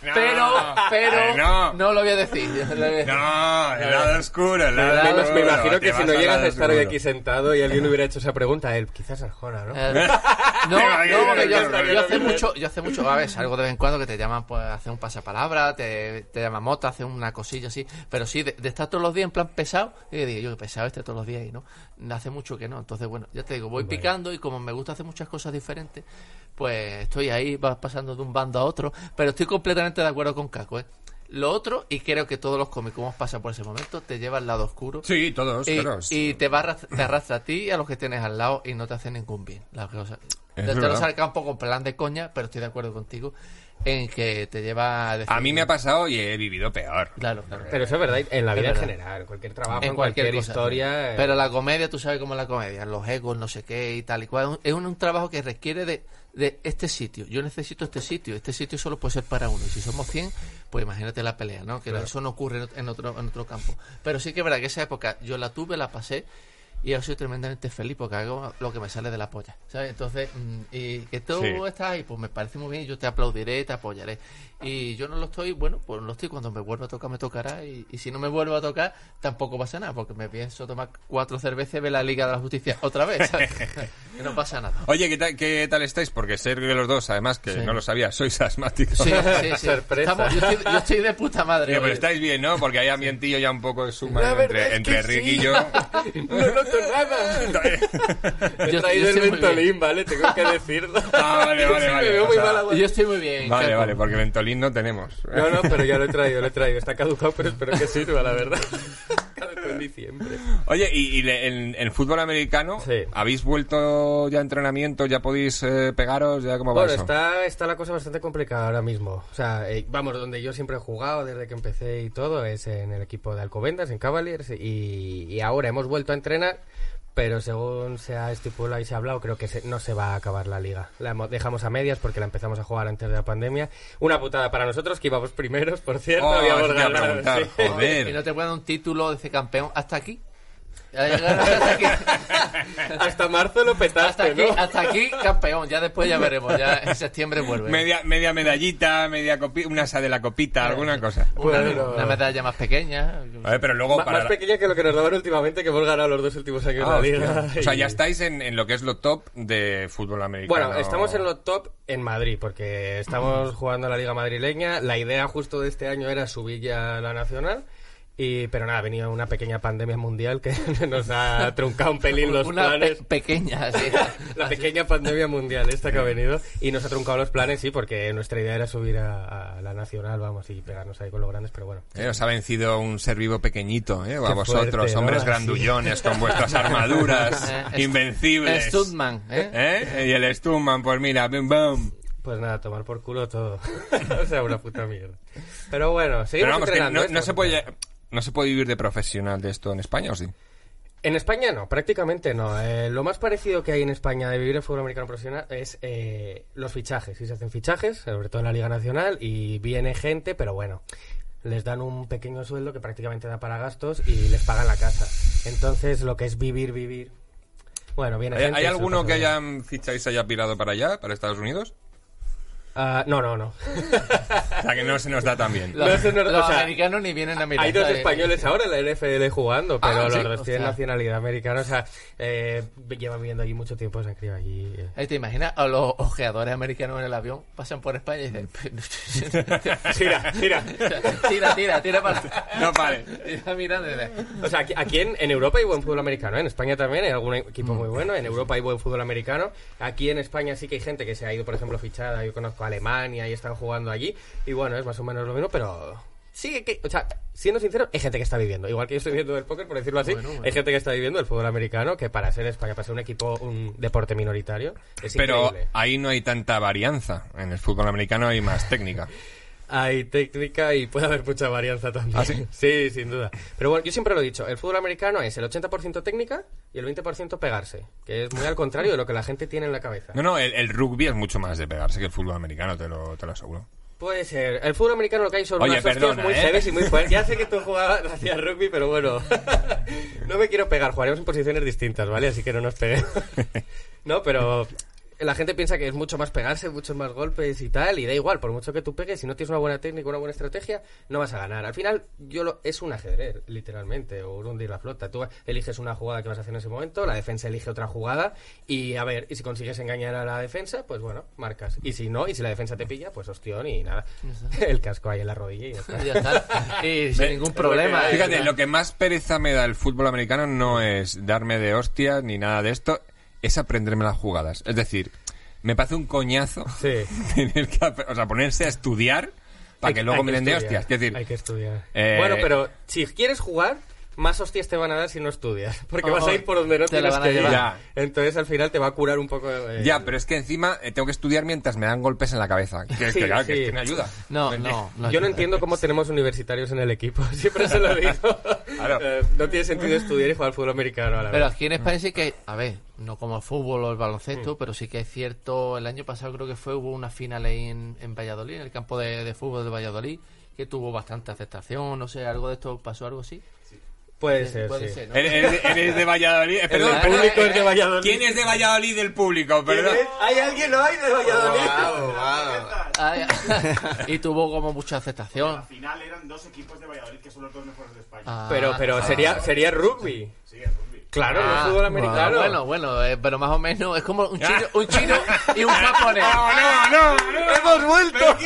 B: pero,
D: eh,
B: pero,
D: no.
B: no. lo voy a decir. no lo voy a decir.
D: No, el lado oscuro, el lado
E: Me,
D: oscuro.
E: imag- me imagino
D: Te
E: que si
D: vas
E: no
D: al
E: llegas
D: lado
E: a estar hoy
D: oscuro.
E: aquí sentado y alguien hubiera hecho esa pregunta, él quizás Arjona, ¿no?
B: Eh, No,
D: Venga,
B: no,
D: venga,
B: porque yo,
D: venga,
B: yo
D: venga,
B: hace
E: venga.
B: mucho, yo hace mucho, a ver, algo de vez en cuando que te llaman pues, a hacer un pasapalabra, te, te llaman mota, hacer una cosilla así, pero sí, de, de estar todos los días en plan pesado, y yo digo, yo que pesado este todos los días y no, hace mucho que no, entonces bueno, ya te digo, voy picando y como me gusta hacer muchas cosas diferentes, pues estoy ahí, vas pasando de un bando a otro, pero estoy completamente de acuerdo con Caco, ¿eh? Lo otro, y creo que todos los cómicos hemos pasado por ese momento, te lleva al lado oscuro.
D: Sí, todos,
B: Y,
D: todos.
B: y te, va a arras- te arrastra a ti y a los que tienes al lado y no te hace ningún bien. La cosa. Te, te lo
D: verdad.
B: saca un poco en plan de coña, pero estoy de acuerdo contigo en que te lleva a decir-
D: A mí me ha pasado y he vivido peor.
B: Claro, claro.
E: Pero eso es verdad, en la
B: Es
E: vida en
B: verdad.
E: general, en cualquier trabajo,
B: en cualquier, cosa.
E: historia. eh,
B: Pero la comedia, tú sabes cómo es la comedia, los egos, no sé qué y tal y cual. Es un, un trabajo que requiere de, de este sitio. Yo necesito este sitio. Este sitio solo puede ser para uno. Y si somos 100, pues imagínate la pelea, ¿no? Que eso no ocurre en otro, en otro campo. Pero sí que es verdad que esa época yo la tuve, la pasé. Y ahora soy tremendamente feliz porque hago lo que me sale de la polla. ¿Sabes? Entonces, mm, y que tú
D: Sí.
B: estás ahí, pues me parece muy bien. y Yo te aplaudiré, te apoyaré. Y yo no lo estoy, bueno, pues no lo estoy. Cuando me vuelva a tocar, me tocará. Y, y si no me vuelvo a tocar, tampoco pasa nada. Porque me pienso tomar cuatro cervezas y ver la Liga de la Justicia otra vez. ¿sabes? que no pasa nada.
D: Oye, ¿qué tal, qué tal estáis? Porque sé que los dos, además, que
B: Sí.
D: no lo sabía, sois asmáticos.
B: Sí, sí, sí.
E: Sorpresa.
B: Estamos- yo, estoy, yo estoy de puta madre.
D: Oye, pero
B: hoy.
D: estáis bien, ¿no? Porque hay ambientillo ya un poco de suma
E: La verdad es que
D: entre, entre Rick
E: sí.
D: y yo.
E: No lo tu nada. Me
B: Yo-
E: he traído
B: yo
E: el
B: estoy muy
E: mentolín,
B: bien.
E: ¿vale? Tengo que decirlo.
D: Ah, vale, vale,
E: Sí,
D: vale.
E: Me veo muy
D: O sea,
E: mal agua.
B: Yo estoy muy bien.
D: Vale,
B: Caco.
D: vale, porque Ventolin no tenemos.
E: No, no, pero ya lo he traído, lo he traído. Está caducado, pero espero que sirva, la verdad. Caducó en diciembre.
D: Oye, y, y le- en, en fútbol americano,
E: Sí.
D: ¿habéis vuelto ya a entrenamiento? ¿Ya podéis eh, pegaros? ¿Ya cómo va
E: Bueno,
D: eso?
E: está, está la cosa bastante complicada ahora mismo. O sea, eh, vamos, donde yo siempre he jugado desde que empecé y todo es en el equipo de Alcobendas, en Cavaliers, y, y ahora hemos vuelto a entrenar, pero según se ha estipulado y se ha hablado, creo que se- no se va a acabar la liga. La hemo- dejamos a medias porque la empezamos a jugar antes de la pandemia. Una putada para nosotros, que íbamos primeros, por cierto,
D: Oh,
E: habíamos
D: eso te iba a
E: ganado,
D: preguntar,
E: sí.
D: joder.
B: Y no te pueden dar un título de ese campeón hasta aquí. Ya llegaron Hasta aquí,
E: Hasta marzo lo petaste,
B: hasta aquí,
E: ¿no?
B: hasta aquí, campeón. Ya después ya veremos. Ya en septiembre vuelve.
D: Media, media medallita, media copi- una asa de la copita,
E: Eh.
D: alguna cosa.
B: una,
E: Bueno.
B: una medalla más pequeña.
D: A ver, pero luego
E: Ma-
D: para...
E: Más pequeña que lo que nos daban últimamente, que hemos ganado los dos últimos años
D: Ah,
E: la liga.
D: hostia. O sea,
E: Y-
D: ya estáis en, en lo que es lo top de fútbol americano.
E: Bueno, estamos en lo top en Madrid, porque estamos jugando la Liga Madrileña. La idea justo de este año era subir ya a la Nacional. Y, pero nada, ha venido una pequeña pandemia mundial que nos ha truncado un pelín los
B: una pe-
E: planes.
B: pequeña. así.
D: Ah,
E: La pequeña pandemia mundial esta que ha venido y nos ha truncado los planes, sí, porque nuestra idea era subir a, a la nacional, vamos, y pegarnos ahí con los grandes, pero bueno.
D: Eh, os ha vencido un ser vivo pequeñito, eh, a
E: Qué
D: vosotros,
E: fuerte,
D: hombres
E: ¿no?
D: grandullones con vuestras armaduras
B: Eh, Stu-
D: invencibles.
B: Stuntman, ¿eh?
D: ¿Eh? Y el Stuntman, pues mira, bim, bam.
E: Pues nada, tomar por culo todo. o sea, una puta mierda. Pero bueno, seguimos
D: Pero vamos, que
E: entrenando,
D: no,
E: ¿eh?
D: no se
E: Estamos
D: puede, no se puede vivir de profesional de esto en España, ¿o sí?
E: En España no, prácticamente no. Eh, lo más parecido que hay en España de vivir en fútbol americano profesional es eh, los fichajes. Si se hacen fichajes, sobre todo en la Liga Nacional, y viene gente, pero bueno, les dan un pequeño sueldo que prácticamente da para gastos y les pagan la casa. Entonces, lo que es vivir, vivir. Bueno, viene
D: ¿Hay,
E: gente.
D: hay
E: y se lo
D: alguno
E: pasa
D: que
E: bien.
D: hayan fichado y se haya pirado para allá, para Estados Unidos?
E: Ah, no, no, no.
D: O sea, que no se nos da tan bien.
B: Los,
E: No se nos-
B: los
E: o sea,
B: americanos ni vienen a mirar.
E: Hay dos
B: ¿sabes?
E: españoles ahora en la NFL jugando, pero
B: Ah,
E: los
B: ¿sí?
E: dos tienen
B: Hostia.
E: nacionalidad americana. O sea, eh, llevan viviendo allí mucho tiempo, se han criado allí. eh.
B: Ahí te imaginas a los ojeadores americanos en el avión, pasan por España y dicen...
E: Gira, gira.
B: tira, tira, tira para...
D: No, vale.
B: Tira mirando y dice,
E: O sea, aquí, aquí en, en Europa hay buen fútbol americano, ¿eh? en España también hay algún equipo muy bueno, en Europa hay buen fútbol americano, aquí en España sí que hay gente que se ha ido, por ejemplo, fichada, yo conozco a Alemania y están jugando allí, y bueno, es más o menos lo mismo, pero sí que, o sea, siendo sincero, hay gente que está viviendo, igual que yo estoy viviendo del póker, por decirlo así,
B: Bueno, bueno.
E: hay gente que está viviendo el fútbol americano, que para ser España, para ser un equipo, un deporte minoritario, es
D: Pero
E: increíble.
D: ahí no hay tanta varianza. En el fútbol americano hay más técnica.
E: Hay técnica y puede haber mucha varianza también.
D: ¿Ah, sí?
E: Sí, sin duda. Pero bueno, yo siempre lo he dicho, el fútbol americano es el 80% técnica y el 20% pegarse, que es muy al contrario de lo que la gente tiene en la cabeza.
D: No, no, el, el rugby es mucho más de pegarse que el fútbol americano, te lo, te lo aseguro.
E: Puede ser. El fútbol americano lo que hay son
D: Oye,
E: unas hostias
D: perdona,
E: muy
D: ¿eh?
E: heavies y muy fuertes. Ya sé que tú jugabas, hacías rugby, pero bueno. no me quiero pegar, jugaremos en posiciones distintas, ¿vale? Así que no nos peguemos. no, pero la gente piensa que es mucho más pegarse, muchos más golpes y tal, y da igual, por mucho que tú pegues, si no tienes una buena técnica, una buena estrategia, no vas a ganar. Al final, yo lo, es un ajedrez, literalmente, o un hundir la flota. Tú eliges una jugada que vas a hacer en ese momento, la defensa elige otra jugada, y a ver, y si consigues engañar a la defensa, pues bueno, marcas. Y si no, y si la defensa te pilla, pues ostión y nada. El casco ahí en la rodilla y ya está.
B: ya está. Y sin ningún problema. ¿eh?
E: Ahí
D: Fíjate, lo que más pereza me da el fútbol americano no es darme de hostias ni nada de esto, es aprenderme las jugadas. Es decir, me parece un coñazo
E: Sí.
D: tener que, ap- o sea, ponerse a estudiar para
E: Hay-
D: que luego
E: hay
D: me den de
E: estudiar,
D: hostias. Es decir,
E: hay que estudiar.
D: eh,
E: bueno, pero si quieres jugar, más hostias te van a dar si no estudias. Porque
B: Oh,
E: vas a ir por donde no
B: te la
E: tienes
B: van a
E: que ir.
B: llevar.
D: Ya.
E: Entonces al final te va a curar un poco. eh,
D: ya, pero es que encima eh, tengo que estudiar mientras me dan golpes en la cabeza. Que,
E: Sí,
D: que, claro,
E: sí.
D: que, que me ayuda.
B: No, no, no.
E: Yo no entiendo cómo tenemos universitarios en el equipo. Siempre se lo digo.
D: Claro.
E: Eh, no tiene sentido estudiar y jugar al fútbol americano a la
B: Pero
E: vez.
B: aquí en España sí que hay, a ver, no como el fútbol o el baloncesto,
E: Mm.
B: pero sí que es cierto, el año pasado creo que fue, hubo una final ahí en, en Valladolid, en el campo de, de fútbol de Valladolid, que tuvo bastante aceptación, no sé, algo de esto, pasó algo así.
E: Puede ser,
B: Puede
E: sí.
B: ser, ¿no?
D: Eres, eres- eres de Valladolid. eh, perdón,
E: El público es de Valladolid.
D: ¿Quién es de Valladolid del público? Perdón.
E: ¿Hay alguien no hay de Valladolid?
B: Ah, y tuvo como mucha aceptación.
G: Al final eran dos equipos de Valladolid que son los dos mejores de España.
B: Ah,
E: Pero, pero sería, sería rugby.
G: Sí, es rugby.
E: Claro, no es fútbol americano.
B: Ah, Bueno, bueno, eh, pero más o menos es como un chino, un chino y un japonés.
D: No, Ah, no,
E: Ah,
D: no, no.
E: ¡Hemos vuelto!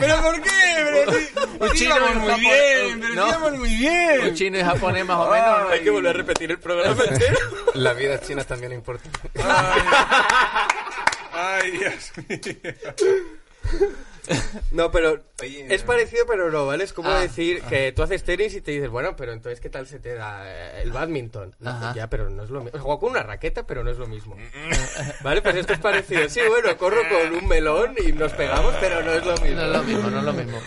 D: ¿Pero por qué? Pero sí,
B: Un
D: sí
B: chino
D: íbamos
B: y un
D: muy
B: japonés.
D: bien, pero sí
B: No.
D: íbamos muy bien.
B: Un chino y japonés más o menos.
E: Hay que volver a repetir el programa entero.
F: La vida china también importa.
D: Ay, Dios
E: Eh,
D: mío.
E: No, pero es parecido, pero no, ¿vale? Es como decir que tú haces tenis y te dices, bueno, pero entonces, ¿qué tal se te da eh, el badminton? No,
B: Ajá.
E: Ya, pero no es lo mismo. O sea, juego con una raqueta, pero no es lo mismo. ¿Vale? Pues esto es parecido. Sí, bueno, corro con un melón y nos pegamos, pero no es lo mismo.
B: No es lo mismo, no es lo mismo.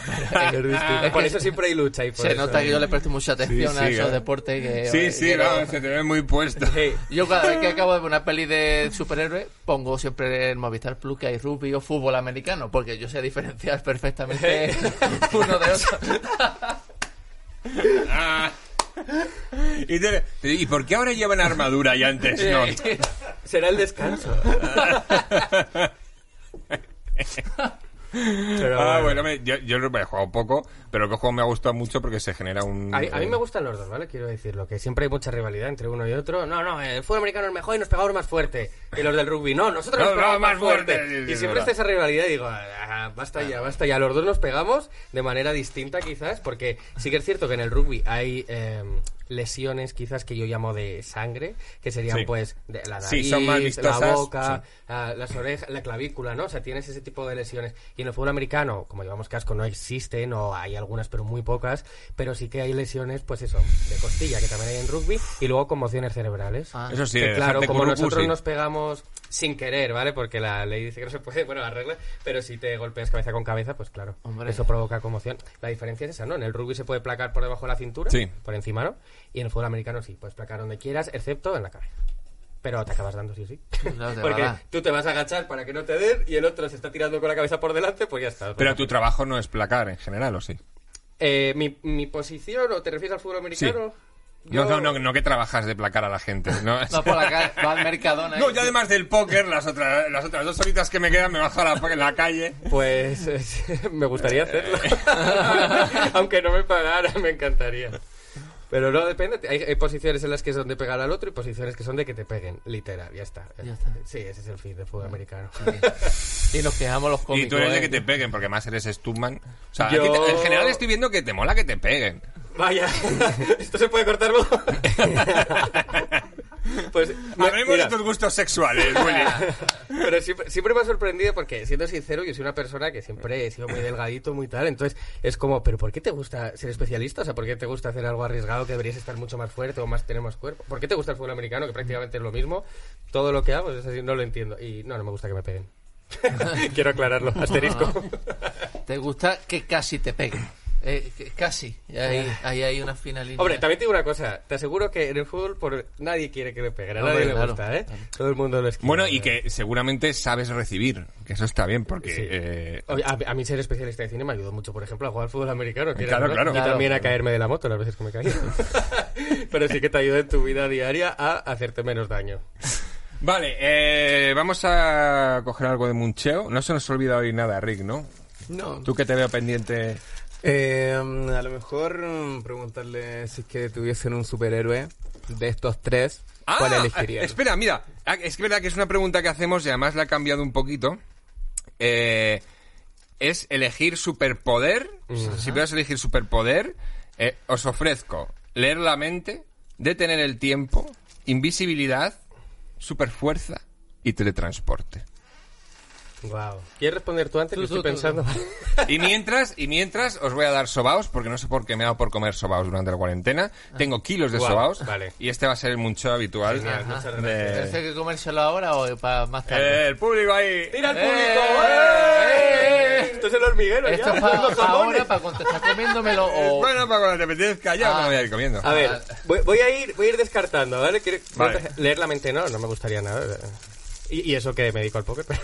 E: Es por eso siempre hay lucha y por
B: Se
E: eso-
B: nota que yo le presto mucha atención
D: Pues, eh, Sí,
B: a
D: sí,
B: esos
D: eh.
B: deportes que...
D: Sí, sí,
B: que no-
D: no, se te ve muy puesto.
E: Sí.
B: Yo cada vez que acabo de ver una peli de superhéroes pongo siempre en Movistar Plus que hay rugby o fútbol americano, porque yo sé diferenciar perfectamente uno de otro.
D: Ah. Y, te- ¿y por qué ahora llevan armadura y antes no?
E: Será el descanso. Pero
D: Ah,
E: bueno.
D: bueno, me- yo, yo he jugado poco, pero el juego me ha gustado mucho porque se genera un...
E: A, mí- a mí me gustan los dos, ¿vale? Quiero decirlo, que siempre hay mucha rivalidad entre uno y otro. No, no, el fútbol americano es mejor y nos pegamos más fuerte. Y los del rugby, no, nosotros nos
D: No, no,
E: pegamos más
D: más fuerte.
E: fuerte.
D: Sí, sí,
E: Y
D: es
E: siempre
D: verdad.
E: está esa rivalidad y digo, "Ah, basta ya, basta ya. Los dos nos pegamos de manera distinta quizás, porque sí que es cierto que en el rugby hay... eh, lesiones quizás que yo llamo de sangre que serían
D: Sí.
E: pues de la nariz
D: Sí, son más
E: la
D: vistosas,
E: boca
D: sí.
E: ah, las orejas la clavícula no o sea tienes ese tipo de lesiones y en el fútbol americano como llevamos casco no existen o hay algunas pero muy pocas pero sí que hay lesiones pues eso de costilla que también hay en rugby y luego conmociones cerebrales
B: Ah.
D: Eso sí,
E: Que
D: de
E: claro
D: dejarte
E: como
D: curucu,
E: nosotros
D: sí.
E: nos pegamos sin querer vale porque la ley dice que no se puede bueno la regla pero si te golpeas cabeza con cabeza pues claro
B: Hombre.
E: eso provoca conmoción la diferencia es esa no en el rugby se puede placar por debajo de la cintura
D: Sí.
E: por encima no y en el fútbol americano sí puedes placar donde quieras excepto en la cabeza pero te acabas dando sí o sí
B: Claro, te
E: porque
B: va a dar.
E: tú te vas a agachar para que no te den y el otro se está tirando con la cabeza por delante, pues ya está.
D: Pero tu trabajo no es placar en general, ¿o sí?
E: Eh, ¿mi, mi posición, ¿o te refieres al fútbol americano?
D: No,
E: Yo-
D: no, no, no que trabajas de placar a la gente. No,
B: No, por la calle, va al Mercadona.
D: No,
B: y-
D: yo además del póker, las otras, las otras dos horitas que me quedan me bajo a la, en la calle.
E: Pues es- me gustaría hacerlo. Aunque no me pagara, me encantaría. Pero no depende. Hay, hay posiciones en las que son de pegar al otro y posiciones que son de que te peguen, literal. Ya está.
B: Ya está.
E: Sí, ese es el fin del fútbol americano.
B: Y nos quejamos los cómicos.
D: y tú eres de
B: ¿eh?
D: que te peguen, porque más eres Stuntman. O sea,
E: Yo-
D: a ti te- en general estoy viendo que te mola que te peguen.
E: Vaya, esto se puede cortar. ¿no? pues me-
D: Hablemos
E: mira.
D: de tus gustos sexuales, Willy.
E: Pero siempre, siempre me ha sorprendido porque, siendo sincero, yo soy una persona que siempre he sido muy delgadito, muy tal. Entonces, es como, ¿pero por qué te gusta ser especialista? O sea, ¿por qué te gusta hacer algo arriesgado que deberías estar mucho más fuerte o más tener más cuerpo? ¿Por qué te gusta el fútbol americano, que prácticamente es lo mismo? Todo lo que hago es así, no lo entiendo. Y no, no me gusta que me peguen. Quiero aclararlo, asterisco.
B: Ah. Te gusta que casi te peguen. Eh, que- casi. Y Ahí,
D: Ah.
B: ahí hay una fina línea.
E: Hombre, también te digo una cosa. Te aseguro que en el fútbol por... nadie quiere que le peguen. A
B: Hombre,
E: nadie le
B: claro,
E: gusta, ¿eh? Todo el mundo lo esquiva. ¿eh?
D: Bueno, y que seguramente sabes recibir, que eso está bien, porque...
E: Sí.
D: eh,
E: Oye, A, a mí ser especialista de cine me ayudó mucho, por ejemplo, a jugar al fútbol americano. que era
D: Claro,
E: una-
D: claro.
E: Y
D: Claro.
E: también a caerme de la moto las veces que me caí. Pero sí que te ayuda en tu vida diaria a hacerte menos daño.
D: Vale, eh, vamos a coger algo de Muncheo. No se nos olvida hoy nada, Rick, ¿no?
F: No.
D: Tú que te veo pendiente...
F: Eh, a lo mejor mm, preguntarle si es que tuviesen un superhéroe de estos tres, ¿cuál elegiría?
D: Ah, Espera, mira, ah, es que verdad que es una pregunta que hacemos y además la ha cambiado un poquito. Eh, es elegir superpoder. Si puedes elegir superpoder, eh, os ofrezco leer la mente, detener el tiempo, invisibilidad, superfuerza y teletransporte.
E: Wow. ¿Quieres responder tú antes?
B: Tú,
E: Yo
B: tú,
E: estoy
B: tú,
E: pensando.
D: Y mientras, y mientras os voy a dar sobaos, porque no sé por qué me he dado por comer sobaos durante la cuarentena. Tengo kilos de
E: Ah. Guau,
D: sobaos.
E: vale.
D: Y este va a ser el muncho habitual.
E: Genial, muchas
D: de-
B: ¿Parece que comérselo ahora o para más tarde?
D: Eh, el público ahí.
E: ¡Tira al
B: ¡Eh!
E: público!
B: ¡Eh!
E: ¡Eh! Esto es el hormiguero
B: Esto
E: ya.
B: es para
E: Los jamones.
B: ahora, para cuando te estás comiéndomelo o...
D: Oh. Bueno, para cuando te apetezca ya
B: Ah.
D: me voy a ir comiendo.
E: A ver, voy, voy a ir, voy a ir descartando, ¿vale? Quiero-
D: Vale.
E: voy a empezar- Leer la mente no, no me gustaría nada. Y, y eso que me dedico al póker, pero...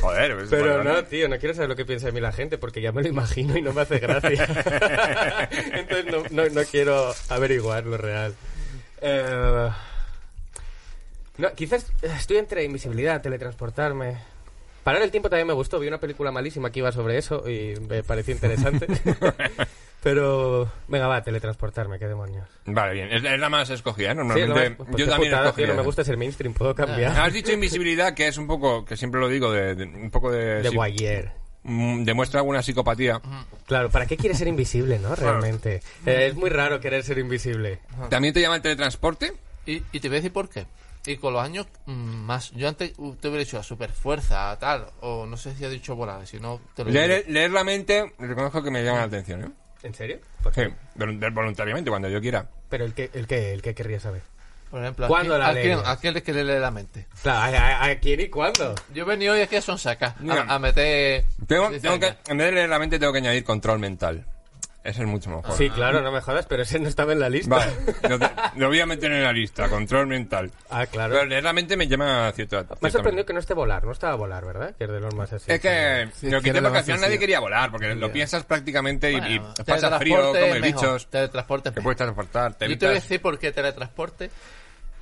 D: Joder, pues,
E: Pero
D: bueno,
E: no, tío, no quiero saber lo que piensa de mí la gente porque ya me lo imagino y no me hace gracia. Entonces no, no, no quiero averiguar lo real. Eh, no, quizás eh, estoy entre invisibilidad, teletransportarme. Parar el tiempo también me gustó. Vi una película malísima que iba sobre eso y me pareció interesante. Pero, venga, va, teletransportarme, qué demonios.
D: Vale, bien. Es, es la más escogida, ¿eh?
E: Sí, no,
D: Normalmente.
E: pues qué
D: yo también Ah,
E: putada,
D: escogí
E: tío, no me
D: esa.
E: gusta ser mainstream, puedo cambiar.
D: Has dicho invisibilidad, que es un poco, que siempre lo digo, de, de- un poco de...
E: de
D: si-
E: Guayer.
D: mm, demuestra alguna psicopatía.
E: Claro, ¿para qué quieres ser invisible, no? Realmente. Eh, es muy raro querer ser invisible.
D: ¿También te llama el teletransporte?
B: Y, y te voy a decir por qué. Y con los años mm, más. Yo antes uh, te hubiera dicho a super fuerza, a tal. O no sé si ha dicho volar, si no te lo digo.
D: Leer, leer la mente, reconozco que me llama la atención, ¿eh?
E: ¿En serio?
D: Sí, vol- vol- voluntariamente, cuando yo quiera.
E: Pero el que, el que, el que querría saber.
B: Por ejemplo,
E: ¿Cuándo
B: aquel,
E: la
B: aquel,
E: lees?
B: aquel que le lee la mente.
E: Claro, ¿a, a- a quién y cuándo?
B: Yo he venido hoy aquí a Sonsaca
D: Mira.
B: a, a meter.
D: Tengo,
B: dice,
D: tengo que,
B: venga.
D: en vez de leer la mente, tengo que añadir control mental. Ese es mucho mejor.
E: Sí, claro, no me jodas, pero ese no estaba en la lista.
D: Vale, lo, te- lo voy a meter en la lista, control mental.
E: Ah, claro.
D: Pero leer la mente me llama cierta...
E: Me ha
D: ciertamente.
E: sorprendido que no esté volar, no estaba volar, ¿verdad? Que es de los más así.
D: Es que
F: Sí,
D: lo
F: que
D: que
F: era
D: te
F: lo más
D: vacaciones nadie
F: sencillo.
D: quería volar, porque lo piensas prácticamente y, y
B: Bueno,
D: pasa
B: teletransporte
D: frío, comes
B: es mejor,
D: bichos,
B: Teletransporte. es
D: te
B: mejor.
D: puedes transportar, te
B: Yo te voy a
D: evitas...
B: decir por qué teletransporte.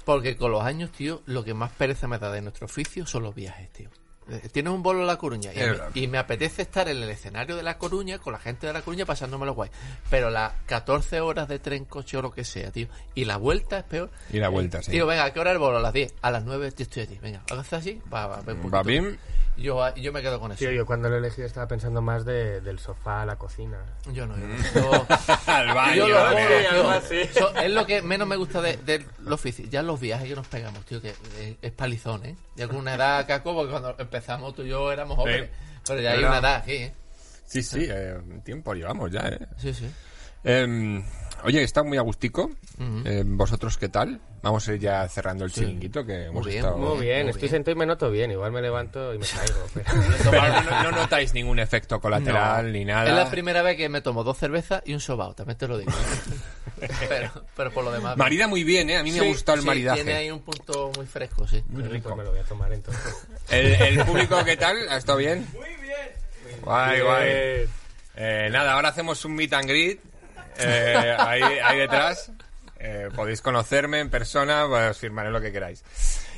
B: Porque con los años, tío, lo que más pereza me da de nuestro oficio son los viajes, tío. Eh, Tienes un bolo en La Coruña y, a
D: Es
B: mí-
D: verdad.
B: y me apetece estar en el escenario de La Coruña con la gente de La Coruña pasándome los guay. Pero las 14 horas de tren, coche o lo que sea, tío. Y la vuelta es peor.
D: Y la vuelta, sí.
B: Tío, venga, ¿a qué hora el bolo? A las 10. A las 9 yo estoy aquí. Venga, hagas así. Va, va, ven un
D: Va
B: poquito.
D: bien.
B: Yo, yo me quedo con eso.
E: Tío, yo cuando lo he elegido estaba pensando más de- del sofá a la cocina.
B: Yo no, yo no. Yo-
D: Mm. Al baño,
B: Yo lo hago,
D: hombre.
E: sí, algo así.
B: Eso es lo que menos me gusta de, de los bici. Ya los viajes que nos pegamos, tío, que eh, es palizón, ¿eh? Ya con una edad, Caco, porque cuando empezamos tú y yo éramos jóvenes.
D: Sí.
B: Pero ya hay
D: ¿Verdad?
B: una edad aquí, ¿eh?
D: Sí, sí, eh, tiempo llevamos ya, eh.
B: Sí, sí.
D: Em, oye, está muy agustico. ¿Vosotros qué tal? Vamos a ir ya cerrando el chiringuito que hemos
B: bien,
D: estado...
E: Muy bien,
B: muy
E: estoy
B: bien.
E: sentado y me noto bien. Igual me levanto y me caigo. pero-
D: Pero no, no notáis ningún efecto colateral ni nada.
B: Es la primera vez que me tomo dos cervezas y un sobao, también te lo digo. ¿eh? pero, pero por lo demás.
D: Marida muy bien, ¿eh? A mí me ha
B: Sí,
D: gustado el
B: sí,
D: maridaje.
B: Tiene ahí un punto muy fresco, sí.
E: Pues me lo voy a tomar entonces.
D: ¿El, el público qué tal? ¿Ha estado bien? Muy bien. Guay, guay.
E: Eh,
D: Eh, nada, ahora hacemos un meet and greet eh, ahí, ahí detrás. Eh, podéis conocerme en persona, pues, os firmaré lo que queráis.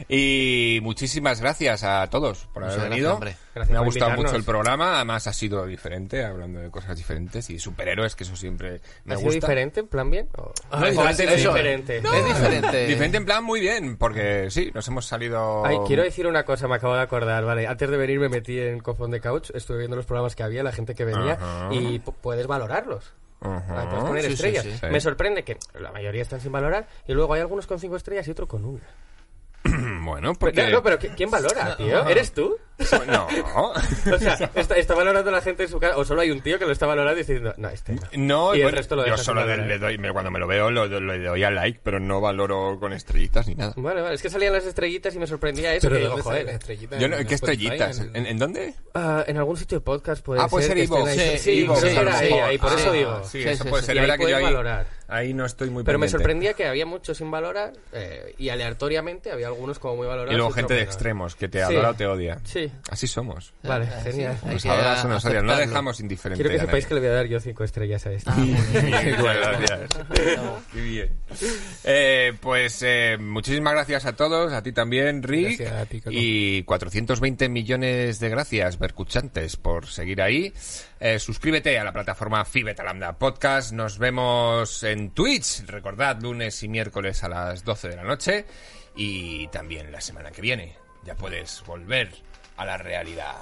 D: Y muchísimas gracias a todos por
B: Muchas
D: haber
B: gracias,
D: venido.
B: hombre.
E: Gracias
D: Me ha
E: por
D: gustado
E: invitarnos.
D: mucho el programa, además ha sido diferente, hablando de cosas diferentes y superhéroes, que eso siempre me
E: ¿Ha sido
D: gusta.
E: diferente en plan bien? ¿O-
B: Ah,
E: Es
B: eso, eso,
E: diferente.
B: Es diferente.
D: Diferente en plan muy bien, porque sí, nos hemos salido...
E: Ay, quiero decir una cosa, me acabo de acordar, vale. Antes de venir me metí en Cofón de Couch, estuve viendo los programas que había, la gente que venía,
D: Ajá.
E: y pu- puedes valorarlos.
D: Ajá.
E: Ah, puedes poner
B: Sí, sí,
E: estrellas.
B: sí.
D: Sí.
E: Me sorprende que la mayoría están sin valorar, y luego hay algunos con cinco estrellas y otro con una.
D: Bueno, porque...
E: Pero, no, pero ¿qui- ¿quién valora, tío? ¿Eres tú?
D: No.
E: O sea, está, está valorando la gente en su casa, o solo hay un tío que lo está valorando y está diciendo, no, este no.
D: No,
E: y el
D: bueno,
E: resto lo
D: yo
E: dejas sin
D: solo le,
E: valorar.
D: le doy, me- cuando me lo veo lo, lo- le doy a like, pero no valoro con estrellitas ni nada.
E: Bueno, vale, es que salían las estrellitas y me sorprendía eso. que digo,
F: eh,
E: joder.
D: Yo no- ¿Qué estrellitas? ¿En, en dónde?
E: Ah, en algún sitio de podcast puede
D: Ah, puede ser
E: que estén
D: iVoox.
E: ahí.
B: Sí,
E: Sí,
B: iVoox,
E: creo que
B: a lo
E: era ahí,
B: mejor.
E: ahí, por
B: Ah,
E: eso digo.
D: Sí,
B: Sí,
D: eso
B: sí,
D: puede
B: sí.
D: ser.
E: Y ahí
D: verdad que yo
E: puedes
D: ahí,
E: valorar.
D: ahí no estoy muy
E: Pero me
D: pendiente.
E: sorprendía que había muchos sin valorar eh, y aleatoriamente había algunos como muy valorados.
D: Y luego
E: otros
D: gente de
E: menos.
D: extremos que te
E: Sí.
D: adora o te odia.
E: Sí.
D: Así somos.
E: Vale,
B: Ah, sí,
E: genial.
B: hay
D: Nos
B: que
D: adoras o nos odias. No
B: aceptarlo.
D: dejamos indiferente.
E: Quiero que
D: a
E: sepáis que
D: nadie.
E: le voy a dar yo cinco estrellas a este.
D: Bien, gracias. Qué bien. Eh, pues eh, muchísimas gracias a todos, a ti también, Rick.
F: Gracias a ti, Coco.
D: y 420 millones de gracias, Bercuchantes, por seguir ahí. Eh, suscríbete a la plataforma Fibeta Lambda Podcast. Nos vemos en Twitch, recordad, lunes y miércoles a las 12 de la noche. Y también la semana que viene ya puedes volver a la realidad.